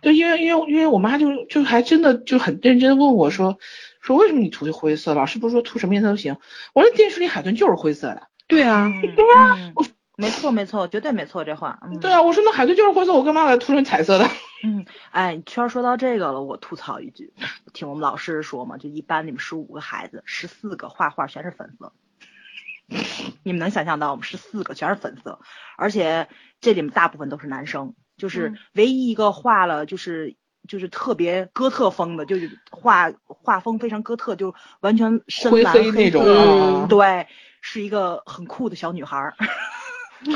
Speaker 5: 对，因为因为因为我妈就就还真的就很认真地问我说说为什么你涂灰色？老师不是说涂什么颜色都行？我说电视里海豚就是灰色的。
Speaker 3: 对啊，
Speaker 2: 对呀，嗯没错没错，绝对没错这话。嗯
Speaker 5: 对啊，我说那海豚就是灰色，我干嘛把它涂成彩色的？
Speaker 2: 嗯，哎，圈儿说到这个了，我吐槽一句，听我们老师说嘛，就一班你们十五个孩子，十四个画画全是粉色，你们能想象到吗？十四个全是粉色，而且这里面大部分都是男生，就是
Speaker 4: 嗯
Speaker 2: 唯一一个画了就是。就是特别哥特风的，就是画画风非常哥特，就完全深
Speaker 5: 灰
Speaker 2: 蓝
Speaker 5: 黑那
Speaker 2: 黑
Speaker 5: 种
Speaker 2: 色
Speaker 5: 啊
Speaker 2: 对，是一好很酷的小女孩儿。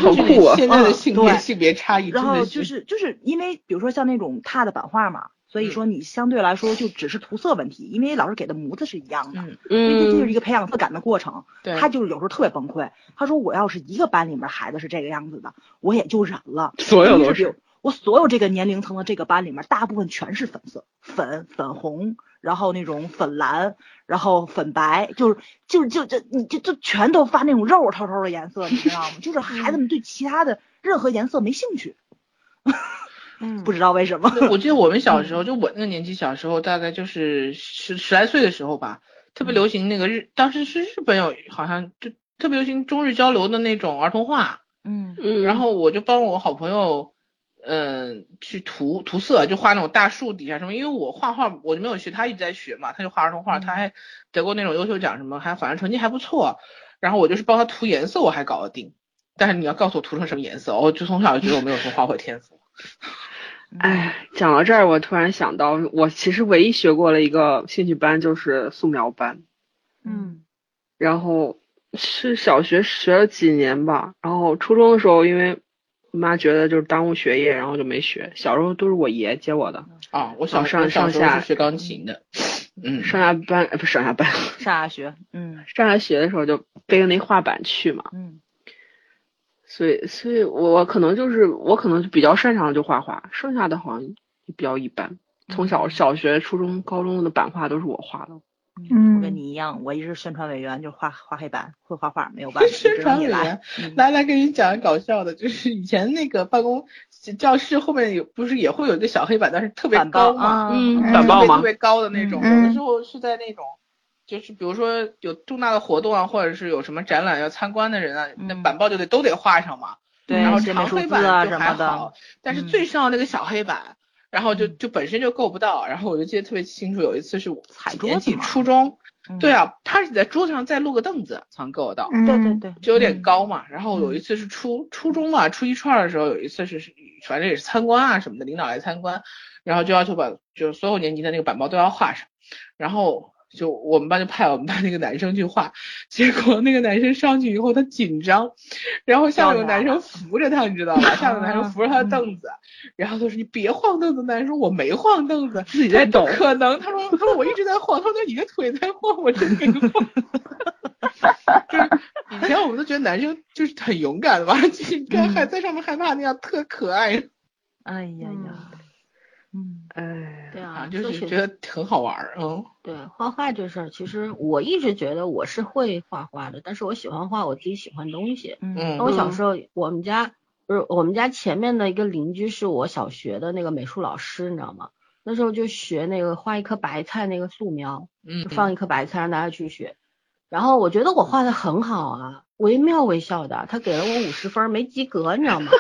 Speaker 3: 好
Speaker 5: 就是你
Speaker 3: 酷啊！
Speaker 5: 现在的
Speaker 2: 嗯
Speaker 5: 性
Speaker 2: 对
Speaker 5: 别性别差异真
Speaker 2: 然后
Speaker 5: 的
Speaker 2: 就是就是因为比如说像那种踏的版画嘛，所以
Speaker 5: 嗯
Speaker 2: 说你相对来说就只是涂色问题，因为老师给的模子是一样的。所
Speaker 5: 嗯，
Speaker 2: 以这就是一
Speaker 3: 嗯，
Speaker 2: 个培养色感的过程，
Speaker 5: 对
Speaker 2: 他就是有时候特别崩溃。他说：“我要是一个班里面孩子是这个样子的，我也就忍了。
Speaker 3: 所有
Speaker 2: 因为
Speaker 3: 都
Speaker 2: 比如
Speaker 3: 是，
Speaker 2: 我所有这个年龄层的这个班里面，大部分全是粉色、粉粉红，然后那种粉蓝，然后粉白，就是就是就就你就就全都发那种肉头头的颜色，你知道吗？就是孩子们对其他的任何颜色没兴趣，
Speaker 1: 嗯
Speaker 2: 不知道为什么。
Speaker 5: 我记得我们小时候，就我那个年纪，小时候大概就是十十来岁的时候吧，特别流行那个日，当时是日本有好像就特别流行中日交流的那种儿童画，
Speaker 2: 嗯
Speaker 3: 嗯，
Speaker 5: 然后我就帮我好朋友，嗯、去涂涂色，就画那种大树底下什么，因为我画画我就没有学，他一直在学嘛，他就画儿童画，
Speaker 2: 嗯
Speaker 5: 他还得过那种优秀奖什么，还反正成绩还不错，然后我就是帮他涂颜色，我还搞得定。但是你要告诉我涂成什么颜色，我就从小就觉得我没有什么画绘天赋。
Speaker 3: 哎，讲到这儿，我突然想到，我其实唯一学过了一个兴趣班就是素描班，
Speaker 2: 嗯
Speaker 3: 然后是小学学了几年吧，然后初中的时候，因为我妈觉得就是耽误学业，然后就没学。小时候都是我爷接我的，
Speaker 5: 啊，我小
Speaker 3: 哦上
Speaker 5: 我小时
Speaker 3: 上
Speaker 5: 候
Speaker 3: 下
Speaker 5: 是学钢
Speaker 2: [LAUGHS]
Speaker 5: 琴的，嗯，
Speaker 3: 上下班，呃，不是上下班， [LAUGHS]
Speaker 2: 上大学，嗯
Speaker 3: 上下学的时候就背着那画板去嘛，
Speaker 2: 嗯
Speaker 3: 所以，所以我我可能就是我可能比较擅长的就画画，剩下的好像比较一般。从小小学、初中、高中的版画都是我画的，
Speaker 2: 我跟
Speaker 4: 嗯
Speaker 2: 你一样，我一直宣传委员，就是画画黑板，会画画，没有办法，
Speaker 5: 宣传
Speaker 2: 只能你
Speaker 5: 委
Speaker 2: 来
Speaker 5: 员。
Speaker 2: 嗯
Speaker 5: 来来，跟你讲搞笑的，就是以前那个办公教室后面有不是也会有一个小黑板，但是特别
Speaker 2: 板
Speaker 5: 高
Speaker 2: 报
Speaker 5: 嘛，
Speaker 2: 啊，
Speaker 3: 嗯
Speaker 5: 就是
Speaker 3: 板
Speaker 5: 特
Speaker 3: 报
Speaker 5: 别
Speaker 3: 吗
Speaker 5: 特别高的那种，
Speaker 4: 嗯
Speaker 5: 有的时候是在那种。就是比如说有重大的活动啊，或者是有什么展览要参观的人啊，那
Speaker 2: 嗯
Speaker 5: 板报就得都得画上嘛。
Speaker 2: 对，
Speaker 5: 然后
Speaker 2: 写美
Speaker 5: 长
Speaker 2: 术
Speaker 5: 黑
Speaker 2: 字
Speaker 5: 板
Speaker 2: 啊
Speaker 5: 就
Speaker 2: 什
Speaker 5: 还
Speaker 2: 么
Speaker 5: 好
Speaker 2: 的，，
Speaker 5: 但是
Speaker 2: 嗯
Speaker 5: 最上那个小黑板，然后就
Speaker 2: 嗯
Speaker 5: 就本身就够不到，然后我就记得特别清楚，有一次是我
Speaker 2: 踩
Speaker 5: 几
Speaker 2: 桌
Speaker 5: 年
Speaker 2: 子
Speaker 5: 级
Speaker 2: 嘛
Speaker 5: 初中，对啊，他是在桌子上再落个凳子才能够得到，
Speaker 2: 嗯，对对对，
Speaker 5: 就有点高嘛。然后有一次是初初中嘛，初一初二的时候，有一次是反正也是参观啊什么的，领导来参观，然后就要求把就所有年级的那个板报都要画上，然后就我们班就派我们班那个男生去画，结果那个男生上去以后他紧张，然后下面有个男生扶着他，你知道吧？下面有个男生扶着他的凳子，然后他说你别晃凳子，男生说我没晃凳子，
Speaker 3: 自己在抖。
Speaker 5: 可能他说他说我一直在晃，他说你的腿在晃，我真没晃。 [LAUGHS] 就是以前我们都觉得男生就是很勇敢的吧，就是你看还
Speaker 1: 嗯
Speaker 5: 在上面害怕那样，特可爱。
Speaker 1: 哎呀呀，
Speaker 2: 嗯，
Speaker 3: 哎，
Speaker 1: 对啊
Speaker 5: 啊，，就
Speaker 1: 说
Speaker 5: 是
Speaker 1: 起
Speaker 5: 觉得很好玩儿，嗯，
Speaker 1: 对画画这事儿，其实我一直觉得我是会画画的，但是我喜欢画我自己喜欢的东西。
Speaker 5: 嗯
Speaker 1: 那我小时候，我们家不是我们家前面的一个邻居是我小学的那个美术老师，你知道吗？那时候就学那个画一颗白菜那个素描，
Speaker 5: 嗯
Speaker 1: 就，放一颗白菜让大家去学。然后我觉得我画的很好啊，惟妙惟肖的，他给了我五十分儿，没及格，你知道
Speaker 5: [LAUGHS]
Speaker 1: 吗？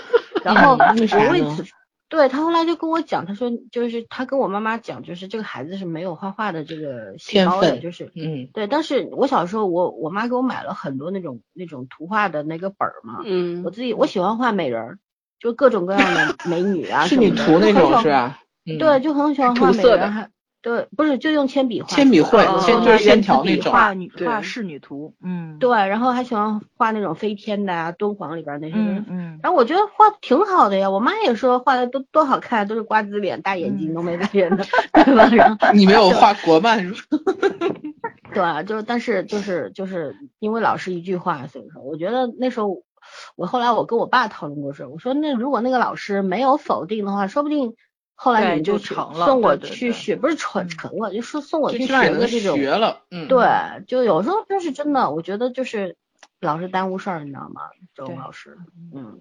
Speaker 1: 然后
Speaker 5: 嗯为啥
Speaker 1: 我为
Speaker 5: 呢
Speaker 1: 此，对他后来就跟我讲，他说就是他跟我妈妈讲，就是这个孩子是没有画画的这个细
Speaker 5: 天
Speaker 1: 胞的，
Speaker 5: 分
Speaker 1: 就是
Speaker 5: 嗯
Speaker 1: 对。但是我小时候我我妈给我买了很多那种那种图画的那个本儿嘛，
Speaker 3: 嗯
Speaker 1: 我，自己我喜欢画美人儿，就各种各样
Speaker 5: [LAUGHS]
Speaker 1: 的美女啊
Speaker 5: 是
Speaker 1: 什么
Speaker 5: 你
Speaker 1: 的
Speaker 5: 涂那
Speaker 1: 就很喜 [LAUGHS] 欢
Speaker 5: 种是吧？嗯
Speaker 1: 对，，就很喜欢
Speaker 3: 涂
Speaker 1: 画美
Speaker 3: 色
Speaker 1: 人
Speaker 3: 的
Speaker 1: 儿，还对，不是就用铅笔画出来，
Speaker 5: 铅笔绘
Speaker 1: 嗯
Speaker 3: 铅
Speaker 1: 嗯
Speaker 3: 就是
Speaker 1: 嗯
Speaker 5: 线
Speaker 1: 用
Speaker 5: 条
Speaker 1: 铅
Speaker 5: 那
Speaker 1: 笔
Speaker 5: 种
Speaker 1: 画
Speaker 2: 画女
Speaker 3: 对
Speaker 2: 画仕女图，嗯，
Speaker 1: 对，然后还喜欢画那种飞天的呀、敦煌里边那些东西
Speaker 2: 嗯，嗯，
Speaker 1: 然后我觉得画的挺好的呀，我妈也说画的都多好看，都是瓜子脸、大
Speaker 5: 嗯
Speaker 1: 眼睛、浓眉大眼的，对吧？ [LAUGHS] 然后
Speaker 5: 你没有画国漫是吧？
Speaker 1: 对啊，就是但是就是就是因为老师一句话，所以说我觉得那时候我后来我跟我爸讨论过事，我说那如果那个老师没有否定的话，说不定后来
Speaker 2: 对
Speaker 1: 你们
Speaker 2: 就
Speaker 1: 去
Speaker 2: 成了
Speaker 1: 送我
Speaker 2: 对对
Speaker 1: 去
Speaker 2: 对
Speaker 1: 学，不是成
Speaker 2: 嗯
Speaker 1: 成了，就说送我
Speaker 5: 最
Speaker 1: 去
Speaker 5: 起码也
Speaker 1: 学
Speaker 5: 能
Speaker 1: 个这种
Speaker 5: 学了，嗯，
Speaker 1: 对，就有时候真是真的，我觉得就是老是耽误事儿，你知道吗？这种
Speaker 2: 对
Speaker 1: 老师，嗯，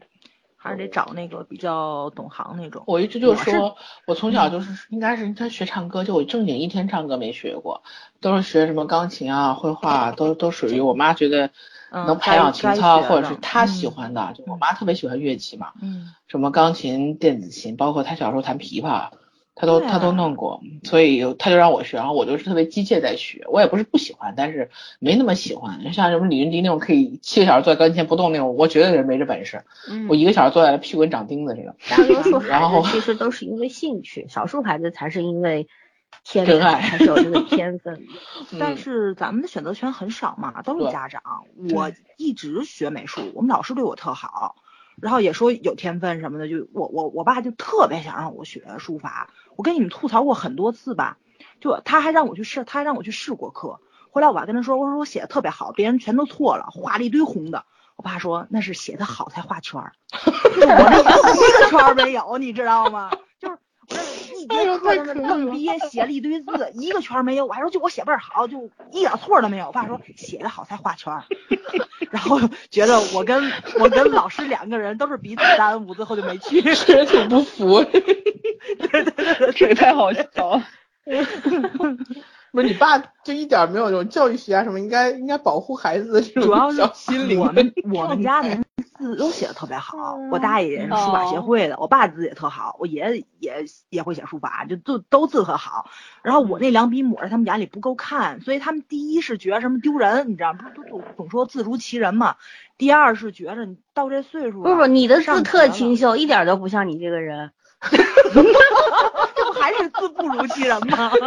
Speaker 2: 还是得找那个比较懂行那种，
Speaker 5: 我一直就
Speaker 2: 我是嗯
Speaker 5: 说，我从小就是应该是他学唱歌，就我正经一天唱歌没学过，都是学什么钢琴啊、绘画啊，都都属于我妈觉得
Speaker 2: 嗯
Speaker 5: 能培养情
Speaker 2: 该
Speaker 5: 操
Speaker 2: 该学
Speaker 5: 或者是
Speaker 2: 的
Speaker 5: 她
Speaker 2: 嗯
Speaker 5: 喜欢的。就我
Speaker 2: 嗯
Speaker 5: 妈特别喜欢乐器嘛，
Speaker 2: 嗯，
Speaker 5: 什么钢琴、电子琴，包括她小时候弹琵琶，她都
Speaker 2: 对
Speaker 5: 她都
Speaker 2: 啊
Speaker 5: 弄过，所以她就让我学，然后我就是特别机械在学，我也不是不喜欢，但是没那么喜欢。像什么李云迪那种可以七个小时坐在钢琴前不动那种，我绝对是没这本事，
Speaker 1: 嗯
Speaker 5: 我一个小时坐在那屁股跟长钉子似的。
Speaker 1: 大多数孩
Speaker 5: [LAUGHS] 然后
Speaker 1: 子其实都是因为兴趣，少数孩子才是因为天
Speaker 5: 真
Speaker 1: 才，
Speaker 5: 爱
Speaker 1: 才是有这个天分的。
Speaker 2: 但
Speaker 5: 嗯
Speaker 2: 是咱们的选择权很少嘛，都
Speaker 5: 对
Speaker 2: 是家长。我一直学美术，我们老师对我特好，然后也说有天分什么的，就我我我爸就特别想让我学书法，我跟你们吐槽过很多次吧，就他还让我去试，他还让我去试过课，后来我还跟他说，我说我写的特别好，别人全都错了，画了一堆红的。我爸说那是写的好才画圈儿，就是我那一个圈儿没有，你知道吗？就是我那一节课他们愣逼写了一堆字，一个圈儿没有。我还说就我写倍儿好，就一点错儿都没有。我爸说写的好才画圈儿，然后觉得我跟我跟老师两个人都是彼此耽误，最后就没去。
Speaker 5: 人挺不服。 [LAUGHS]
Speaker 3: 这个太好笑了。
Speaker 5: 不是你爸就一点儿没有这种教育学啊什么，应该应该保护孩子的
Speaker 2: [LAUGHS]
Speaker 5: 这
Speaker 2: 主要
Speaker 5: 种
Speaker 2: 是
Speaker 5: 小心灵
Speaker 2: 我
Speaker 5: 的
Speaker 2: 们 [LAUGHS] 我们家人字都写的特别好，
Speaker 1: 嗯
Speaker 2: 我大爷也是书法协
Speaker 3: 哦
Speaker 2: 会的，我爸字也特好，我爷爷也也会写书法，就都都字特好。然后我那两笔抹在他们眼里不够看，所以他们第一是觉得什么丢人，你知道吗？不是都总总说字如其人嘛。第二是觉着你到这岁数
Speaker 1: 不
Speaker 2: 了，
Speaker 1: 是不，你的字
Speaker 2: 上
Speaker 1: 特
Speaker 2: 学了
Speaker 1: 清秀，一点都不像你这个人。
Speaker 2: 这不还是字不如其人
Speaker 1: [LAUGHS]
Speaker 2: 吗？
Speaker 4: [LAUGHS]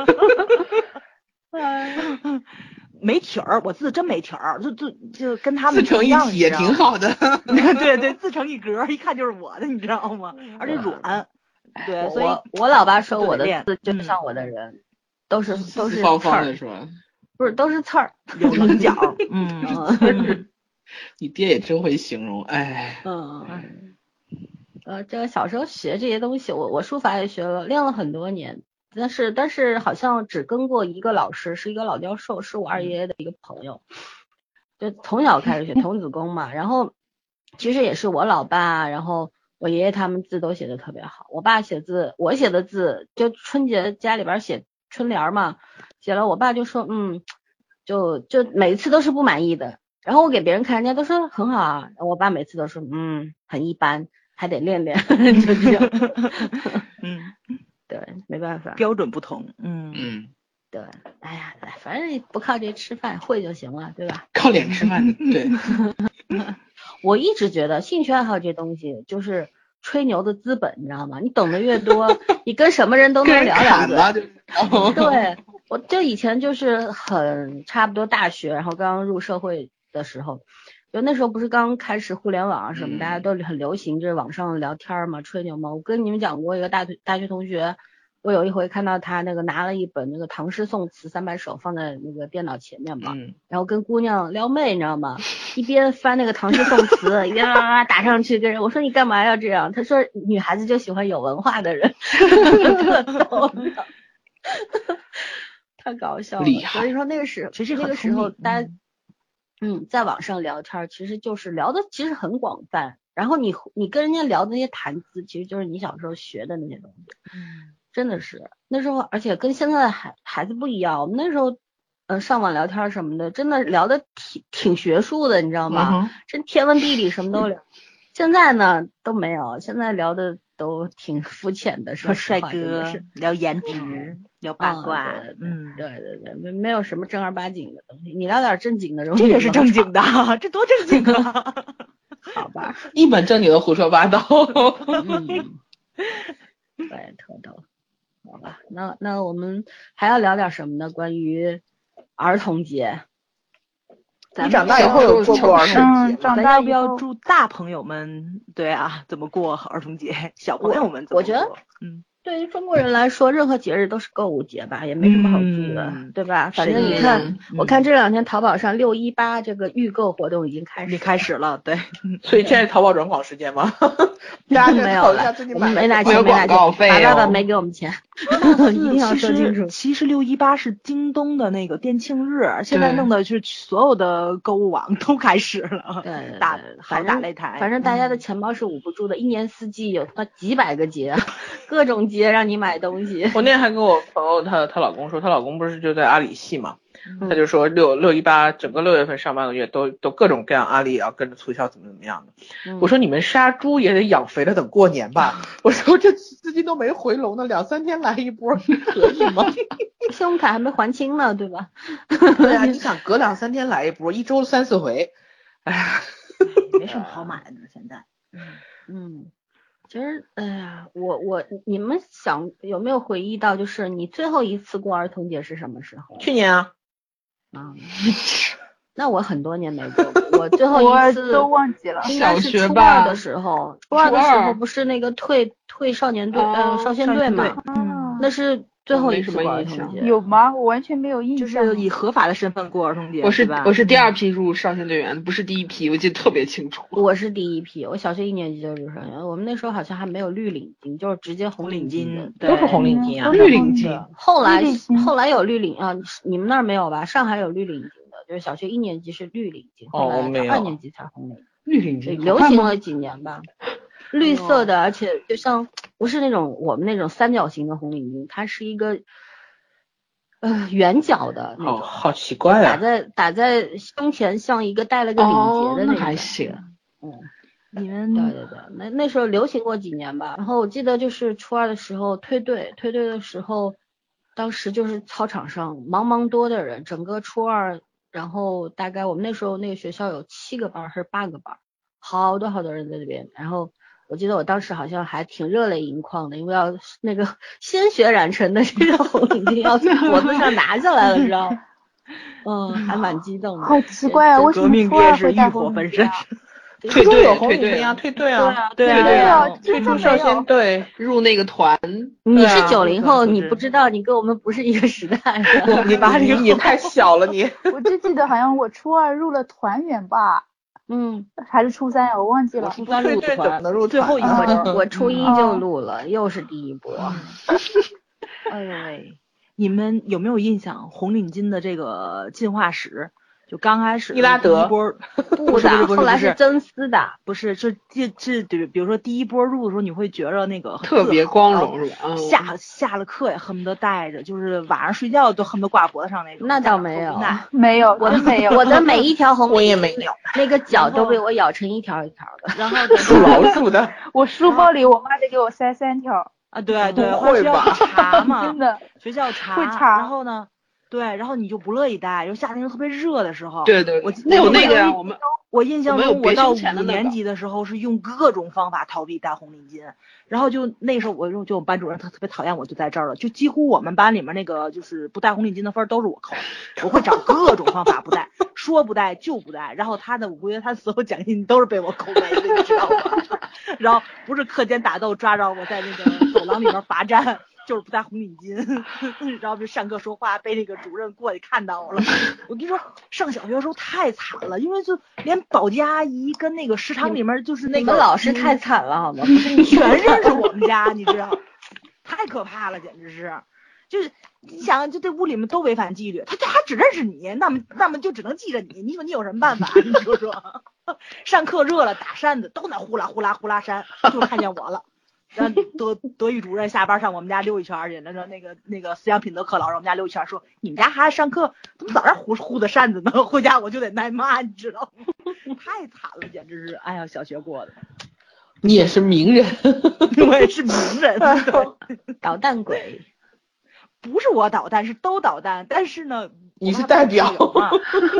Speaker 2: 没体儿，我字真没体儿，就就就跟他
Speaker 5: 自
Speaker 2: 们
Speaker 5: 成
Speaker 2: 一
Speaker 5: 一
Speaker 2: 样，
Speaker 5: 体也
Speaker 2: 你知道
Speaker 5: 挺好的。
Speaker 2: [LAUGHS]
Speaker 5: [LAUGHS]
Speaker 2: 对对，自成一格，一看就是我的，你知道吗？而且
Speaker 5: 啊
Speaker 2: 软，对，
Speaker 1: 我
Speaker 2: 所以
Speaker 1: 我我老爸说
Speaker 2: 就得
Speaker 1: 我的
Speaker 2: 练
Speaker 1: 字就
Speaker 2: 嗯
Speaker 1: 像我的人，都是都
Speaker 5: 四
Speaker 1: 是
Speaker 5: 四方
Speaker 1: 刺
Speaker 5: 方
Speaker 1: 儿
Speaker 5: 的，是吧？
Speaker 1: 不是都是刺儿。
Speaker 2: 有棱 [LAUGHS] 角，嗯， [LAUGHS]
Speaker 1: 嗯
Speaker 5: 你爹也真会形容，哎，
Speaker 1: 嗯，呃，这个小时候学这些东西，我我书法也学了，练了很多年，但是但是好像只跟过一个老师，是一个老教授，是我二爷爷的一个朋友，就从小开始学童子功嘛，然后其实也是我老爸，然后我爷爷他们字都写的特别好，我爸写字，我写的字就春节家里边儿写春联儿嘛，写了，我爸就说嗯，就就每一次都是不满意的。然后我给别人看，人家都说很好啊。我爸每次都说，嗯，很一般，还得练
Speaker 5: [LAUGHS]
Speaker 1: 练，就这样。
Speaker 2: 嗯，
Speaker 1: 对，没办法。
Speaker 2: 标准不同，嗯
Speaker 5: 嗯，
Speaker 1: 对，哎呀，反正不靠这吃饭，会就行了，对吧？
Speaker 5: 靠脸吃饭的，对，
Speaker 1: 我一直觉得兴趣爱好这东西就是吹牛的资本，你知道吗？你懂得越
Speaker 5: [LAUGHS]
Speaker 1: 多，你跟什么人都
Speaker 5: 跟
Speaker 1: 能
Speaker 5: 人
Speaker 1: 聊
Speaker 5: 砍
Speaker 1: 两
Speaker 5: 吧，
Speaker 1: 句。
Speaker 5: 就是，然后
Speaker 1: 对，我就以前就是很差不多大学，然后刚刚入社会的时候，就那时候不是刚开始互联网啊什么，
Speaker 5: 嗯
Speaker 1: 大家都很流行这网上聊天儿嘛，吹牛嘛。我跟你们讲过一个大学大学同学，我有一回看到他那个拿了一本那个唐诗宋词三百首放在那个电脑前面嘛，
Speaker 5: 嗯，
Speaker 1: 然后跟姑娘撩妹，你知道吗？一边翻那个唐诗宋词，一边哇哇哇打上去跟人。我说你干嘛要这样？他说女孩子就喜欢有文化的人， [LAUGHS] 特逗的，太搞笑了。
Speaker 5: 厉害
Speaker 1: 所以说那个时
Speaker 2: 其实
Speaker 1: 那
Speaker 2: 很
Speaker 1: 个时
Speaker 2: 聪
Speaker 1: 候
Speaker 2: 明
Speaker 1: 大家
Speaker 2: 嗯
Speaker 1: 嗯在网上聊天儿，其实就是聊的其实很广泛。然后你你跟人家聊的那些谈资，其实就是你小时候学的那些东西。
Speaker 2: 嗯
Speaker 1: 真的是那时候，而且跟现在的孩孩子不一样，我们那时候，嗯、上网聊天什么的，真的聊的挺挺学术的，你知道
Speaker 5: 嗯
Speaker 1: 吗？
Speaker 5: 哼
Speaker 1: 真天文地理什么都聊。现在呢都没有，现在聊的都挺肤浅的，说
Speaker 2: 说
Speaker 1: 实
Speaker 2: 帅
Speaker 1: 话真的
Speaker 2: 哥
Speaker 1: 是，
Speaker 2: 聊颜值，聊八
Speaker 1: 啊
Speaker 2: 卦
Speaker 1: 对，对
Speaker 2: 嗯，
Speaker 1: 对对对，没没有什么正儿八经的东西，你聊点正经的东西吧，
Speaker 2: 这个是正 [LAUGHS] 经的，这多正经 [LAUGHS] 啊！
Speaker 1: [LAUGHS] 好吧？
Speaker 5: 一本正经的胡说八道，
Speaker 1: 嗯， [LAUGHS] 对，特逗。好吧，那那我们还要聊点什么呢？关于儿童节。咱们
Speaker 5: 长大以后有过过儿
Speaker 4: 嗯，
Speaker 5: 童节吗？
Speaker 4: 长
Speaker 2: 咱
Speaker 4: 大
Speaker 2: 要
Speaker 4: 以
Speaker 2: 不要
Speaker 4: 后
Speaker 2: 祝大朋友们对啊，怎么过儿童节？小朋友们怎么过？
Speaker 1: 我觉得
Speaker 2: 嗯，
Speaker 1: 对于中国人来说，任何节日都是购物节吧，也没什么好祝的，
Speaker 2: 嗯
Speaker 1: 对吧？反正
Speaker 2: 是
Speaker 1: 你
Speaker 5: 的
Speaker 1: 看，
Speaker 5: 嗯
Speaker 1: 我看这两天淘宝上六一八这个预购活动已经开始了，
Speaker 2: 你开始了，对，
Speaker 5: 所以现在淘宝转广时间吗？大家
Speaker 1: 没
Speaker 5: 再
Speaker 1: 有
Speaker 5: 考虑一
Speaker 1: 了
Speaker 5: 下最近
Speaker 1: 我们
Speaker 5: 买
Speaker 1: 没拿
Speaker 5: 没
Speaker 1: 钱，
Speaker 5: 有
Speaker 1: 没拿
Speaker 5: 广
Speaker 1: 钱，
Speaker 5: 告费
Speaker 1: 马爸爸
Speaker 5: 哦。
Speaker 1: 没给我们钱，一定要说清楚
Speaker 2: 其实。其实六一八是京东的那个店庆日，现在弄的是所有的购物网都开始了，
Speaker 1: 对
Speaker 2: [LAUGHS]
Speaker 1: 对对
Speaker 2: 打好
Speaker 1: 反
Speaker 2: 打
Speaker 1: 正
Speaker 2: 擂台，
Speaker 1: 反正大家的
Speaker 2: 嗯
Speaker 1: 钱包是捂不住的，一年四季有他妈几百个节，啊各种节让你买东西。
Speaker 5: [LAUGHS] 我那天还跟我朋友她她老公说，她老公不是就在阿里系嘛，
Speaker 1: 嗯
Speaker 5: 他就说六六一八整个六月份上半个月都都各种各样阿里也要跟着促销怎么怎么样的。
Speaker 1: 嗯
Speaker 5: 我说你们杀猪也得养肥了等过年 [LAUGHS] 吧。我说这资金都没回笼呢，两三天来一波可以吗？
Speaker 1: 嗯信用卡还没还清呢，对吧？
Speaker 5: [LAUGHS] 对呀、你想隔两三天来一波，一周三四回，哎呀，
Speaker 2: 没什么好买的现在。
Speaker 1: 嗯，啊其实，哎呀，我我你们想有没有回忆到，就是你最后一次过儿童节是什么时候
Speaker 5: 去年啊，
Speaker 1: 啊？那我很多年没过过，我最后
Speaker 4: 我
Speaker 1: 一次
Speaker 4: 都忘记了。
Speaker 1: 应该
Speaker 5: 小
Speaker 1: 是
Speaker 5: 学
Speaker 1: 初
Speaker 5: 吧
Speaker 1: 二的时候，初二的时
Speaker 5: 初
Speaker 1: 候
Speaker 5: 二
Speaker 1: 不是那个退退少年队呃
Speaker 3: 哦
Speaker 1: 少先
Speaker 2: 少
Speaker 1: 队
Speaker 2: 先队
Speaker 1: 嘛，
Speaker 4: 嗯，
Speaker 1: 那是最后
Speaker 5: 没
Speaker 1: 一
Speaker 5: 什
Speaker 1: 次
Speaker 5: 么
Speaker 1: 过儿
Speaker 5: 印
Speaker 1: 童
Speaker 5: 象
Speaker 1: 节，
Speaker 4: 有吗？我完全没有印
Speaker 2: 就
Speaker 4: 象。
Speaker 2: 是以合法的身份过儿童节，
Speaker 3: 我是
Speaker 2: 对吧？
Speaker 3: 我是第二批入少先队员的，不是第一批，我记得特别清楚。
Speaker 1: 我是第一批，我小学一年级就入少年，我们那时候好像还没有绿领巾，就是直接红
Speaker 2: 红领
Speaker 1: 巾的
Speaker 2: 巾，
Speaker 5: 都是红领
Speaker 4: 嗯
Speaker 5: 巾啊
Speaker 4: 都，是
Speaker 3: 绿领
Speaker 4: 红的
Speaker 3: 巾
Speaker 1: 嗯后来
Speaker 4: 绿领
Speaker 5: 嗯
Speaker 4: 巾
Speaker 1: 后来有绿领啊，你们那儿没有吧？上海有绿领巾的，就是小学一年级是绿领巾，后
Speaker 5: 哦
Speaker 1: 来
Speaker 5: 没
Speaker 1: 到
Speaker 5: 有
Speaker 1: 二年级才红领巾，
Speaker 5: 绿领
Speaker 1: 对
Speaker 5: 巾
Speaker 1: 流
Speaker 5: 好看
Speaker 1: 行
Speaker 5: 吗哦
Speaker 1: 了几年
Speaker 5: [LAUGHS]
Speaker 1: 吧。绿色的，而且就像不是那种我们那种三角形的红领巾，它是一个呃圆角的那
Speaker 5: 好
Speaker 1: 种，
Speaker 5: 好奇怪
Speaker 1: 打
Speaker 5: 啊，
Speaker 1: 在打在胸前，像一个带了个领结的
Speaker 3: 哦那
Speaker 1: 种
Speaker 3: 还
Speaker 1: 感
Speaker 3: 行
Speaker 1: 觉。嗯，
Speaker 2: 你
Speaker 1: 对
Speaker 2: 们
Speaker 1: 对对，那那时候流行过几年吧。然后我记得就是初二的时候退队，退队的时候，当时就是操场上茫茫多的人，整个初二，然后大概我们那时候那个学校有七个班儿还是八个班儿，好多好多人在这边。然后我记得我当时好像还挺热泪盈眶的，因为要那个 [LAUGHS] 鲜血染成的这个红领巾要从脖子上拿下来了，你知道吗？嗯，还蛮激动的。
Speaker 4: 好奇怪啊，为什
Speaker 2: 革
Speaker 4: 么
Speaker 2: 命
Speaker 4: 初二
Speaker 2: 烈
Speaker 4: 会
Speaker 2: 士
Speaker 4: 带
Speaker 2: 浴
Speaker 4: 红
Speaker 2: 火
Speaker 4: 领
Speaker 2: 焚
Speaker 4: 巾
Speaker 2: 身
Speaker 4: 啊？，
Speaker 5: 退
Speaker 3: 队
Speaker 5: 队有红
Speaker 3: 退
Speaker 5: 领
Speaker 3: 队
Speaker 5: 巾啊，退队啊，
Speaker 2: 对啊
Speaker 5: 队
Speaker 4: 对啊，
Speaker 5: 退
Speaker 4: 真的
Speaker 5: 出
Speaker 4: 没
Speaker 5: 少先
Speaker 4: 有。
Speaker 5: 队。
Speaker 3: 入那个团，
Speaker 1: 你
Speaker 5: 对
Speaker 1: 是
Speaker 5: 啊
Speaker 1: 九零
Speaker 2: 对
Speaker 1: 后，
Speaker 2: 就
Speaker 1: 你
Speaker 2: 是
Speaker 1: 不知道，你跟我们不是一个时代
Speaker 4: [LAUGHS]
Speaker 1: 的。
Speaker 5: 我你八零，你太小了你。
Speaker 4: 我就记得好像我初二入了团员吧，
Speaker 1: 嗯，
Speaker 4: 还是初三呀，我忘记了。
Speaker 1: 初三入
Speaker 5: 对对怎么
Speaker 1: 团，
Speaker 5: 能入
Speaker 1: 最后一
Speaker 4: 团
Speaker 1: 回
Speaker 4: 啊，
Speaker 1: 我初一就
Speaker 4: 嗯
Speaker 1: 录了，又是第一波。
Speaker 2: 哎呦喂，你们有没有印象红领巾的这个进化史？就刚开始
Speaker 5: 伊拉德
Speaker 2: 第一波，
Speaker 1: 布
Speaker 2: 是
Speaker 1: 的，
Speaker 2: 不是
Speaker 1: 后来
Speaker 2: 不是
Speaker 1: 是真丝的。
Speaker 2: 不是，就这这，比比如说第一波入的时候，你会觉着那个很
Speaker 3: 特别
Speaker 2: 自豪
Speaker 3: 光荣，是吧？嗯，
Speaker 2: 下下了课也恨不得带着，就是晚上睡觉都恨不得挂脖子上那种。
Speaker 1: 那倒没有
Speaker 2: 头巾
Speaker 1: [LAUGHS]
Speaker 2: 带
Speaker 4: 没有，我没有。
Speaker 1: 我的每一条红
Speaker 5: 我也
Speaker 1: 领
Speaker 5: 没
Speaker 1: 巾，那个脚都被我咬成一条一条的。
Speaker 2: 然后
Speaker 1: [LAUGHS]
Speaker 5: 属老鼠的，
Speaker 4: 我书包里我妈得给我塞三条，
Speaker 2: 啊，对对，
Speaker 5: 不会
Speaker 2: 学校
Speaker 5: 吧
Speaker 2: 查
Speaker 3: [LAUGHS]
Speaker 2: 嘛
Speaker 4: 真，的。
Speaker 2: 学校查，
Speaker 4: 会查
Speaker 2: 然后呢，对，然后你就不乐意待，就夏天特别热的时候。，
Speaker 3: 对对，
Speaker 2: 我
Speaker 3: 对那有
Speaker 2: 我
Speaker 3: 那个呀，
Speaker 2: 我
Speaker 3: 我们
Speaker 2: 我印象
Speaker 3: 我们有
Speaker 2: 中我
Speaker 3: 别
Speaker 2: 到
Speaker 3: 胸
Speaker 2: 五
Speaker 3: 前的那
Speaker 2: 年
Speaker 3: 个
Speaker 2: 级的时候是用各种方法逃避戴红领巾，然后就那时候我就就我们班主任他特别讨厌我就在这儿了，就几乎我们班里面那个就是不戴红领巾的分儿都是我扣，我会找各种方法不戴，说不戴就不戴，然后他的我估计他所有奖金都是被我扣没的，你知道吗？ [LAUGHS] 然后不是课间打斗抓着我在那个走廊里面罚站，就是不戴红领巾，然后就上课说话被那个主任过去看到了。我跟你说，上小学的时候太惨了，因为就连保洁阿姨跟那个食堂里面就是那
Speaker 1: 你
Speaker 2: 个
Speaker 1: 们老师太
Speaker 2: 嗯
Speaker 1: 惨了好
Speaker 4: [LAUGHS]
Speaker 1: 吗？不是你
Speaker 2: [LAUGHS] 全认识我们家，你知道，太可怕了，简直是。就是你想，就这屋里面都违反纪律，他他只认识你，那么那么就只能记着你，你说你有什么办法？ [LAUGHS] 你说说，上课热了打扇子，都那呼啦呼啦呼啦扇，就看见我了。然后德德育主任下班上我们家溜一圈去，那个那个那个思想品德课老师我们家溜一圈，说你们家孩子上课怎么早上呼呼的扇子呢？ [LAUGHS] 回家我就得挨骂，你知道吗？太惨了，简直是，哎呀，小学过的。
Speaker 5: [LAUGHS] 你也是名人，
Speaker 2: 我也是名
Speaker 5: [LAUGHS]
Speaker 2: 人，
Speaker 5: 哎
Speaker 2: 对
Speaker 1: 捣蛋鬼，
Speaker 2: 不是我捣蛋，是都捣蛋。但是呢，
Speaker 5: 你
Speaker 2: 我
Speaker 5: 是
Speaker 2: 们还
Speaker 5: 代
Speaker 2: 不是
Speaker 5: 表
Speaker 2: 校友
Speaker 5: [LAUGHS]
Speaker 2: 嘛，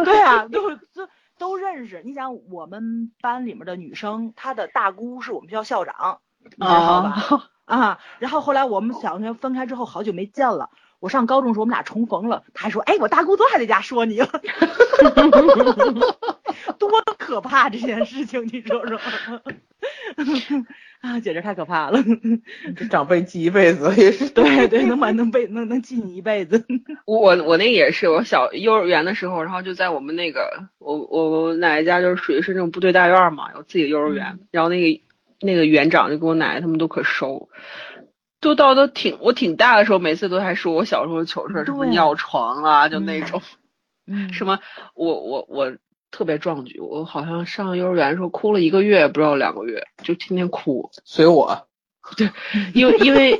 Speaker 2: 对啊，都都都认识。你想，我们班里面的女生，她的大姑是我们学校校长，你知道吧？
Speaker 5: 哦
Speaker 2: [LAUGHS] 啊，然后后来我们小学分开之后，好久没见了。我上高中的时候，我们俩重逢了，她还说：“哎，我大姑都还在家说
Speaker 5: [LAUGHS]
Speaker 2: 你了。”多可怕这件事情，你说 [LAUGHS] 说啊，简直太可怕了。
Speaker 5: 这长辈记一辈子也 [LAUGHS] 是。
Speaker 2: 对对，能把能被能能记你一辈子。
Speaker 3: 我我我那个也是，我小幼儿园的时候，然后就在我们那个我我我奶奶家就是属于是那种部队大院儿嘛，有自己的幼儿园，然后那个那个园长就跟我奶奶他们都可熟，都到都挺我挺大的时候，每次都还说我小时候糗事儿，什么
Speaker 2: 对
Speaker 3: 尿床啊，就那
Speaker 2: 嗯
Speaker 3: 种、
Speaker 2: [LAUGHS] 嗯
Speaker 3: 什么我我我特别壮举，我好像上幼儿园的时候哭了一个月，不知道两个月，就天天哭，
Speaker 5: 随我，
Speaker 3: 因为因为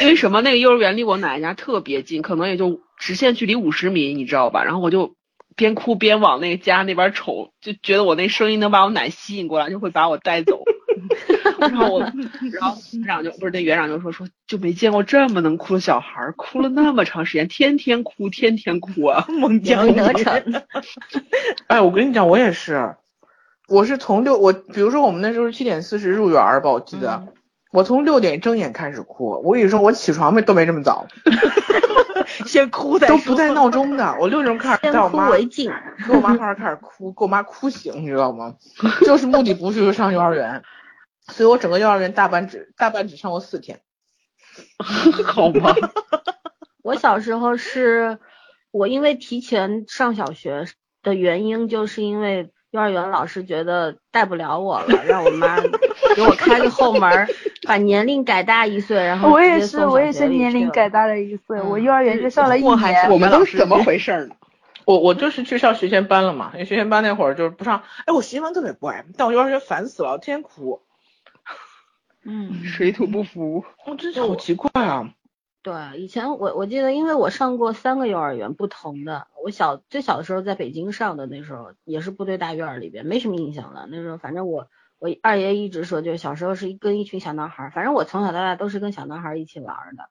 Speaker 3: 因为什么？那个幼儿园离我奶奶家特别近，可能也就直线距离五十米，你知道吧？然后我就边哭边往那个家那边瞅，就觉得我那声音能把我奶吸引过来，就会把我带走。 [LAUGHS] 然后我，然后园长就不是那园长就说说就没见过这么能哭的小孩儿，哭了那么长时间，天天哭，天天哭啊！ [LAUGHS]
Speaker 2: 猛
Speaker 1: 你
Speaker 2: 将
Speaker 1: 们得逞。
Speaker 5: 哎，我跟你讲，我也是，我是从六我，比如说我们那时候是七点四十入园儿吧，我记得，
Speaker 1: 嗯
Speaker 5: 我从六点睁眼开始哭，我跟你说，我起床没都没这么早，
Speaker 2: [LAUGHS] 先哭再
Speaker 5: 都
Speaker 2: 说
Speaker 5: 不带闹钟的，我六点钟开始
Speaker 1: 先
Speaker 5: 带我
Speaker 1: 哭
Speaker 5: 妈，
Speaker 1: 为敬，
Speaker 5: 给我妈开始开始哭，给我妈哭醒，你知道吗？就是目的不是上幼儿园，所以我整个幼儿园大班只大班只上过四天。
Speaker 3: 好吧，
Speaker 1: 我小时候是，我因为提前上小学的原因，就是因为幼儿园老师觉得带不了我了，让我
Speaker 4: [LAUGHS]
Speaker 1: 妈给我开个后门儿，把年龄改大一岁，然后
Speaker 4: 我也
Speaker 1: 直接
Speaker 4: 是，
Speaker 1: 送
Speaker 4: 我
Speaker 1: 小
Speaker 4: 也
Speaker 1: 学
Speaker 4: 是
Speaker 1: 里
Speaker 4: 年
Speaker 1: 去
Speaker 4: 龄
Speaker 1: 了
Speaker 4: 改大了一岁，我
Speaker 1: 嗯
Speaker 4: 幼儿园就上了一
Speaker 2: 祸害
Speaker 4: 年
Speaker 2: 小。
Speaker 3: 我们
Speaker 2: 老
Speaker 3: 都
Speaker 2: 师
Speaker 3: 是怎么回事儿呢？
Speaker 5: 我我就是去上学前班了嘛，因为学前班那会儿就是不上，哎，我学前班特别乖，但我幼儿园烦死了，我天天哭，
Speaker 2: 嗯，
Speaker 3: 水土不服，
Speaker 5: 我真
Speaker 1: 哦
Speaker 5: 是好奇怪啊。
Speaker 1: 对，以前我我记得，因为我上过三个幼儿园不同的。我小最小的时候在北京上的，那时候也是部队大院儿里边，没什么印象了。那时候反正我我二爷一直说，就是小时候是一跟一群小男孩儿，反正我从小到大都是跟小男孩儿一起玩儿的。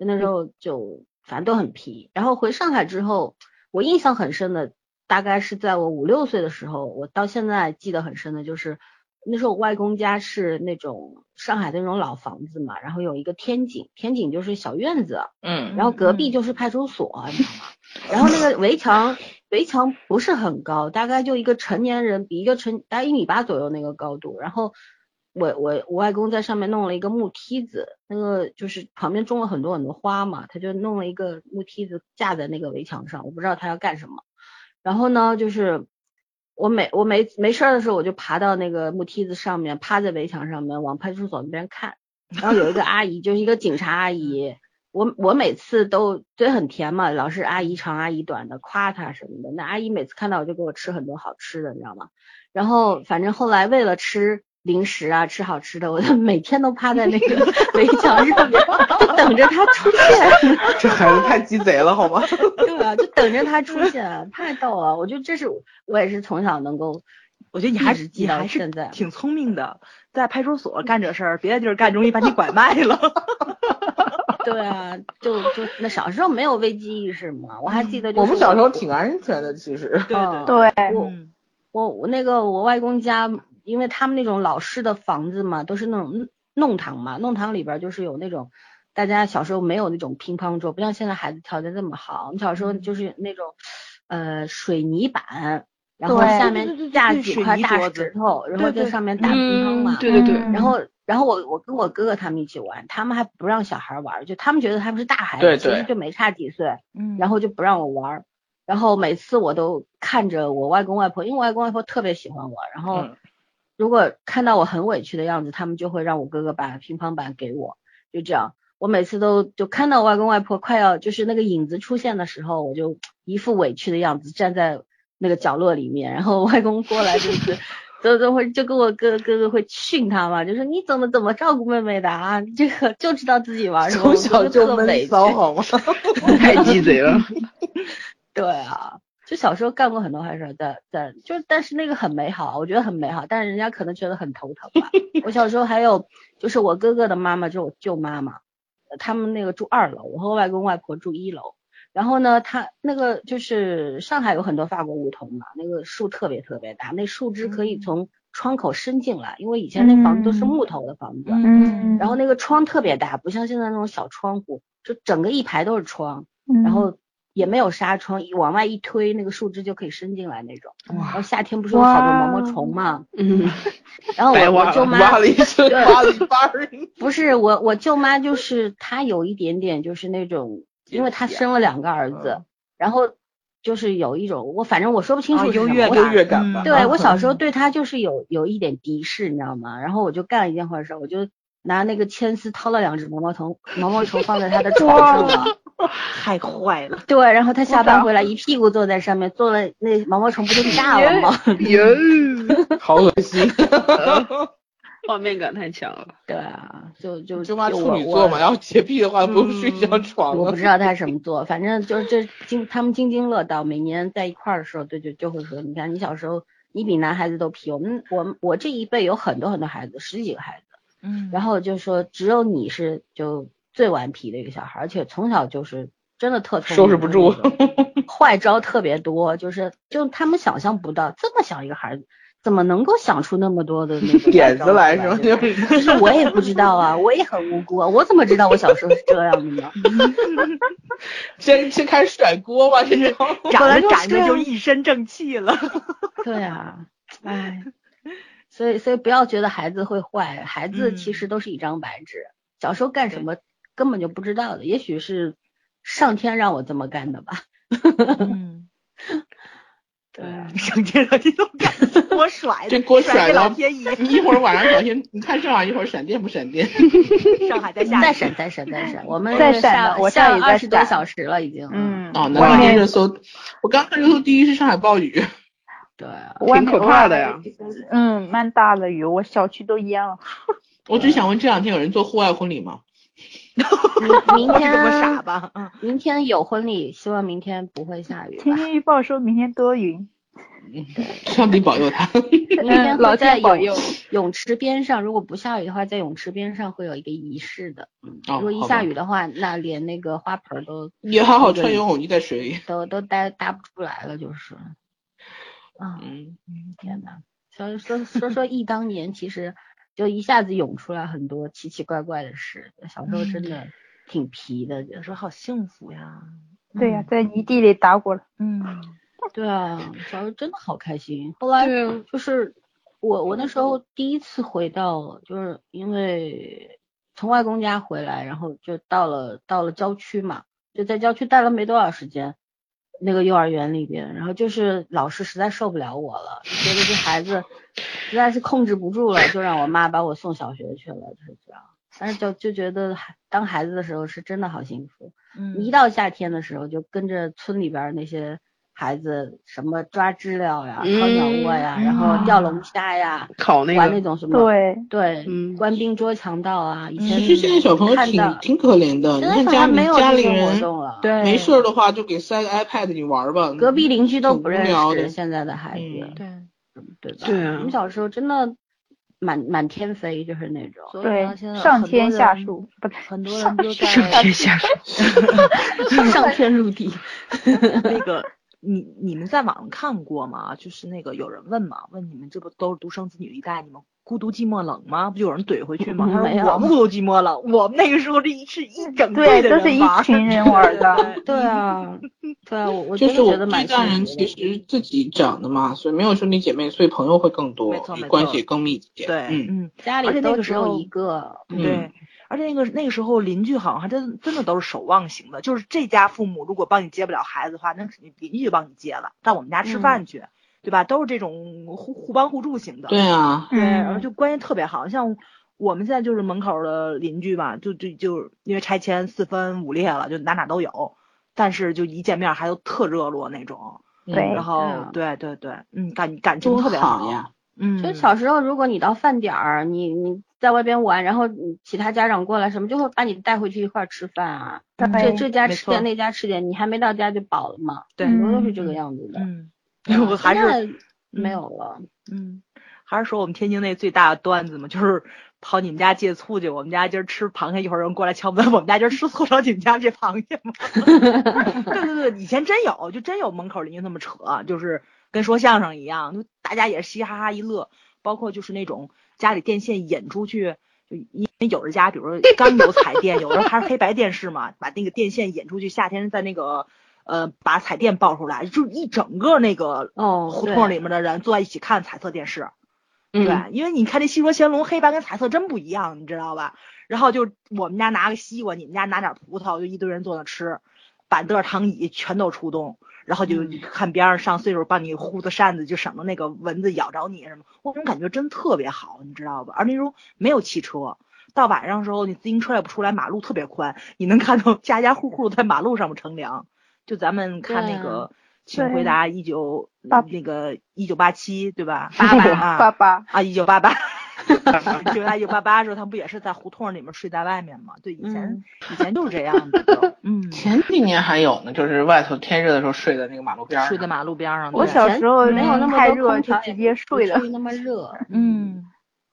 Speaker 1: 就那时候就反正都很皮。然后回上海之后，我印象很深的大概是在我五六岁的时候，我到现在记得很深的就是那时候我外公家是那种上海的那种老房子嘛，然后有一个天井，天井就是小院子，
Speaker 5: 嗯
Speaker 1: 然后隔壁
Speaker 2: 嗯
Speaker 1: 就是派出所，你知道吗？然后那个围墙围墙不是很高，大概就一个成年人比一个成大概一米八左右那个高度。然后我我我外公在上面弄了一个木梯子，那个就是旁边种了很多很多花嘛，他就弄了一个木梯子架在那个围墙上，我不知道他要干什么。然后呢，就是我每我没没事儿的时候，我就爬到那个木梯子上面，趴在围墙上面往派出所那边看。然后有一个阿姨，就是一个警察阿姨，我我每次都嘴很甜嘛，老是阿姨长阿姨短的夸她什么的。那阿姨每次看到我就给我吃很多好吃的，你知道吗？然后反正后来为了吃零食啊，吃好吃的，我就每天都趴在那个
Speaker 5: [LAUGHS]
Speaker 1: 围墙上面，就等着她出现。
Speaker 5: [LAUGHS] 这孩子太鸡贼了，好吗？
Speaker 1: 对啊，就等着他出现，啊太逗了。我觉得这是我我也是从小能够，
Speaker 2: 我觉得你还
Speaker 1: 一直
Speaker 2: 是
Speaker 1: 记
Speaker 2: 你
Speaker 1: 到
Speaker 2: 还是
Speaker 1: 现在
Speaker 2: 挺聪明的，在派出所干这事儿，别的地儿干容易把你拐卖了。
Speaker 1: 对啊，就就那小时候没有危机意识嘛，我还记得、就是
Speaker 5: [LAUGHS] 我们小时候挺安全的，其实。
Speaker 2: 对对
Speaker 1: 对
Speaker 4: 对，
Speaker 1: 我
Speaker 2: 嗯
Speaker 1: 我我那个我外公家，因为他们那种老式的房子嘛，都是那种弄堂嘛，弄堂里边就是有那种大家小时候没有那种乒乓桌，不像现在孩子条件这么好，我们小时候就是那种呃水泥板，然后
Speaker 4: 对
Speaker 1: 下
Speaker 2: 对对对
Speaker 1: 面
Speaker 2: 对
Speaker 1: 架
Speaker 2: 对
Speaker 1: 几
Speaker 2: 水
Speaker 1: 块
Speaker 2: 泥
Speaker 1: 大
Speaker 2: 桌
Speaker 1: 石
Speaker 2: 子
Speaker 1: 头，然后在
Speaker 2: 对对
Speaker 1: 上面打乒乓
Speaker 3: 嗯
Speaker 1: 嘛，，
Speaker 3: 对对对，
Speaker 4: 嗯
Speaker 1: 然后，然后我我跟我哥哥他们一起玩，他们还不让小孩玩，就他们觉得他们是大孩子，
Speaker 5: 对
Speaker 1: 其
Speaker 5: 对
Speaker 1: 实就没差几岁，
Speaker 2: 嗯，
Speaker 1: 然后就不让我玩。然后每次我都看着我外公外婆，因为我外公外婆特别喜欢我，然后
Speaker 5: 嗯
Speaker 1: 如果看到我很委屈的样子，他们就会让我哥哥把乒乓板给我，就这样。我每次都就看到我外公外婆快要就是那个影子出现的时候，我就一副委屈的样子站在那个角落里面，然后我外公过来
Speaker 5: [LAUGHS]
Speaker 1: 就是都都会就跟我哥哥哥会训他嘛，就说你怎么怎么照顾妹妹的啊，你这个就知道自己玩什么，
Speaker 5: [LAUGHS] 从小
Speaker 1: 我就
Speaker 5: 就
Speaker 1: 特委
Speaker 5: 闷
Speaker 1: 屈。
Speaker 5: 骚 [LAUGHS] 好吗？
Speaker 3: 太鸡贼了。
Speaker 1: 对啊，就小时候干过很多坏事儿，但但就但是那个很美好，我觉得很美好，但是人家可能觉得很头疼吧。我小时候还有就是我哥哥的妈妈，就是我舅妈妈，呃他们那个住二楼，我和外公外婆住一楼。然后呢，他那个就是上海有很多法国梧桐嘛，那个树特别特别大，那树枝可
Speaker 2: 嗯
Speaker 1: 以从窗口伸进来，因为以前那房子都是
Speaker 4: 嗯
Speaker 1: 木头的房子，
Speaker 2: 嗯
Speaker 4: 嗯，
Speaker 1: 然后那个窗特别大，不像现在那种小窗户，就整个一排都是窗。
Speaker 4: 嗯
Speaker 2: 嗯
Speaker 1: 然后也没有纱窗，一往外一推，那个树枝就可以伸进来那种。然后夏天不是有好多毛毛虫嘛，
Speaker 3: 嗯，
Speaker 1: 然后
Speaker 3: 白
Speaker 1: 我
Speaker 3: 挖
Speaker 1: 我舅
Speaker 3: 了
Speaker 1: 妈
Speaker 5: 了一 [LAUGHS] 身
Speaker 1: 对
Speaker 5: 挖了一巴儿。 [LAUGHS]
Speaker 1: 不是我我舅妈就是她有一点点就是那种，因为她生了两个儿子，然后就是有一种我反正我说不清
Speaker 2: 嗯啊
Speaker 1: 楚是
Speaker 2: 优
Speaker 1: 什
Speaker 2: 越
Speaker 1: 么，我
Speaker 2: 感
Speaker 1: 打
Speaker 5: 优越感吧。
Speaker 2: 嗯
Speaker 1: 对我小时候
Speaker 2: 嗯
Speaker 1: 对他就是有有一点敌视，你知道吗？然后我就干了一件坏事，我就拿那个铅丝掏了两只毛毛虫，毛毛虫放在
Speaker 2: [LAUGHS]
Speaker 1: 他的床上了。
Speaker 2: 太坏了，
Speaker 1: 对，然后他下班回来一屁股坐在上面，坐了那毛毛虫不就炸了
Speaker 5: 哎
Speaker 1: 吗？ [LAUGHS]
Speaker 3: 哟，
Speaker 5: 好恶心。
Speaker 3: 画面感太强了。
Speaker 1: 对啊，就就
Speaker 5: 舅 [LAUGHS] 妈
Speaker 1: 就
Speaker 5: 处
Speaker 1: 我
Speaker 5: 女
Speaker 1: 我
Speaker 5: 座嘛，然后洁癖的话不用睡一张床
Speaker 1: 我
Speaker 5: 了
Speaker 1: 不。知道
Speaker 5: [LAUGHS]
Speaker 1: 他什么座，反正就是这津他们津津乐道，每年在一块儿的时候，对就就会说，你看你小时候你比男孩子都皮，我们我们我这一辈有很多很多孩子，十几个孩子，
Speaker 2: 嗯
Speaker 1: 然后就说只有你是就最顽皮的一个小孩，而且从小就是真的特聪
Speaker 5: 收
Speaker 1: 明
Speaker 5: 拾
Speaker 1: 的
Speaker 5: 不
Speaker 1: 那
Speaker 5: 住
Speaker 1: 种坏招特别多，就是就他们想象不到，这么小一个孩子怎么能够想出那么多的那种
Speaker 5: 点子
Speaker 1: 来
Speaker 5: 来 [LAUGHS] 是吧？
Speaker 1: 就
Speaker 5: 就是是
Speaker 1: 就是我也不知道啊，我也很无辜啊，我怎么知道我小时候是这样的呢？
Speaker 5: 先先开始甩锅吧，这种。
Speaker 2: 长
Speaker 1: 本来
Speaker 2: 着
Speaker 1: 就是
Speaker 2: 长着
Speaker 1: 啊
Speaker 2: 就一身正气了， [LAUGHS]
Speaker 1: 对啊，唉，所以所以不要觉得孩子会坏，孩子其
Speaker 2: 嗯
Speaker 1: 实都是一张白纸，小时候干什么根本就不知道的，也许是上天让我这么干的
Speaker 2: [LAUGHS]
Speaker 1: 吧。
Speaker 2: 嗯，
Speaker 1: 对啊，
Speaker 2: 上街了 [LAUGHS] 这种感觉，我甩
Speaker 5: [LAUGHS] 这
Speaker 2: 的，
Speaker 5: 锅甩
Speaker 2: 给
Speaker 5: 了
Speaker 2: 老天爷，
Speaker 5: 你一会儿晚上小心，你看上海一会儿闪电不闪电？
Speaker 2: 上海在下
Speaker 1: 再
Speaker 2: 雨
Speaker 1: 闪再闪再
Speaker 2: [LAUGHS]
Speaker 1: 闪，我们
Speaker 4: 在
Speaker 1: 这
Speaker 4: 闪
Speaker 1: 下
Speaker 4: 的我这
Speaker 1: 下
Speaker 4: 儿也
Speaker 1: 二
Speaker 4: 在
Speaker 1: 十多
Speaker 4: 闪
Speaker 1: 小时了已经。，
Speaker 4: 嗯，
Speaker 5: 哦，那
Speaker 4: 外
Speaker 5: 看
Speaker 4: 面
Speaker 5: 热搜，我刚看热搜第一是上海暴雨，
Speaker 1: 对
Speaker 2: [LAUGHS]
Speaker 1: 啊，
Speaker 4: 外面
Speaker 3: 挺可怕的呀。
Speaker 4: 嗯，蛮大的雨，我小区都淹了。
Speaker 5: 我只想问这两天有人做户外婚礼吗？
Speaker 1: 明
Speaker 2: 我是这么傻
Speaker 1: 天
Speaker 2: 吧？嗯，
Speaker 1: 明天有婚礼，希望明天不会下雨
Speaker 4: 天
Speaker 1: 吧。
Speaker 4: 气预报说明天多云。
Speaker 5: 上帝保佑他。
Speaker 1: 明天
Speaker 4: 老
Speaker 1: 会在
Speaker 4: 天保
Speaker 1: 泳
Speaker 4: 佑
Speaker 1: 泳池边上，如果不下雨的话，在泳池边上会有一个仪式的。嗯，
Speaker 5: 哦
Speaker 1: 如果一
Speaker 5: 好吧
Speaker 1: 下雨的话，那连那个花盆儿都
Speaker 5: 也还好穿游泳衣在水里。
Speaker 1: 都都搭搭不出来了，就是。啊，
Speaker 5: 嗯，
Speaker 1: 天呐，所以说说说忆当年，其实就一下子涌出来很多奇奇怪怪的事。小时候真
Speaker 5: 嗯
Speaker 1: 的挺皮的，就
Speaker 2: 有
Speaker 1: 是
Speaker 2: 时候好幸福呀，
Speaker 4: 嗯对呀、在泥地里打滚。
Speaker 2: 嗯，
Speaker 1: 对啊，小时候真的好开心。后来
Speaker 3: 对啊，
Speaker 1: 就是我我那时候第一次回到，就是因为从外公家回来，然后就到了到了郊区嘛，就在郊区待了没多少时间，那个幼儿园里边，然后就是老师实在受不了我了，觉得这孩子实在是控制不住了，就让我妈把我送小学去了，就是这样。但是就就觉得孩当孩子的时候是真的好幸福，
Speaker 2: 嗯
Speaker 1: 一到夏天的时候，就跟着村里边儿那些孩子什么抓知了呀、
Speaker 3: 嗯
Speaker 1: 掏鸟窝呀，然后钓龙虾呀，
Speaker 3: 考那
Speaker 1: 玩
Speaker 3: 个
Speaker 1: 那种什么
Speaker 4: 对，
Speaker 1: 对、
Speaker 3: 嗯
Speaker 1: 官兵捉强盗啊，以前
Speaker 5: 其实现在小朋友
Speaker 1: 看到
Speaker 5: 挺挺可怜的，
Speaker 1: 现
Speaker 5: 你
Speaker 1: 在好
Speaker 5: 看家
Speaker 1: 像
Speaker 5: 里
Speaker 1: 没有
Speaker 5: 家
Speaker 1: 这
Speaker 5: 里
Speaker 1: 种活
Speaker 5: 人
Speaker 1: 动了，
Speaker 2: 对，
Speaker 5: 没事儿的话就给塞个 iPad 你玩儿吧。
Speaker 1: 隔壁邻居都
Speaker 5: 挺
Speaker 1: 不
Speaker 5: 无
Speaker 1: 认
Speaker 5: 聊的
Speaker 1: 识现在的孩子，
Speaker 5: 嗯
Speaker 2: 对，
Speaker 1: 对吧？
Speaker 3: 对啊
Speaker 1: 我们小时候真的满满天飞，就是那种。
Speaker 6: 所以呢，现
Speaker 4: 对，
Speaker 6: 在
Speaker 4: 上
Speaker 6: 很多
Speaker 4: 天下
Speaker 6: 人，
Speaker 4: 树，不
Speaker 6: 很多人就
Speaker 3: 上
Speaker 6: 在
Speaker 3: 天下水，
Speaker 1: 上天入地，
Speaker 4: [LAUGHS]
Speaker 2: 那个你你们在网上看过吗？就是那个有人问嘛，问你们这不都是独生子女一代，你们孤独寂寞冷吗？不就有人怼回去吗？他
Speaker 1: 没有
Speaker 2: 说我们孤独寂寞冷，我们那个时候这一是一整队
Speaker 4: 嗯对，
Speaker 2: 的
Speaker 4: 都是
Speaker 2: 人
Speaker 4: 一
Speaker 2: 玩儿，
Speaker 4: 群人玩的。
Speaker 1: 对啊， [LAUGHS] 对啊，我我
Speaker 5: 就
Speaker 1: 真的
Speaker 5: 是
Speaker 1: 觉
Speaker 5: 我
Speaker 1: 得
Speaker 5: 们这
Speaker 1: 蛮
Speaker 5: 代人
Speaker 1: 幸
Speaker 5: 其
Speaker 1: 福的。
Speaker 5: 实自己长的嘛，所以没有兄弟姐妹，所以朋友会更多
Speaker 2: 没错没，错
Speaker 5: 关系也更密切。
Speaker 2: 对，
Speaker 5: 嗯，
Speaker 2: 嗯，
Speaker 1: 家
Speaker 2: 而且
Speaker 1: 里都
Speaker 2: 那个
Speaker 1: 只
Speaker 2: 时
Speaker 1: 有
Speaker 2: 候
Speaker 1: 一个，
Speaker 5: 嗯
Speaker 2: 对，而且那个那个时候邻居好像还真真的都是守望型的，就是这家父母如果帮你接不了孩子的话，那肯定邻居就帮你接了，到我们家吃
Speaker 1: 嗯
Speaker 2: 饭去，对吧？都是这种互互帮互助型的。
Speaker 5: 对啊，
Speaker 2: 对，然后
Speaker 4: 嗯，
Speaker 2: 就关系特别好，像我们现在就是门口的邻居吧，就就就因为拆迁四分五裂了，就哪哪都有，但是就一见面还都特热络那种，
Speaker 5: 嗯
Speaker 4: 对
Speaker 2: 然后
Speaker 1: 对啊
Speaker 2: 对对对，嗯，感感情
Speaker 5: 多
Speaker 2: 特别
Speaker 5: 好呀！
Speaker 2: 嗯，
Speaker 1: 就小时候，如果你到饭点儿，你你在外边玩，然后你其他家长过来什么，就会把你带回去一块儿吃饭啊。这
Speaker 4: 对，
Speaker 1: 这家
Speaker 2: 没
Speaker 1: 吃点，
Speaker 2: 错
Speaker 1: 那家吃点，你还没到家就饱了嘛。
Speaker 2: 对
Speaker 1: 很多都是这个
Speaker 4: 嗯
Speaker 1: 样子的。
Speaker 2: 嗯， [LAUGHS] 我还是
Speaker 1: 现在没
Speaker 2: 嗯
Speaker 1: 有了，
Speaker 2: 嗯，还是说我们天津那最大的段子嘛，就是跑你们家借醋去，我们家今儿吃螃蟹，一会儿有人过来敲门，我们家今儿吃醋找你们家借螃蟹吗？ [LAUGHS] 对对对，以前真有，就真有门口邻居那么扯，就是跟说相声一样，就大家也是嘻嘻哈哈一乐，包括就是那种家里电线引出去。就因为有的家，比如说刚有彩电，有的还是黑白电视嘛，把那个电线引出去，夏天在那个呃把彩电抱出来，就一整个那个
Speaker 1: 哦
Speaker 2: 胡
Speaker 1: 对
Speaker 2: 同里面的人坐在一起看彩色电视，
Speaker 1: 嗯
Speaker 2: 对，因为你看这《戏说乾隆》黑白跟彩色真不一样，你知道吧？然后就我们家拿个西瓜，你们家拿点葡萄，就一堆人坐那吃，板凳儿躺椅全都出动，然后就
Speaker 1: 嗯
Speaker 2: 看边上上岁数帮你呼的扇子，就省得那个蚊子咬着你什么，我那种感觉真特别好，你知道吧？而那时候没有汽车。到晚上的时候，你自行车也不出来，马路特别宽，你能看到家家户户在马路上面乘凉。就咱们看
Speaker 1: 对啊
Speaker 2: 那个《请
Speaker 4: 对
Speaker 2: 回答一九》
Speaker 4: 爸
Speaker 2: 那个一九八七对
Speaker 1: [LAUGHS]
Speaker 2: 吧？
Speaker 1: 爸爸
Speaker 2: 啊
Speaker 4: 爸爸，
Speaker 2: 啊，一九
Speaker 1: [LAUGHS]
Speaker 2: 八八，九八一九八八的时候，他们不也是在胡同里面睡在外面吗？对，以前、
Speaker 1: 嗯
Speaker 2: 以前就是这样
Speaker 1: [LAUGHS]
Speaker 2: 子的，嗯，
Speaker 5: 前几年还有呢，就是外头天热的时候睡在那个马路边儿
Speaker 2: 睡在
Speaker 5: 上，
Speaker 2: 马路边上。
Speaker 4: 我
Speaker 2: 对
Speaker 4: 小
Speaker 1: 以前
Speaker 4: 时候嗯
Speaker 1: 没有那么
Speaker 4: 太
Speaker 1: 多
Speaker 4: 热
Speaker 1: 空
Speaker 4: 就
Speaker 1: 调
Speaker 4: 直
Speaker 1: 也
Speaker 4: 接
Speaker 1: 不
Speaker 4: 睡了
Speaker 1: 至于。那
Speaker 2: [LAUGHS]
Speaker 1: 么热。
Speaker 2: 嗯，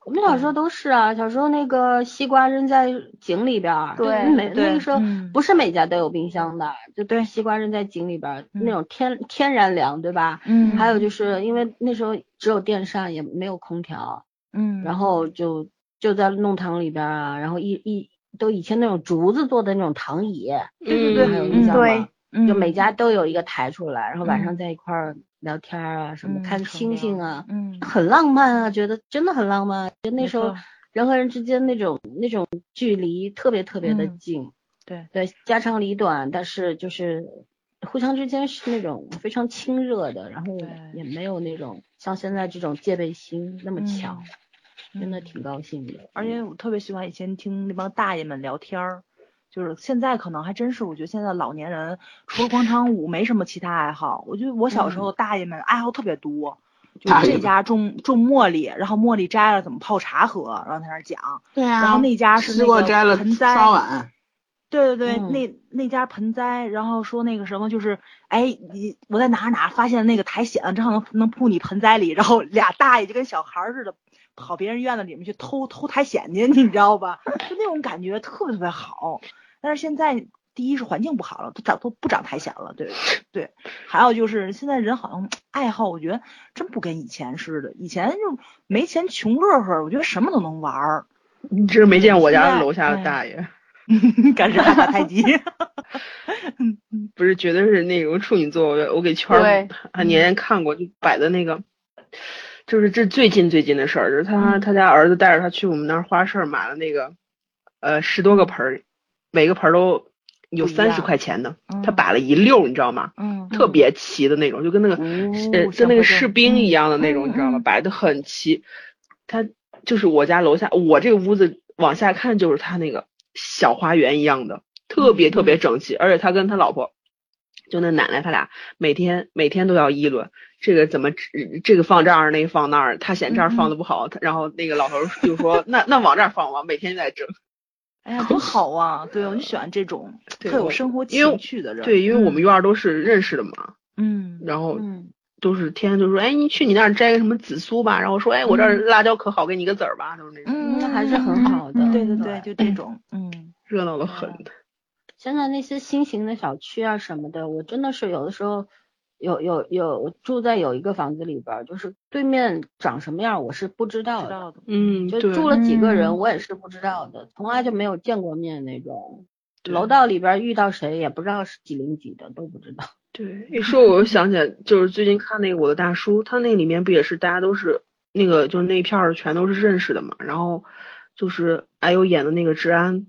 Speaker 1: 我们小时候都是啊，小时候那个西瓜扔在井里边儿，
Speaker 4: 对
Speaker 1: 就是每
Speaker 2: 对
Speaker 1: 那个时候
Speaker 2: 嗯
Speaker 1: 不是每家都有冰箱的，就
Speaker 2: 对
Speaker 1: 西瓜扔在井里边儿，
Speaker 2: 嗯
Speaker 1: 那种天天然凉，对吧？
Speaker 2: 嗯
Speaker 1: 还有就是因为那时候只有电扇，也没有空调，
Speaker 2: 嗯，
Speaker 1: 然后就就在弄堂里边儿啊，然后一一都以前那种竹子做的那种躺椅，
Speaker 3: 对
Speaker 1: 你还有印
Speaker 2: 嗯
Speaker 1: 象
Speaker 4: 对
Speaker 1: 吗？
Speaker 2: 嗯
Speaker 1: 就每家都有一个台出来，然后晚上
Speaker 2: 嗯
Speaker 1: 在一块儿聊天儿啊，什么
Speaker 2: 嗯
Speaker 1: 看
Speaker 2: 乘
Speaker 1: 星
Speaker 2: 凉
Speaker 1: 星啊，
Speaker 2: 嗯，
Speaker 1: 很浪漫啊，觉得真的很浪漫。就那
Speaker 2: 没
Speaker 1: 时候
Speaker 2: 错
Speaker 1: 人和人之间那种那种距离特别特别的
Speaker 2: 嗯
Speaker 1: 近，
Speaker 2: 对
Speaker 1: 对，家长里短，但是就是互相之间是那种非常亲热的，然后
Speaker 2: 对
Speaker 1: 也没有那种像现在这种戒备心那么强，真的
Speaker 2: 嗯
Speaker 1: 挺高兴的。
Speaker 2: 而
Speaker 5: 嗯
Speaker 2: 且我特别喜欢以前听那帮大爷们聊天儿，就是现在可能还真是，我觉得现在老年人除了广场舞没什么其他爱好。我觉得我小时候大爷们爱好特别多，就
Speaker 5: 嗯大
Speaker 2: 是
Speaker 5: 爷
Speaker 2: 这
Speaker 5: 们
Speaker 2: 家种种茉莉，然后茉莉摘了怎么泡茶喝，然后在那儿讲。
Speaker 5: 对啊
Speaker 2: 然后那家是
Speaker 5: 西
Speaker 2: 那
Speaker 5: 瓜
Speaker 2: 个
Speaker 5: 摘了
Speaker 2: 盆栽，
Speaker 5: 刷碗，
Speaker 2: 对对对，
Speaker 1: 嗯
Speaker 2: 那那家盆栽，然后说那个什么，就是哎，你我在哪儿哪儿发现那个苔藓，正好能能铺你盆栽里，然后俩大爷就跟小孩儿似的，跑别人院子里面去偷偷苔藓去，你知道吧？就那种感觉特别特别好。但是现在第一是环境不好了，都长都不长苔藓了，对对。还有就是现在人好像爱好，我觉得真不跟以前似的，以前就没钱穷乐呵，我觉得什么都能玩儿， [LAUGHS]
Speaker 3: 你嗯这没见我
Speaker 2: 现
Speaker 3: 家
Speaker 2: 在
Speaker 3: 楼下的
Speaker 2: 哎
Speaker 3: 大爷，
Speaker 2: 干啥 [LAUGHS] 打太极。
Speaker 3: 不是绝对是那种处女座，我我给圈儿
Speaker 4: 对
Speaker 3: 还年年看过，就摆的那个，就是这最近最近的事儿，就是他他家儿子带着他去我们那儿花市买了那个，呃十多个盆儿，每个盆儿都有
Speaker 2: 不一样
Speaker 3: 三十块钱的，他
Speaker 2: 嗯
Speaker 3: 摆了一溜儿，你知道吗？
Speaker 2: 嗯
Speaker 3: 特别齐的那种，就跟那个、呃跟
Speaker 2: 哦
Speaker 3: 那
Speaker 2: 想不
Speaker 3: 个
Speaker 2: 到
Speaker 3: 士兵一样的那种，
Speaker 2: 嗯
Speaker 3: 你知道吗？
Speaker 2: 嗯
Speaker 3: 摆的很齐。他就是我家楼下，我这个屋子往下看就是他那个小花园一样的，特
Speaker 2: 嗯
Speaker 3: 别特别整齐。而且他跟他老婆，就那奶奶，他俩每天每天都要议论这个怎么这这个放这儿，那个放那儿。他嫌这儿
Speaker 2: 嗯
Speaker 3: 放的不好，他然后那个老头儿就说 [LAUGHS] 那那往这儿放吧，每天在争。
Speaker 2: 哎呀，多好啊！对，我就喜欢
Speaker 1: [LAUGHS]
Speaker 2: 这种
Speaker 3: 对
Speaker 2: 特有
Speaker 3: 我
Speaker 2: 生活
Speaker 3: 因为
Speaker 2: 情趣的人。
Speaker 3: 对，因为我们院儿都是认识的嘛，
Speaker 2: 嗯，
Speaker 3: 然后
Speaker 1: 嗯，
Speaker 3: 就是天天就说，哎，你去你那儿摘个什么紫苏吧，然后说，哎，我这儿辣椒可好，给你个籽儿吧，都是那种
Speaker 1: 嗯嗯，那还是很好的。
Speaker 2: 对对对，就这种，嗯，
Speaker 3: 热闹的很的。
Speaker 1: 现在那些新型的小区啊什么的，我真的是有的时候有有有我住在有一个房子里边儿，就是对面长什么样我是不知道
Speaker 2: 知
Speaker 1: 的，
Speaker 2: 道的，
Speaker 3: 嗯，
Speaker 1: 就
Speaker 3: 对，
Speaker 1: 住了几个人
Speaker 4: 嗯
Speaker 1: 我也是不知道的，从来就没有见过面那种。
Speaker 3: 对
Speaker 1: 楼道里边儿遇到谁也不知道是几零几的都不知道。
Speaker 3: 对，一说我就想起来，就是最近看那个《我的大叔》，他那里面不也是大家都是那个，就是那一片儿全都是认识的嘛。然后就是哎呦演的那个治安，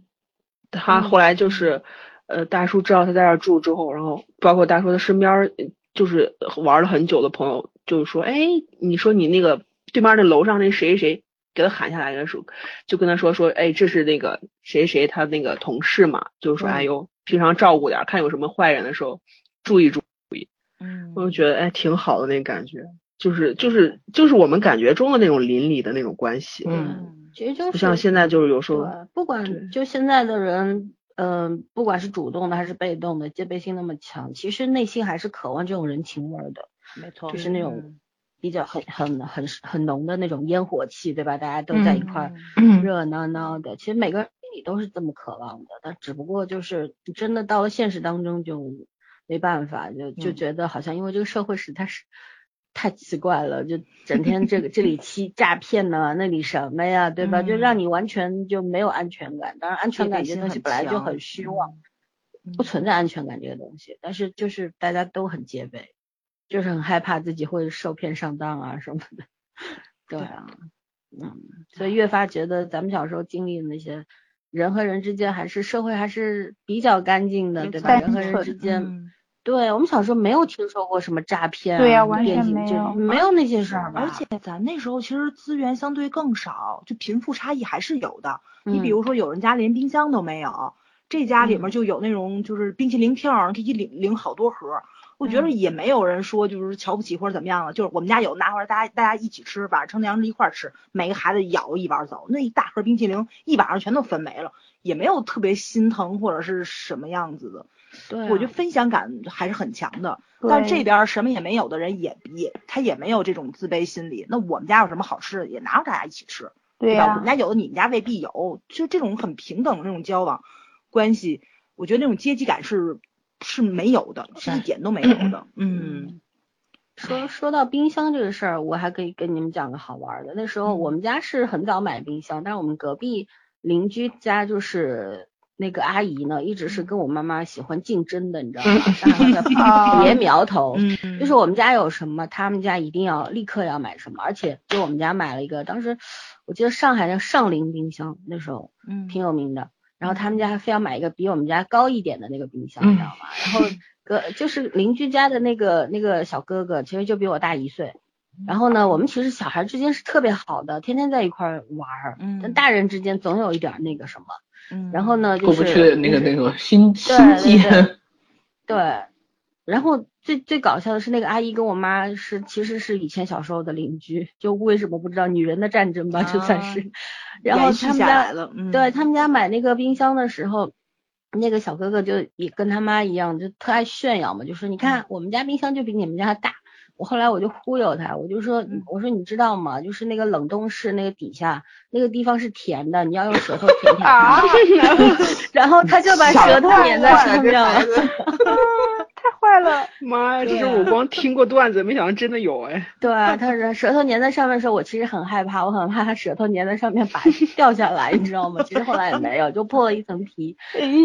Speaker 3: 他后来就是，呃，大叔知道他在这儿住之后，然后包括大叔他身边儿呃就是玩了很久的朋友，就是说，哎，你说你那个对面那楼上那谁谁谁给他喊下来的时候，就跟他说说，哎，这是那个谁谁他那个同事嘛，就是说，哎呦，平常照顾点儿，看有什么坏人的时候注意注意。
Speaker 2: 嗯，
Speaker 3: 我就觉得哎，挺好的那感觉，就是就是就是我们感觉中的那种邻里的那种关系，啊
Speaker 5: 嗯，
Speaker 1: 其实就是
Speaker 3: 不像现在就是有时候，
Speaker 1: 对，不
Speaker 3: 对
Speaker 1: 管就现在的人，嗯、不管是主动的还是被动的，戒备心那么强，其实内心还是渴望这种人情味儿的，
Speaker 2: 没错，
Speaker 1: 就是那种
Speaker 2: 嗯
Speaker 1: 比较很很很很浓的那种烟火气，对吧？大家都在一块儿
Speaker 2: 嗯
Speaker 1: 热热闹闹的，其实每个人心里都是这么渴望的，但只不过就是真的到了现实当中就没办法，就就
Speaker 2: 嗯
Speaker 1: 觉得好像因为这个社会实在是。太奇怪了，就整天这个这里欺诈骗呢，那里什么呀，对吧？就让
Speaker 2: 嗯
Speaker 1: 你完全就没有安全感。当然，安全感这东西本来就很
Speaker 2: 嗯
Speaker 1: 虚妄，，不存在安全感这个东西。但是就是大家都很戒备，就是很害怕自己会受骗上当啊什么的。对啊，嗯，所以越发觉得咱们小时候经历的那些人和人之间，还是社会还是比较干净的，
Speaker 2: 没
Speaker 1: 对
Speaker 2: 错
Speaker 1: 吧？人和
Speaker 4: 单
Speaker 1: 人
Speaker 4: 纯
Speaker 1: 之间，
Speaker 2: 嗯，
Speaker 1: 对我们小时候没有听说过什么诈骗、
Speaker 4: 对呀
Speaker 1: 呀、
Speaker 4: 完
Speaker 1: 电
Speaker 4: 全
Speaker 1: 信
Speaker 4: 没
Speaker 1: 这
Speaker 4: 有
Speaker 1: 没有那些事儿吧？
Speaker 2: 而且咱那时候其实资源相对更少，就贫富差异还是有的。你
Speaker 1: 嗯
Speaker 2: 比如说，有人家连冰箱都没有，这家里面就有那种就是冰淇淋片儿，可以领领好多盒儿。我
Speaker 1: 嗯
Speaker 2: 觉得也没有人说就是瞧不起或者怎么样了，就是我们家有拿回来，大家大家一起吃，晚上撑粮食一块儿吃，每个孩子咬一碗走，那一大盒冰淇淋一晚上全都分没了，也没有特别心疼或者是什么样子的。
Speaker 1: 对啊、
Speaker 2: 我觉得分享感还是很强的。
Speaker 4: 对
Speaker 2: 但这边儿什么也没有的人也也他也没有这种自卑心理。那我们家有什么好吃的，也拿着大家一起吃，
Speaker 4: 对
Speaker 2: 吧？
Speaker 4: 呀、
Speaker 2: 我们家有的，你们家未必有，就这种很平等的那种交往关系，我觉得那种阶级感是是没有的，是一点都没有的。嗯
Speaker 1: 说说到冰箱这个事儿，我还可以跟你们讲个好玩儿的。那时候
Speaker 2: 嗯
Speaker 1: 我们家是很早买冰箱，但是我们隔壁邻居家就是那个阿姨呢，一直
Speaker 2: 嗯
Speaker 1: 是跟我妈妈喜欢竞争的，你知道吗？大家在 [LAUGHS]
Speaker 4: 啊
Speaker 2: [LAUGHS]
Speaker 1: 别苗头。
Speaker 2: 嗯
Speaker 1: 就是我们家有什么，他们家一定要立刻要买什么，而且就我们家买了一个，当时我记得上海的上林冰箱那时候
Speaker 2: 嗯
Speaker 5: 嗯
Speaker 1: 挺有名的，然后他们家还非要买一个比我们家高一点的那个冰箱，你
Speaker 5: 嗯
Speaker 1: 知道吗？然后隔就是邻居家的那个那个小哥哥，其实就比我大一岁。
Speaker 5: 嗯
Speaker 1: 然后呢，我们其实小孩之间是特别好的，天天在一块儿玩儿。
Speaker 2: 嗯
Speaker 1: 但大人之间总有一点儿那个什么。
Speaker 2: 嗯
Speaker 1: 然后呢，就
Speaker 5: 过
Speaker 1: 是
Speaker 5: 不去的那个那个心心
Speaker 1: 对
Speaker 5: 结， [LAUGHS]
Speaker 1: 对，然后最最搞笑的是，那个阿姨跟我妈是其实是以前小时候的邻居，就为什么不知道女人的战争吧，就算
Speaker 2: 啊
Speaker 1: 是。然后
Speaker 2: 延续
Speaker 1: 他们
Speaker 2: 下
Speaker 1: 家
Speaker 2: 来了，嗯
Speaker 1: 对他们家买那个冰箱的时候，那个小哥哥就也跟他妈一样，就特爱炫耀嘛，就说你看我们家冰箱就比你们家大。我后来我就忽悠他，我就说
Speaker 2: 嗯
Speaker 1: 我说你知道吗？就是那个冷冻室那个底下那个地方是甜的，你要用舌头舔舔它。
Speaker 4: 啊，
Speaker 1: [LAUGHS] 然后他就把
Speaker 3: 小
Speaker 1: 舌头
Speaker 4: 太
Speaker 1: 粘在
Speaker 4: 坏了
Speaker 1: 上
Speaker 3: 这
Speaker 1: 面
Speaker 3: 孩
Speaker 1: 了。
Speaker 3: 子，
Speaker 4: [LAUGHS] 太坏了，
Speaker 3: 妈呀，这是我光听过段子，没想到真的有哎。 [LAUGHS]
Speaker 1: 对，他是舌头粘在上面的时候，我其实很害怕，我很怕他舌头粘在上面拔掉下来，你知道吗？其实后来也没有，就破了一层皮。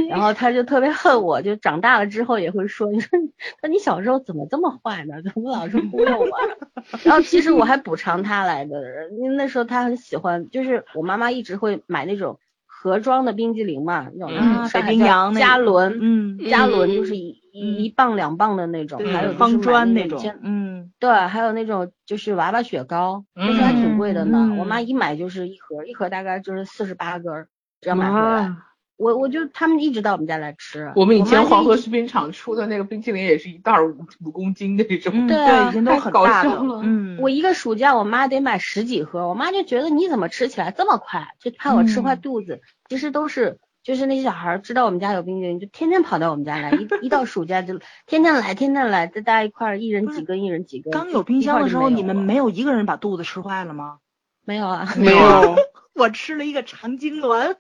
Speaker 1: 然后他就特别恨我，就长大了之后也会说，你说你说你小时候怎么这么坏呢？怎么老是忽悠我呢？ [LAUGHS] 然后其实我还补偿他来的，因为那时候他很喜欢，就是我妈妈一直会买那种盒装的冰激凌嘛，那种
Speaker 2: 啊
Speaker 1: 上
Speaker 2: 北
Speaker 1: 海
Speaker 2: 冰
Speaker 1: 叫
Speaker 2: 洋那
Speaker 1: 嘉
Speaker 2: 种
Speaker 1: 伦，
Speaker 2: 嗯，
Speaker 1: 嘉伦就是
Speaker 3: 嗯
Speaker 1: 一一一磅两磅的那种，
Speaker 3: 对
Speaker 1: 还有就是
Speaker 2: 方
Speaker 1: 买
Speaker 2: 砖
Speaker 1: 那
Speaker 2: 那种
Speaker 1: 以前，
Speaker 2: 嗯
Speaker 1: 对，还有那种就是娃娃雪糕，那时候还挺贵的呢。我妈一买就是一盒，一盒大概就是四十八根儿，只要买回来。
Speaker 3: 妈，
Speaker 1: 我我就他们一直到我们家来吃。
Speaker 5: 我们以前
Speaker 1: 妈就
Speaker 5: 黄河
Speaker 1: 一直
Speaker 5: 食品厂出的那个冰淇淋也是一袋儿五五公斤那种，
Speaker 2: 嗯
Speaker 1: 对啊
Speaker 2: 以前都
Speaker 5: 太
Speaker 2: 很
Speaker 5: 搞
Speaker 2: 大的
Speaker 5: 笑，了
Speaker 2: 嗯，
Speaker 1: 我一个暑假，我妈得买十几盒，我妈就觉得你怎么吃起来这么快，就怕我吃坏肚子。其实都是就是那些小孩儿知道我们家有冰淇淋，就天天跑到我们家来，一一到暑假就天天来，天天来，大家一块儿一人几根，一人几根。
Speaker 2: 刚有冰箱的时候，
Speaker 1: 一块儿就
Speaker 2: 你们
Speaker 1: 没
Speaker 2: 没有一个人把肚子吃坏了吗？
Speaker 1: 没有
Speaker 2: [LAUGHS]
Speaker 1: 啊？
Speaker 3: 没有，
Speaker 2: 我吃了一个长痉挛，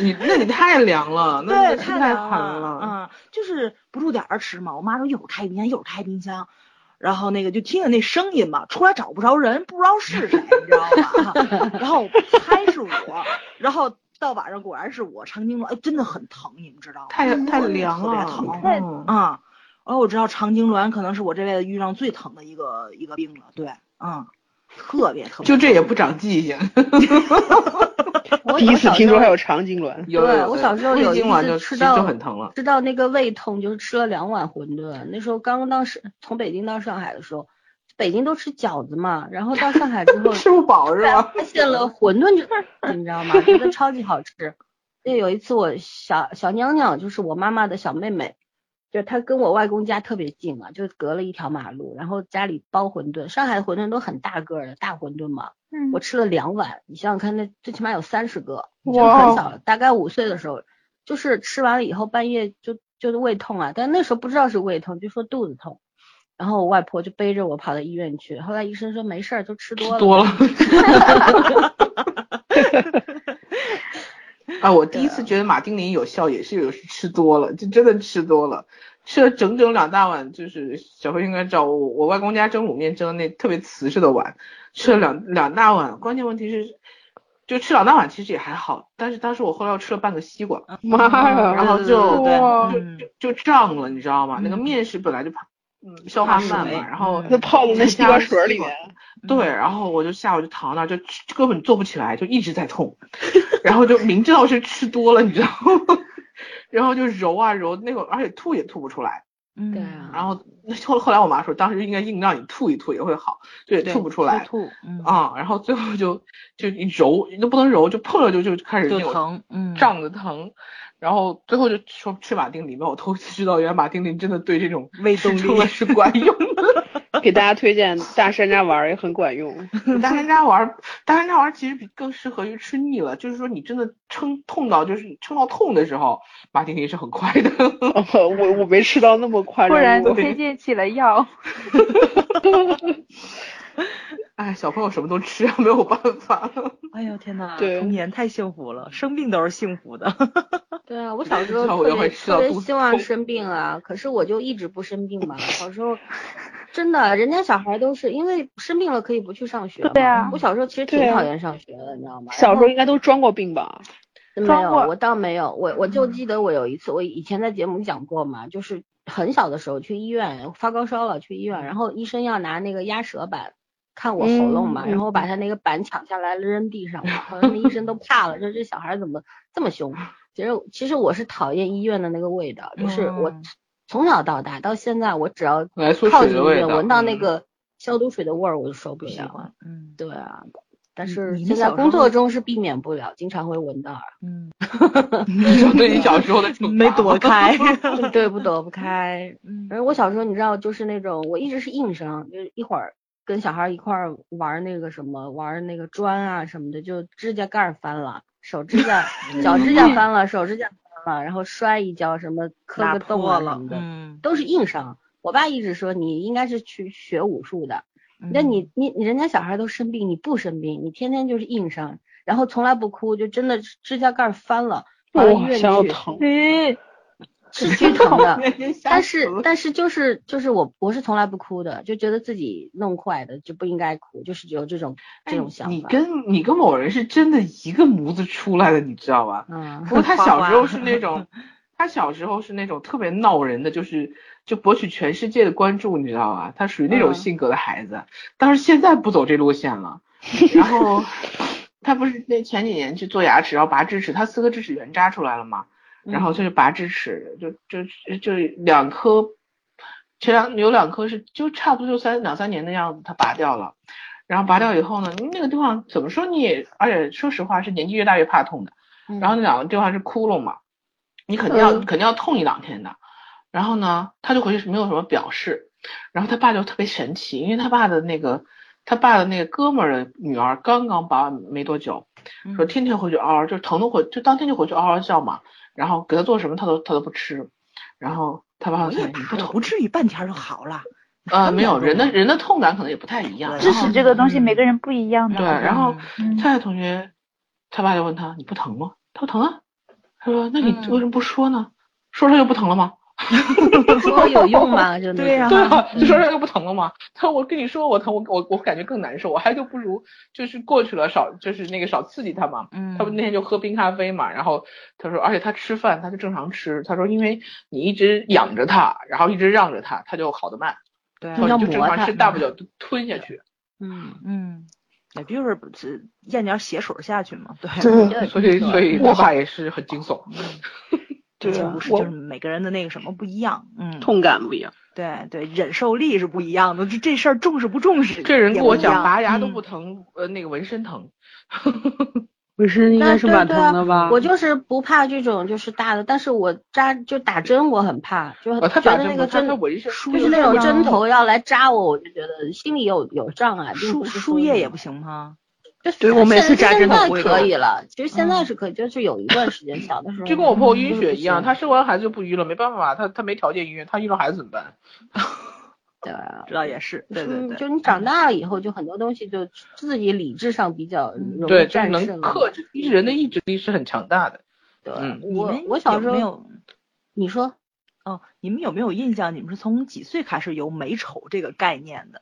Speaker 5: 你那你太凉了，那
Speaker 2: 对，
Speaker 5: 你
Speaker 2: 太
Speaker 5: 太
Speaker 2: 凉
Speaker 5: 寒了。
Speaker 2: 嗯，就是不住点儿吃嘛。我妈说一会儿开冰箱，一会儿开冰箱，然后那个就听见那声音嘛，出来找不着人，不知道是谁，你知道吧？ [LAUGHS] 然后我猜是我，然后到晚上果然是我长痉挛，哎，真的很疼，你们知道吗？
Speaker 5: 太
Speaker 1: 嗯
Speaker 2: 嗯
Speaker 5: 太
Speaker 2: 特别
Speaker 5: 凉了，
Speaker 2: 疼
Speaker 5: 嗯
Speaker 2: 啊、然后我知道长痉挛可能是我这辈子遇上最疼的一个一个病了，对，嗯，特别特别，
Speaker 5: 就这也不长记性。
Speaker 1: 我
Speaker 3: 第一次听说还
Speaker 1: 有。
Speaker 3: 有长痉挛，
Speaker 5: 有
Speaker 1: 对
Speaker 5: 有
Speaker 1: 我小时候
Speaker 5: 胃
Speaker 1: 有一
Speaker 5: 痉挛
Speaker 1: 次
Speaker 5: 就
Speaker 1: 吃
Speaker 5: 就
Speaker 1: 到
Speaker 5: 就很疼了。
Speaker 1: 知道那个胃痛，就是吃了两碗馄饨。那时候刚当时从北京到上海的时候，北京都吃饺子嘛，然后到上海之后
Speaker 5: 吃不饱 [LAUGHS] 是
Speaker 1: [LAUGHS]
Speaker 5: 吧？
Speaker 1: 发现了馄饨就，你知道吗？觉得超级好吃。那有一次我小小娘娘就是我妈妈的小妹妹，就她跟我外公家特别近嘛，就隔了一条马路，然后家里包馄饨，上海的馄饨都很大个儿的大馄饨嘛，
Speaker 4: 嗯
Speaker 1: 我吃了两碗，你想想看，那最起码有三十个，就
Speaker 5: 哇哦
Speaker 1: 很小了。大概五岁的时候，就是吃完了以后半夜就就是胃痛啊，但那时候不知道是胃痛，就说肚子痛。然后我外婆就背着我跑到医院去，后来医生说没事儿，就吃多了。
Speaker 5: 多了。 [LAUGHS] 啊，我第一次觉得马丁林有效，也是有时吃多了，就真的吃多了，吃了整整两大碗，就是小辉应该知道，我我外公家蒸卤面蒸的那特别瓷实的碗，吃了两两大碗，关键问题是，就吃两大碗其实也还好，但是当时我后来又吃了半个西瓜，
Speaker 3: 妈呀！
Speaker 5: 嗯然后
Speaker 2: 对
Speaker 5: 就
Speaker 2: 嗯对对
Speaker 5: 哇
Speaker 2: 嗯
Speaker 5: 就就胀了，你知道吗？那个
Speaker 2: 嗯
Speaker 5: 面食本来就怕，嗯，消化
Speaker 2: 怕
Speaker 5: 慢
Speaker 2: 水
Speaker 5: 嘛，然后
Speaker 2: 嗯
Speaker 3: 就泡在那西瓜水里面，
Speaker 5: 对，然后我就下午就躺那儿，就吃根本坐不起来，就一直在痛， [LAUGHS] 然后就明知道是吃多了，你知道吗？ [LAUGHS] 然后就揉啊揉，那会儿而且吐也吐不出来，
Speaker 2: 嗯
Speaker 1: 对啊
Speaker 5: 然后后后来我妈说，当时应该硬让你吐一吐也会好，就也
Speaker 2: 对
Speaker 5: 吐不出来
Speaker 2: 吐，嗯，
Speaker 5: 啊、然后最后就就一揉，你都不能揉，就碰了就就开始
Speaker 2: 就
Speaker 5: 那种
Speaker 2: 疼，嗯，
Speaker 5: 胀的疼，然后最后就说吃马丁啉嘛，我头一次知道原来马丁啉真的对这种
Speaker 2: 胃动力
Speaker 5: 真的是管用的。
Speaker 3: 给大家推荐大山楂丸儿也很管用。
Speaker 5: 大山楂丸儿，大山楂丸儿其实比更适合于吃腻了，就是说你真的撑痛到就是撑到痛的时候，马丁啉是很快的。 [LAUGHS]
Speaker 3: 我哦我没吃到那么夸
Speaker 4: 突
Speaker 3: 张
Speaker 4: 然
Speaker 3: 过，
Speaker 4: 推荐起了药，
Speaker 5: 哎，小朋友什么都吃，没有办法。
Speaker 2: 哎呦天呐，
Speaker 3: 对
Speaker 2: 童年太幸福了，生病都是幸福的。
Speaker 1: 对
Speaker 5: [LAUGHS]
Speaker 1: 啊，我小时
Speaker 5: 至
Speaker 1: 候
Speaker 5: 少嗯我
Speaker 1: 特
Speaker 5: 要会
Speaker 1: 别
Speaker 5: 吃到
Speaker 1: 特别
Speaker 5: 肚子
Speaker 1: 希望
Speaker 5: 痛
Speaker 1: 生病啊，可是我就一直不生病嘛。小时
Speaker 5: [LAUGHS]
Speaker 1: 候真的，人家小孩都是因为生病了可以不去上学嘛。
Speaker 4: 对啊
Speaker 1: 我小时候其实
Speaker 3: 对
Speaker 1: 挺
Speaker 3: 啊
Speaker 1: 讨厌上学的，你知道吗？
Speaker 3: 小时
Speaker 1: 然后
Speaker 3: 候应该都装过病吧？
Speaker 1: 没
Speaker 4: 装
Speaker 1: 有，
Speaker 4: 过
Speaker 1: 我倒没有，我我
Speaker 2: 嗯
Speaker 1: 就记得我有一次，我以前在节目里讲过嘛，就是很小的时候去医院发高烧了，去医院，然后医生要拿那个压舌板看我喉咙嘛，
Speaker 3: 嗯
Speaker 1: 然后我把他那个板抢下来扔地上了，后来那医生都怕了，说这小孩怎么这么凶？其实其实我是讨厌医院的那个味道，就是我
Speaker 2: 嗯
Speaker 1: 从小到大到现在，我只要
Speaker 5: 来苏
Speaker 1: 靠
Speaker 5: 水
Speaker 1: 近
Speaker 5: 的
Speaker 1: 医
Speaker 5: 味
Speaker 1: 院，
Speaker 5: 道
Speaker 1: 闻到那
Speaker 5: 嗯
Speaker 1: 个消毒水的味儿，我就受不
Speaker 2: 不喜
Speaker 1: 了。
Speaker 2: 欢， [LAUGHS]
Speaker 1: [LAUGHS]
Speaker 2: 嗯
Speaker 1: 对啊，但
Speaker 2: 你
Speaker 1: 是
Speaker 2: 你那
Speaker 1: 现在
Speaker 2: 小时
Speaker 1: 工作
Speaker 2: 候
Speaker 1: 中是避免不了，经常会闻到。
Speaker 2: 嗯，
Speaker 5: 你说对
Speaker 2: [LAUGHS]
Speaker 5: 你 [LAUGHS] 小时候 [LAUGHS] 的惩罚
Speaker 2: 没躲开， [LAUGHS]
Speaker 1: [LAUGHS] 对，不躲不开。
Speaker 2: 嗯
Speaker 1: 而我小时候你知道，就是那种我一直是硬伤，就是一会儿跟小孩儿一块儿玩儿那个什么，玩儿那个砖啊什么的，就指甲盖儿翻了，手指甲、
Speaker 2: [LAUGHS]
Speaker 1: 脚指甲翻了，手指甲翻了，然后摔一跤什么磕
Speaker 2: 嗯打
Speaker 1: 个洞
Speaker 2: 破
Speaker 1: 啊
Speaker 2: 了
Speaker 1: 什么，的，
Speaker 2: 嗯，
Speaker 1: 都是硬伤。我爸一直说你应该是去学武术的，那
Speaker 2: 嗯
Speaker 1: 你你你人家小孩都生病，你不生病，你天天就是硬伤，然后从来不哭，就真的指甲盖儿翻了，
Speaker 3: 哇
Speaker 1: 跑到医，院
Speaker 3: 想要
Speaker 1: 去
Speaker 3: 疼，
Speaker 4: 咦，
Speaker 1: 是巨疼的。但是
Speaker 5: 但
Speaker 1: 但是就是就是我我是从来不哭的，就觉得自己弄坏的就不应该哭，就是有这种这种想
Speaker 5: 哎你
Speaker 1: 法。
Speaker 5: 跟你跟某人是真的一个模子出来的，你知道吧？
Speaker 1: 嗯
Speaker 5: [LAUGHS] 不过他
Speaker 2: 花
Speaker 5: 小
Speaker 2: 花
Speaker 5: 时候是那种，他小时候是那种特别闹人的，就是就博取全世界的关注，你知道吧？他属于那种
Speaker 1: 嗯
Speaker 5: 性格的孩子，但是现在不走这路线了。然后 [LAUGHS] 他不是那前几年去做牙齿，然后拔智齿，他四颗智齿全扎出来了嘛，
Speaker 1: 嗯
Speaker 5: 然后就是拔智齿，就就就就两颗，前两有两颗是就差不多就三两三年的样子，他拔掉了。然后拔掉以后呢，那个地方怎么说你也，而且说实话是年纪越大越怕痛的。
Speaker 1: 嗯
Speaker 5: 然后那两个地方是窟窿嘛，你肯定要、
Speaker 1: 嗯
Speaker 5: 肯定要痛一两天的。然后呢，他就回去没有什么表示，然后他爸就特别神奇，因为他爸的那个他爸的那个哥们儿的女儿刚刚拔完没多久，说天天回去嗷嗷，就疼的回，就当天就回去嗷嗷叫嘛。然后给他做什么他都他都不吃，然后他爸
Speaker 2: 我
Speaker 5: 爸
Speaker 2: 也
Speaker 5: 才
Speaker 2: 不
Speaker 5: 不疼，
Speaker 2: 不至于半天就好了。
Speaker 5: 呃，没有
Speaker 2: 疼
Speaker 5: 人的人的痛感可能也不太一样。
Speaker 2: 啊对
Speaker 4: 知
Speaker 5: 然
Speaker 4: 识
Speaker 5: 后
Speaker 4: 这个东西
Speaker 2: 嗯
Speaker 4: 每个人不一样的。
Speaker 5: 对，然后
Speaker 4: 嗯
Speaker 5: 蔡同学，他爸就问他你不疼吗？他说疼啊。他说那你
Speaker 2: 嗯
Speaker 5: 为什么不说呢？说出来就不疼了吗？ [LAUGHS]
Speaker 1: 说有用吗？就那
Speaker 2: 对呀
Speaker 1: 种
Speaker 5: 对啊，就说这就不疼了嘛。他说我跟你说我疼，我我我感觉更难受，我还就不如就是过去了少就是那个少刺激他嘛。
Speaker 2: 嗯
Speaker 5: 他不那天就喝冰咖啡嘛，然后他说，而且他吃饭他就正常吃，他说因为你一直养着他，然后一直让着他，他就好的慢，
Speaker 2: 对
Speaker 5: 他说
Speaker 1: 要
Speaker 5: 你就正
Speaker 1: 磨
Speaker 5: 常
Speaker 1: 它
Speaker 5: 吃，大不了就吞下去。
Speaker 1: 嗯，
Speaker 2: 嗯，也就是不只咽点血水下去嘛。对，
Speaker 1: 对
Speaker 5: 所以
Speaker 1: 对
Speaker 5: 所以他爸也是很惊悚。
Speaker 2: [LAUGHS] 这
Speaker 3: 对
Speaker 2: 并
Speaker 3: 啊
Speaker 2: 不是
Speaker 3: 我
Speaker 2: 就是每个人的那个什么不一样。嗯，
Speaker 3: 痛感不一样。
Speaker 2: 对对，忍受力是不一样的，这这事儿重视不重视也不一样。
Speaker 5: 这人跟我讲拔牙都不
Speaker 2: 嗯
Speaker 5: 疼，呃，那个纹身疼。
Speaker 3: 纹身应该是蛮疼的吧？
Speaker 1: 啊我就是不怕这种就是大的，但是我扎就打针我很怕，就
Speaker 5: 呃，他
Speaker 1: 觉
Speaker 5: 打
Speaker 1: 得
Speaker 5: 针
Speaker 1: 那
Speaker 5: 不
Speaker 1: 个
Speaker 5: 他
Speaker 1: 针
Speaker 5: 他纹身
Speaker 2: 输
Speaker 1: 就是
Speaker 2: 液
Speaker 1: 那种
Speaker 2: 吗
Speaker 1: 针头要来扎我，我就觉得心里有有障碍。并
Speaker 2: 输
Speaker 1: 不是
Speaker 2: 输
Speaker 1: 说
Speaker 2: 液
Speaker 1: 你
Speaker 2: 也不行吗？
Speaker 1: 就是
Speaker 3: 对我每
Speaker 1: 现
Speaker 3: 次扎针都
Speaker 1: 现
Speaker 3: 不会
Speaker 1: 在
Speaker 3: 痛
Speaker 1: 可以了，其实现在
Speaker 2: 嗯
Speaker 1: 是可以，就是有一段时间小的时候
Speaker 5: 就跟我婆婆
Speaker 1: 嗯
Speaker 5: 晕血一样，
Speaker 1: 不
Speaker 5: 她生完孩子就不晕了，没办法，她她没条件晕，她晕了孩子怎么办？
Speaker 1: 对啊
Speaker 2: 知道也是，对对
Speaker 1: 嗯
Speaker 2: 对，
Speaker 1: 就你长大了以后，就很多东西就自己理智上比较
Speaker 2: 嗯
Speaker 1: 容易
Speaker 5: 对，就是
Speaker 1: 战胜
Speaker 5: 能
Speaker 1: 了。
Speaker 5: 克制，人的意志力是很强大的。
Speaker 1: 对，
Speaker 5: 嗯
Speaker 2: 你
Speaker 1: 我
Speaker 2: 们
Speaker 1: 我小
Speaker 2: 有
Speaker 1: 时候
Speaker 2: 没有
Speaker 1: 你说
Speaker 2: 哦，你们有没有印象？你们是从几岁开始有美丑这个概念的？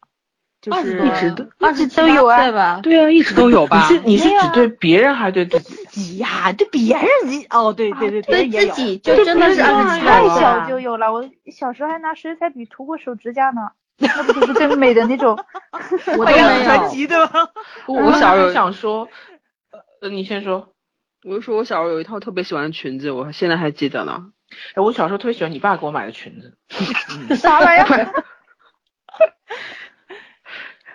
Speaker 2: 就
Speaker 1: 二十
Speaker 2: 是
Speaker 1: 多
Speaker 3: 一
Speaker 1: 啊
Speaker 3: 直都
Speaker 1: 二十
Speaker 4: 一直都有啊
Speaker 1: 对吧？
Speaker 3: 对啊，一直都有吧？
Speaker 5: 你是你是
Speaker 4: 没有
Speaker 5: 只
Speaker 4: 啊
Speaker 5: 对别人还是对自
Speaker 2: [LAUGHS]
Speaker 5: 己？
Speaker 2: 己哎呀，这别人你哦，对对对，别
Speaker 1: 啊对
Speaker 2: 人也
Speaker 1: 自
Speaker 2: 有。
Speaker 1: 己就
Speaker 5: 对
Speaker 1: 真的
Speaker 5: 别
Speaker 1: 是
Speaker 5: 人
Speaker 1: 二
Speaker 5: 啊
Speaker 1: 十
Speaker 5: 有
Speaker 1: 几
Speaker 4: 太
Speaker 1: 岁
Speaker 4: 小就有了，我小时候还拿水彩笔涂过手指甲呢，那不就是最美的那种？
Speaker 1: 我都
Speaker 2: 海洋
Speaker 1: 没
Speaker 2: 传
Speaker 1: 有。
Speaker 2: 奇对
Speaker 5: [LAUGHS]
Speaker 2: 吧？
Speaker 5: 我
Speaker 3: 我小时候
Speaker 5: 还想说，呃，你先说。
Speaker 3: 我就说我小时候有一套特别喜欢的裙子，我现在还记得呢。
Speaker 5: 哎，我小时候特别喜欢你爸给我买的裙子，
Speaker 4: 啥玩意儿？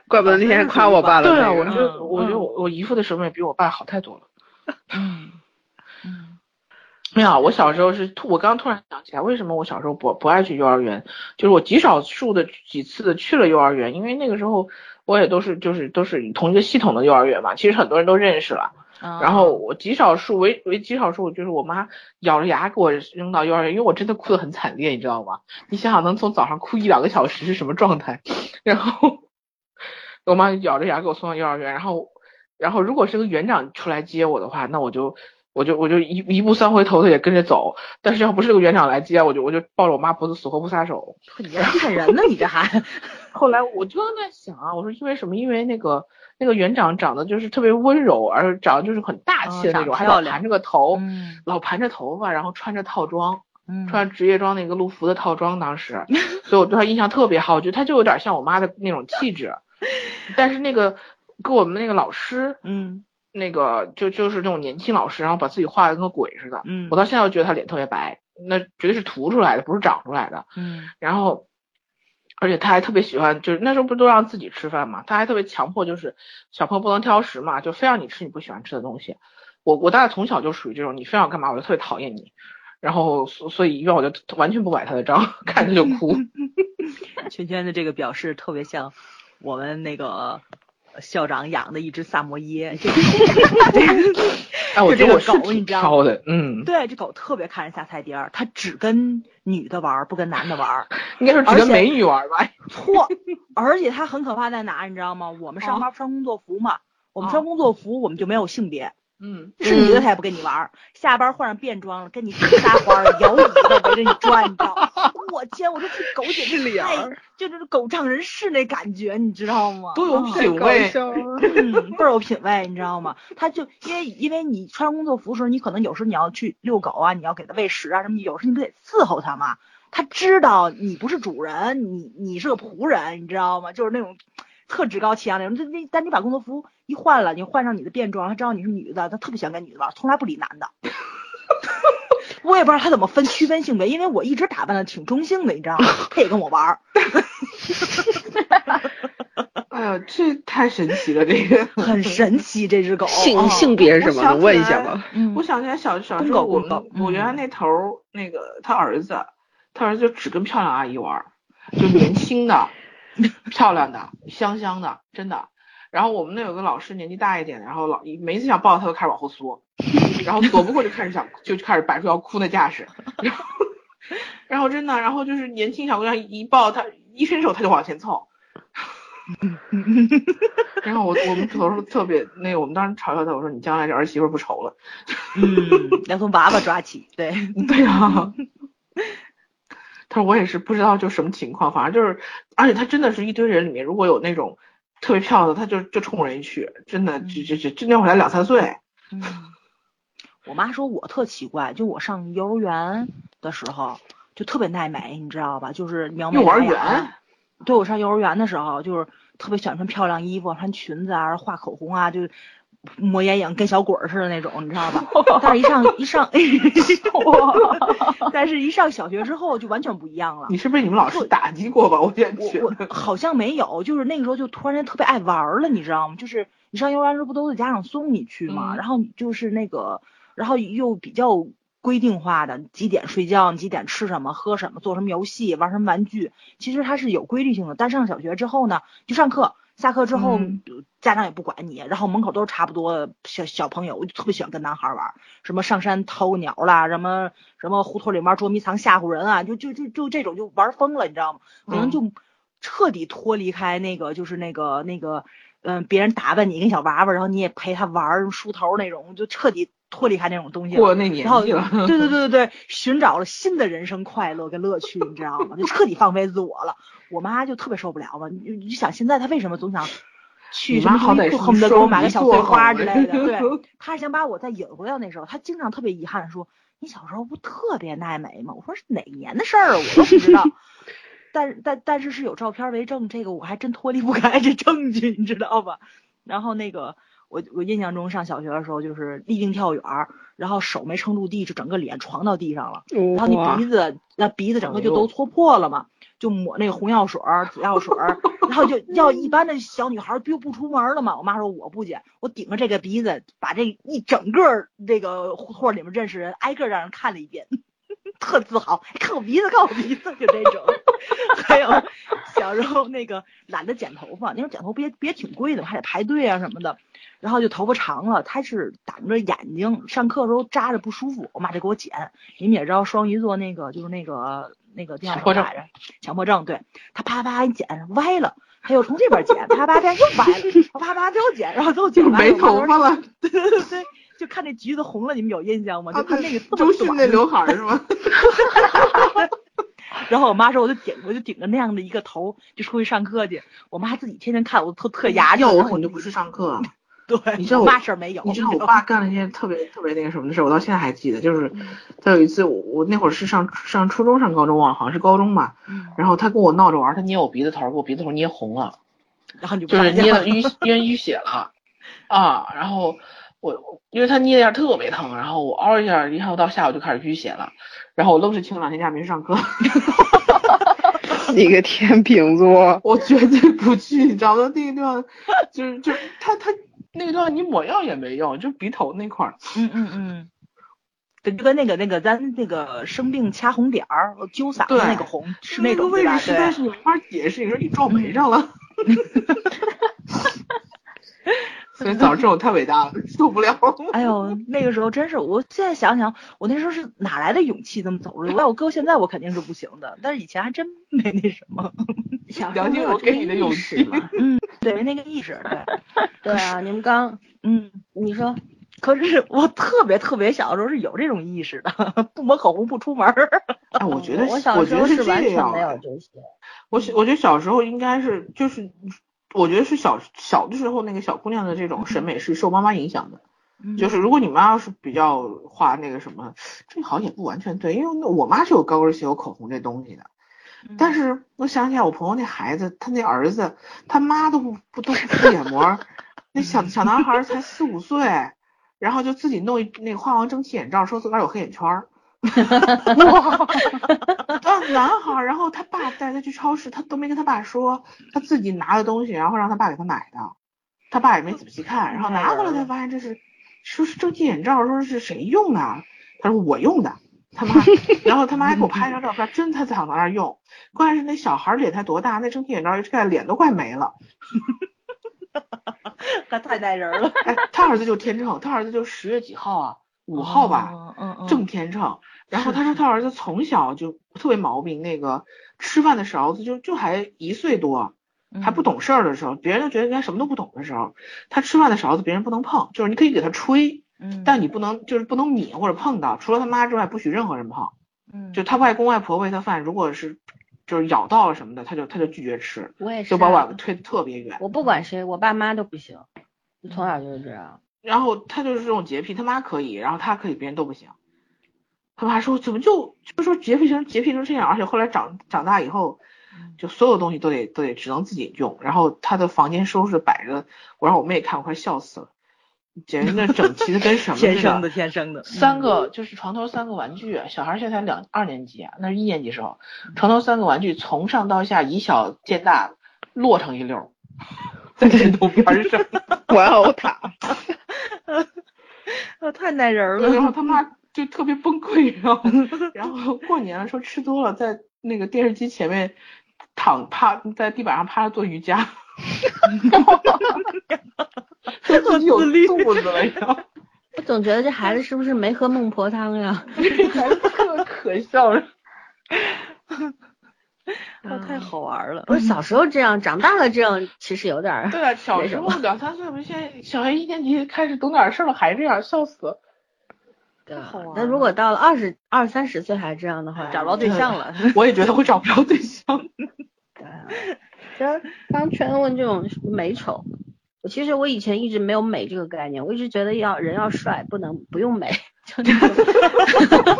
Speaker 3: 怪不得那天还夸我爸了。
Speaker 5: 对啊，
Speaker 3: 那
Speaker 5: 我
Speaker 3: 个
Speaker 2: 嗯
Speaker 5: 觉得我觉得
Speaker 2: 嗯
Speaker 5: 我我姨父的审美比我爸好
Speaker 2: [LAUGHS]
Speaker 5: 太多了。
Speaker 2: 嗯嗯
Speaker 5: 没有，我小时候是突，我刚突然想起来，为什么我小时候不不爱去幼儿园？就是我极少数的几次的去了幼儿园，因为那个时候我也都是就是都是同一个系统的幼儿园嘛，其实很多人都认识了。
Speaker 2: 啊
Speaker 5: 然后我极少数为为极少数，就是我妈咬着牙给我扔到幼儿园，因为我真的哭得很惨烈，你知道吗？你想想能从早上哭一两个小时是什么状态？ [LAUGHS] 然后我妈咬着牙给我送到幼儿园，然后然后如果是个园长出来接我的话，那我就我就我就一一步三回头的也跟着走，但是要不是这个园长来接，我就我就抱着我妈脖子死活不撒手。
Speaker 2: 你这骗人呢，你这还
Speaker 5: 后来我就在想啊，我说因为什么？因为那个那个园长长得就是特别温柔，而长得就是很大气的那
Speaker 2: 哦长
Speaker 5: 种，
Speaker 2: 得
Speaker 5: 还
Speaker 2: 漂
Speaker 5: 老
Speaker 2: 亮
Speaker 5: 盘着个头，
Speaker 2: 嗯
Speaker 5: 老盘着头发，然后穿着套装，
Speaker 2: 嗯
Speaker 5: 穿着职业装那个陆服的套装，当时，所以我对他印象特别好，我觉得他就有点像我妈的那种
Speaker 2: [LAUGHS]
Speaker 5: 气质，但是那个跟我们那个老师，
Speaker 2: 嗯
Speaker 5: 那个就就是那种年轻老师，然后把自己画的跟个鬼似的，
Speaker 2: 嗯
Speaker 5: 我到现在都觉得他脸特别白，那绝对是涂出来的，不是长出来的。
Speaker 2: 嗯
Speaker 5: 然后，而且他还特别喜欢，就是那时候不都让自己吃饭嘛，他还特别强迫，就是小朋友不能挑食嘛，就非让你吃你不喜欢吃的东西。我我大概从小就属于这种，你非让我干嘛，我就特别讨厌你。然后所所以一般我就完全不买他的账， [LAUGHS] 看着就哭。
Speaker 2: 圈圈的这个表示特别像我们那个呃校长养的一只萨摩耶，这
Speaker 5: [LAUGHS]
Speaker 2: [LAUGHS] 个
Speaker 5: 哎，我
Speaker 2: 就这
Speaker 5: 觉
Speaker 2: 个
Speaker 5: 得我是
Speaker 2: 狗你
Speaker 5: 挺
Speaker 2: 知道
Speaker 5: 挑的，嗯，
Speaker 2: 对这狗特别看人下菜碟儿，它只跟女的玩儿，不跟男的玩儿。
Speaker 5: 应该是只
Speaker 2: 而
Speaker 5: 跟
Speaker 2: 且
Speaker 5: 美女玩吧。
Speaker 2: 错，而且它很可怕在哪儿，你知道吗？我们上班不穿工作服嘛，我们穿工作服我们就没有性别，
Speaker 5: [LAUGHS] 嗯，
Speaker 2: [LAUGHS] 是女的她也不跟你玩儿，下班换上便装了，跟你撒欢儿，摇尾巴围着你转，你知道吗？ [LAUGHS] 我天，我说这狗简直
Speaker 3: 脸
Speaker 2: 太，就是狗仗人势那感觉，你知道吗？
Speaker 5: 都有
Speaker 3: 太
Speaker 5: 品
Speaker 3: 哦搞
Speaker 5: 味。
Speaker 3: 笑了。
Speaker 2: 嗯，倍儿有品位，你知道吗？他就因为因为你穿工作服的时候，你可能有时候你要去遛狗啊，你要给它喂食啊什么，有时候你不得伺候它吗？他知道你不是主人，你你是个仆人，你知道吗？就是那种特趾高气扬那种。但但你把工作服一换了，你换上你的便装，他知道你是女的，他特别喜欢跟女的玩，从来不理男的。 [LAUGHS] 我也不知道他怎么分区分性别，因为我一直打扮的挺中性的，你知道吗？他也跟我玩儿，
Speaker 5: 哎呀，这太神奇了，这个。
Speaker 2: 很神奇这只狗。
Speaker 3: 性
Speaker 2: 嗯
Speaker 3: 性别是什
Speaker 5: 哦我
Speaker 3: 么？
Speaker 5: 想
Speaker 3: 能问一
Speaker 5: 起来
Speaker 3: 下吗？
Speaker 2: 嗯
Speaker 5: 我想起来小小时
Speaker 2: 公
Speaker 5: 候
Speaker 2: 狗
Speaker 5: 我
Speaker 2: 公狗
Speaker 5: 们我原来
Speaker 2: 嗯
Speaker 5: 那头儿那个他儿子，他儿子就只跟 [LAUGHS] 漂亮阿姨玩儿，就年轻的、漂亮的、香香的，真的。然后我们那有个老师年纪大一点，然后老每次想抱他都开始往后缩，然后躲不过就开始想就开始摆出要哭的架势，然后然后真的，然后就是年轻小姑娘一抱他一伸手他就往前凑，
Speaker 2: [LAUGHS]
Speaker 5: 然后我我们同事特别那个我们当时嘲笑他，我说你将来这儿媳妇不愁了，
Speaker 2: 嗯， [LAUGHS] 要从娃娃抓起，对，
Speaker 5: [LAUGHS] 对啊。他说我也是不知道就什么情况，反正就是，而且他真的是一堆人里面，如果有那种特别漂亮的，他就就冲人去，真的，这这这，就那会儿才两三岁，
Speaker 2: 嗯，我妈说我特奇怪，就我上幼儿园的时候就特别耐美，你知道吧？就是苗美
Speaker 5: 幼儿
Speaker 2: 白牙
Speaker 5: 园。
Speaker 2: 对，我上幼儿园的时候就是特别喜欢穿漂亮衣服，穿裙子啊，画口红啊，就抹眼影，跟小鬼儿似的那种，你知道吧？但是一上一
Speaker 5: [LAUGHS]
Speaker 2: 上， [LAUGHS] 但是一上小学之后就完全不一样了。
Speaker 5: 你是被你们老师打击过吧？我也觉
Speaker 2: 嗯我
Speaker 5: 得，
Speaker 2: 我好像没有，就是那个时候就突然间特别爱玩儿了，你知道吗？就是你上幼儿园时候不都是家长送你去嘛，
Speaker 5: 嗯
Speaker 2: 然后你就是那个，然后又比较规定化的，几点睡觉，你几点吃什么，喝什么，做什么游戏，玩什么玩具，其实它是有规律性的。但上小学之后呢，就上课。下课之后，
Speaker 5: 嗯
Speaker 2: 呃家长也不管你，然后门口都是差不多的小小朋友，我就特别喜欢跟男孩儿玩儿，什么上山掏鸟啦，什么什么胡同里面捉迷藏吓唬人啊，就就就就这种就玩疯了，你知道吗？可能
Speaker 5: 嗯
Speaker 2: 就彻底脱离开那个，就是那个那个，嗯、别人打扮你跟小娃娃，然后你也陪他玩儿梳头那种，就彻底脱离开那种东西了。
Speaker 5: 过那年
Speaker 2: 然后，
Speaker 5: 纪了，
Speaker 2: 对对对对对，寻找了新的人生快乐跟乐趣，你知道吗？就彻底放飞自我了。我妈就特别受不了了，你你就想现在她为什么总想去
Speaker 5: 你
Speaker 2: 什
Speaker 5: 妈
Speaker 2: 么
Speaker 5: 好
Speaker 2: 优
Speaker 5: 歹
Speaker 2: 衣库
Speaker 5: 是
Speaker 2: 恨不得给我买个小
Speaker 5: 双
Speaker 2: 碎
Speaker 5: 鱼座
Speaker 2: 花
Speaker 5: 好
Speaker 2: 之
Speaker 5: 吗
Speaker 2: 类的，对，她是想把我再引回到那时候。她经常特别遗憾地说：“你小时候不特别耐美吗？”我说：“是哪年的事儿啊？我都不知道。”但但但是是有照片为证，这个我还真脱离不开这证据，你知道吧？然后那个我我印象中上小学的时候就是立定跳远儿，然后手没撑住地，就整个脸床到地上了，然后你
Speaker 3: 哇
Speaker 2: 鼻子那鼻子整个就都戳破了嘛，就抹那个红药水儿、紫药水儿，然后就要一般的小女孩儿不就不出门了嘛。我妈说我不捡，我顶着这个鼻子把这一整个儿这个胡同里面认识人挨个儿让人看了一遍。 [LAUGHS] 特自豪，看我鼻子，看我鼻子，就这种。 [LAUGHS] 还有小时候那个懒得剪头发，那时候剪头发也也挺贵的，还得排队啊什么的。然后就头发长了，他是挡着眼睛，上课的时候扎着不舒服，我妈就给我剪。你们也知道双鱼座那个就是那个那个叫什
Speaker 5: 强
Speaker 2: 么
Speaker 5: 迫症
Speaker 2: 来着？强迫症，对他啪啪一剪歪了，他又从这边剪，啪啪这又歪了，啪啪又剪，然后都
Speaker 5: [LAUGHS] 就
Speaker 2: 剪
Speaker 5: 是
Speaker 2: 完
Speaker 5: 没
Speaker 2: 了
Speaker 5: 头发，了，
Speaker 2: 对对对对，就看那橘子红了，你们有印象吗？就看那个这
Speaker 5: 啊周
Speaker 2: 么
Speaker 5: 迅
Speaker 2: 短
Speaker 5: 那刘海儿是吗？
Speaker 2: 然后我妈说，我就顶，我就顶着那样的一个头就出去上课去。我妈自己天天看我，特特牙
Speaker 5: 要
Speaker 2: 碜。
Speaker 5: 我肯定就不去上课。啊
Speaker 2: 对，
Speaker 5: 你知道
Speaker 2: 我
Speaker 5: 我
Speaker 2: 妈事儿没有。
Speaker 5: 你知道我
Speaker 2: 吧
Speaker 5: 爸干了一件特别特别那个什么的事，我到现在还记得，就是他有一次我我那会儿是上上初中上高中忘了，好像是高中吧，
Speaker 2: 嗯
Speaker 5: 然后他跟我闹着玩儿，他捏我鼻子头儿，给我鼻子头儿捏红了。
Speaker 2: 然后你不
Speaker 5: 就是
Speaker 2: 干 [LAUGHS]
Speaker 5: 捏
Speaker 2: 了
Speaker 5: 了淤捏淤血了啊，然后我因为他捏了一下特别疼，然后我嗷一下，然后到下午就开始淤血了，然后我愣是请了两天假没去上课， [LAUGHS]
Speaker 3: 你个天秤
Speaker 5: [LAUGHS]
Speaker 3: 座，
Speaker 5: 我绝对不去，你知道吗？那个地方就是就是他他那个地方你抹药也没用，就鼻头那块儿，
Speaker 2: 嗯嗯嗯，对，就跟那个那个咱那个生病掐红点儿、揪嗓子
Speaker 5: 对
Speaker 2: 那个红，是那种
Speaker 5: 个位
Speaker 2: 对吧？
Speaker 5: 置实在
Speaker 2: 对
Speaker 5: 是你没法解释，你说你撞眉上了。 [LAUGHS] 所以早知道我太伟大了， [LAUGHS] 受不了。
Speaker 1: [LAUGHS]
Speaker 2: 哎呦，那个时候真是，我现在想想，我那时候是哪来的勇气这么走路？我要我搁现在我肯定是不行的，但是以前还真没那什么，
Speaker 1: 小时候
Speaker 5: 梁
Speaker 1: 没
Speaker 5: 静茹
Speaker 1: 有这
Speaker 5: 给
Speaker 1: 个
Speaker 5: 你的
Speaker 1: 意
Speaker 5: 勇
Speaker 1: 识
Speaker 5: 气
Speaker 1: 嘛。
Speaker 2: 对，没那个意识，对，
Speaker 1: 对啊，你们刚
Speaker 2: 嗯。
Speaker 1: 你说
Speaker 2: 可是我特别特别小的时候是有这种意识的， [LAUGHS] 不抹口红不出门儿。
Speaker 5: 哎，我觉得
Speaker 1: 嗯我小时
Speaker 5: 觉
Speaker 1: 候
Speaker 5: 得
Speaker 1: 是
Speaker 5: 这
Speaker 1: 完全
Speaker 5: 样
Speaker 1: 没有
Speaker 5: 的
Speaker 1: 这些。
Speaker 5: 我小我觉得小时候应该是就是，我觉得是小小的时候那个小姑娘的这种审美是受妈妈影响的。
Speaker 2: 嗯
Speaker 5: 嗯就是如果你妈要是比较画那个什么，这好像也不完全对，因为那我妈是有高跟鞋、有口红这东西的。但是我想起来，我朋友那孩子，他那儿子，他妈都不不都不敷眼膜儿，那小小男孩儿才四五岁，然后就自己弄一那个画完蒸汽眼罩，说自个儿有黑眼圈儿。啊， [LAUGHS] 男孩儿，然后他爸带他去超市，他都没跟他爸说，他自己拿的东西，然后让他爸给他买的，他爸也没仔细看，然后拿过来才发现这是，说是蒸汽眼罩，说是谁用的啊，他说我用的，他
Speaker 2: [LAUGHS]
Speaker 5: 妈，然后他妈还给我拍张照片，真他躺在那儿用，关键是那小孩儿脸才多大，那蒸汽眼罩一盖脸都快没了，
Speaker 2: 他太带人了，
Speaker 5: 哎，他儿子就天秤，他儿子就十月几号啊？五号吧，
Speaker 2: 哦，嗯嗯，
Speaker 5: 正天秤。然后他说他儿子从小就特别毛病，那个吃饭的勺子就就还一岁多，还不
Speaker 2: 懂，
Speaker 5: 懂事儿的时候，别人都觉得他什么都不懂的时候，他吃饭的勺子别人不能碰，就是你可以给他吹，
Speaker 2: 嗯
Speaker 5: 但你不能就是不能抿或者碰到，除了他妈之外不许任何人碰。
Speaker 2: 嗯
Speaker 5: 就他外公外婆喂他饭，如果是就是咬到了什么的，他就他就拒绝吃，
Speaker 1: [LAUGHS] 我也是
Speaker 5: 就
Speaker 2: 啊
Speaker 5: 把碗推得特别远。
Speaker 1: 我不管谁，我爸妈都不行，从小就是这样。
Speaker 5: 然后他就是这种洁癖，他妈可以，然后他可以，别人都不行。他妈说怎么就就说洁癖成洁癖成这样，而且后来长长大以后，
Speaker 2: 嗯
Speaker 5: 就所有东西都得都得只能自己用。然后他的房间收拾摆着，我让我妹看，我快笑死了，简直那整齐的跟什么似的。
Speaker 2: 天生的天生的
Speaker 5: 三
Speaker 2: 嗯
Speaker 5: 个就是床头三个玩具，小孩现在才两二年级啊，那是一年级时候，床头三个玩具从上到下以小见大，摞成一溜 [LAUGHS] 儿，在枕头边上，
Speaker 3: 玩偶塔，
Speaker 2: 呃太耐人
Speaker 5: [LAUGHS] 然后
Speaker 2: 了，
Speaker 5: 他妈就特别崩溃，然后然后过年了说吃多了，在那个电视机前面躺趴在地板上趴着做瑜 [LAUGHS] 伽，说自己有肚子了，然后
Speaker 1: 我总觉得这孩子是不是没喝孟婆汤呀？
Speaker 5: 这孩子特可笑了。
Speaker 2: 哦太好玩了，
Speaker 1: 不是小时候这样，长大了这样，其实有点儿。
Speaker 5: 对啊，小时候两三岁，不是现在小学一年级开始懂点事儿了，还这样，笑死。
Speaker 1: 对
Speaker 2: 太好玩
Speaker 1: 那
Speaker 2: 了哎
Speaker 1: 如果到了二十二三十岁还这样的话，
Speaker 2: 找不着对象了， [LAUGHS]
Speaker 5: 我也觉得会找不着对象。
Speaker 1: 其实刚啊圈问这种美丑，我其实我以前一直没有美这个概念，我一直觉得要人要帅，不能不用美，就那
Speaker 2: [LAUGHS]
Speaker 1: 种
Speaker 5: [LAUGHS]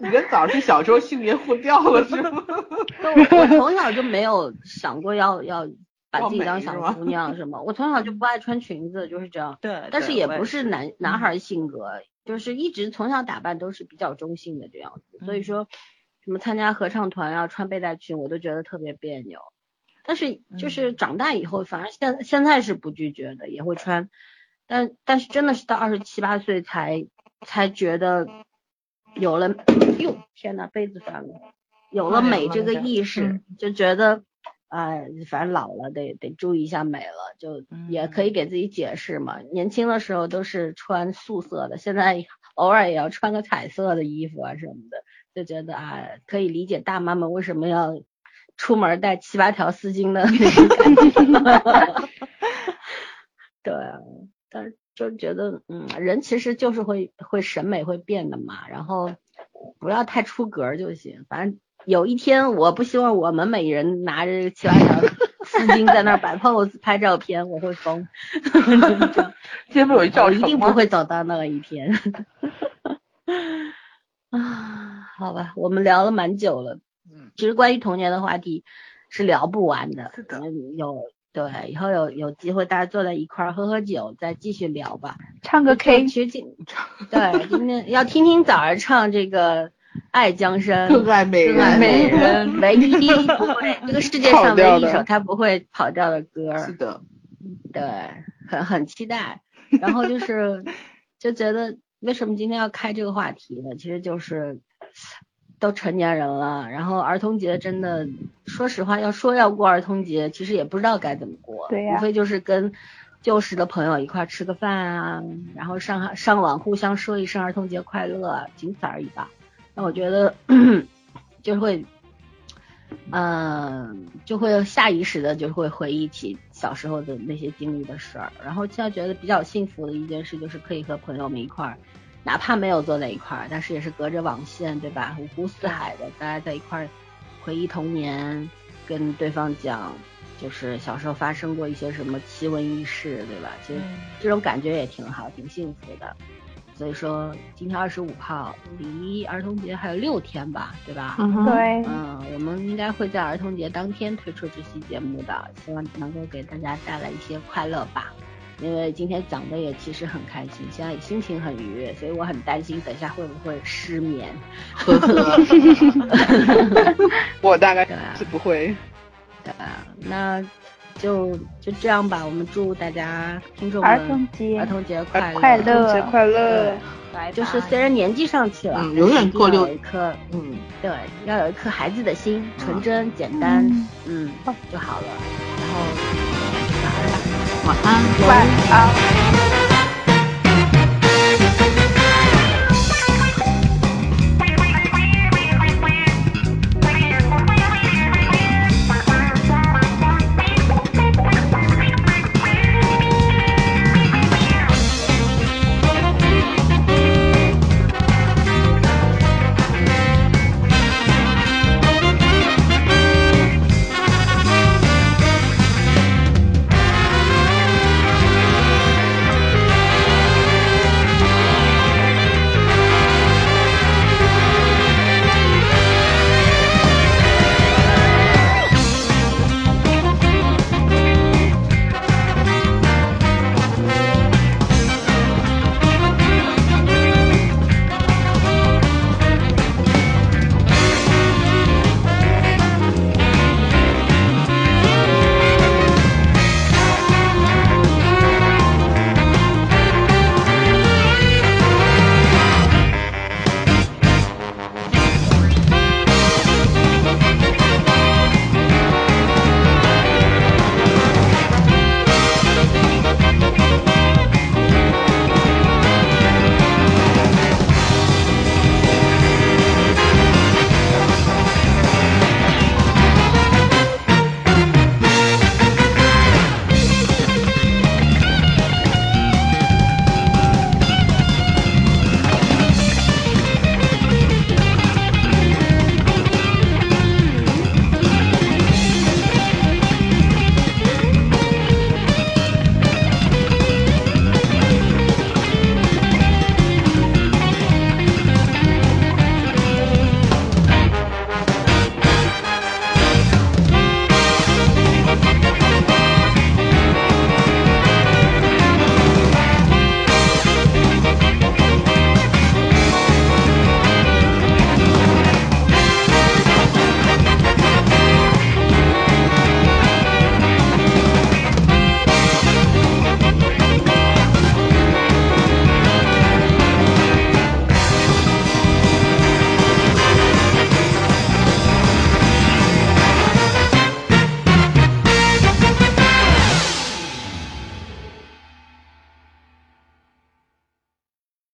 Speaker 5: 你跟枣是小时候性别互调了是吗？
Speaker 1: 我我从小就没有想过要要把
Speaker 5: 要
Speaker 1: 自己
Speaker 5: 美
Speaker 1: 当
Speaker 5: 是
Speaker 1: 小
Speaker 5: 吗
Speaker 1: 姑娘什么，我从小就不爱穿裙子，就是这样。
Speaker 2: 对，
Speaker 1: 但是
Speaker 2: 对
Speaker 1: 也
Speaker 2: 我
Speaker 1: 不是男
Speaker 2: 嗯
Speaker 1: 男孩儿性格，就是一直从小打扮都是比较中性的这样子，所以
Speaker 2: 嗯
Speaker 1: 说什么参加合唱团啊，穿背带裙，我都觉得特别别扭。但是
Speaker 2: 嗯
Speaker 1: 就是长大以后，反正现现在是不拒绝的，也会穿，但但是真的是到二十七八岁才才觉得有了，哟天呐，杯子翻了，啊有了
Speaker 5: 哎呀
Speaker 1: 美这个
Speaker 5: 慢点
Speaker 1: 意识
Speaker 2: 嗯，
Speaker 1: 就觉得。哎，反正老了得得注意一下美了，就也可以给自己解释嘛。年轻的时候都是穿素色的，现在偶尔也要穿个彩色的衣服啊什么的，就觉得啊，可以理解大妈们为什么要出门带七八条丝巾的那种感觉。 [LAUGHS] 对啊，但是就是觉得，嗯，人其实就是会会审美会变的嘛，然后不要太出格儿就行，反正。有一天，我不希望我们每人拿着七八
Speaker 5: [LAUGHS]
Speaker 1: 条丝巾在那儿摆 pose 拍照片，我会疯。
Speaker 5: 今 [LAUGHS] 天不哦有一教
Speaker 1: 我一
Speaker 5: 程
Speaker 1: 定不
Speaker 5: 吗？
Speaker 1: 会走到那一天。 [LAUGHS] 啊，好吧，我们聊了蛮久了。
Speaker 5: 嗯，
Speaker 1: 其实关于童年的话题是聊不完的。
Speaker 5: 是的
Speaker 1: 嗯，有对，以后有有机会大家坐在一块儿喝喝酒，再继续聊吧。
Speaker 4: 唱个 K
Speaker 1: 其实今对今天要听听早儿唱这个《爱江山》，
Speaker 5: 更爱美
Speaker 1: 更爱
Speaker 5: 人，
Speaker 1: 美人，唯一不会这个世界上唯
Speaker 3: 跑调
Speaker 1: 一一
Speaker 3: 的
Speaker 1: 首他不会跑调的歌儿。
Speaker 5: 是的，
Speaker 1: 对，很很期待。然后就是
Speaker 4: [LAUGHS]
Speaker 1: 就觉得为什么今天要开这个话题呢？其实就是都成年人了，然后儿童节真的，说实话，要说要过儿童节，其实也不知道该怎么过，
Speaker 4: 对呀
Speaker 1: 无非就是跟旧时的朋友一块儿吃个饭啊，然后上上网互相说一声儿童节快乐，仅此而已吧。那我觉得就是会嗯，就会下意识的就会回忆起小时候的那些经历的事儿。然后现在觉得比较幸福的一件事就是可以和朋友们一块儿，哪怕没有坐在一块儿，但是也是隔着网线，对吧？五湖四海的，大家在一块儿回忆童年，跟对方讲就是小时候发生过一些什么奇闻异事，对吧？其实这种感觉也挺好，挺幸福的。所以说，今天二十五号，离儿童节还有六天吧，对吧？
Speaker 5: 嗯哼，
Speaker 4: 对，
Speaker 1: 嗯，我们应该会在儿童节当天推出这期节目的，希望能够给大家带来一些快乐吧。因为今天讲的也其实很开心，现在心情很愉悦，所以我很担心等下会不会失眠。呵呵，
Speaker 3: 我大概
Speaker 1: 对吧
Speaker 3: 是不会。
Speaker 1: 对吧？呃那就就这样吧，我们祝大家听众们
Speaker 4: 儿童节
Speaker 1: 儿童节快乐
Speaker 4: 快乐
Speaker 3: 节日快乐，
Speaker 1: 对就是虽然年纪上去了，
Speaker 5: 嗯永远过六
Speaker 1: 但是一定要有一颗
Speaker 5: 嗯，
Speaker 1: 对，要有一颗孩子的心，
Speaker 4: 嗯
Speaker 1: 嗯纯真、简单，嗯，就好了。然后晚安啦。
Speaker 5: 晚
Speaker 1: 晚安，
Speaker 4: 晚安。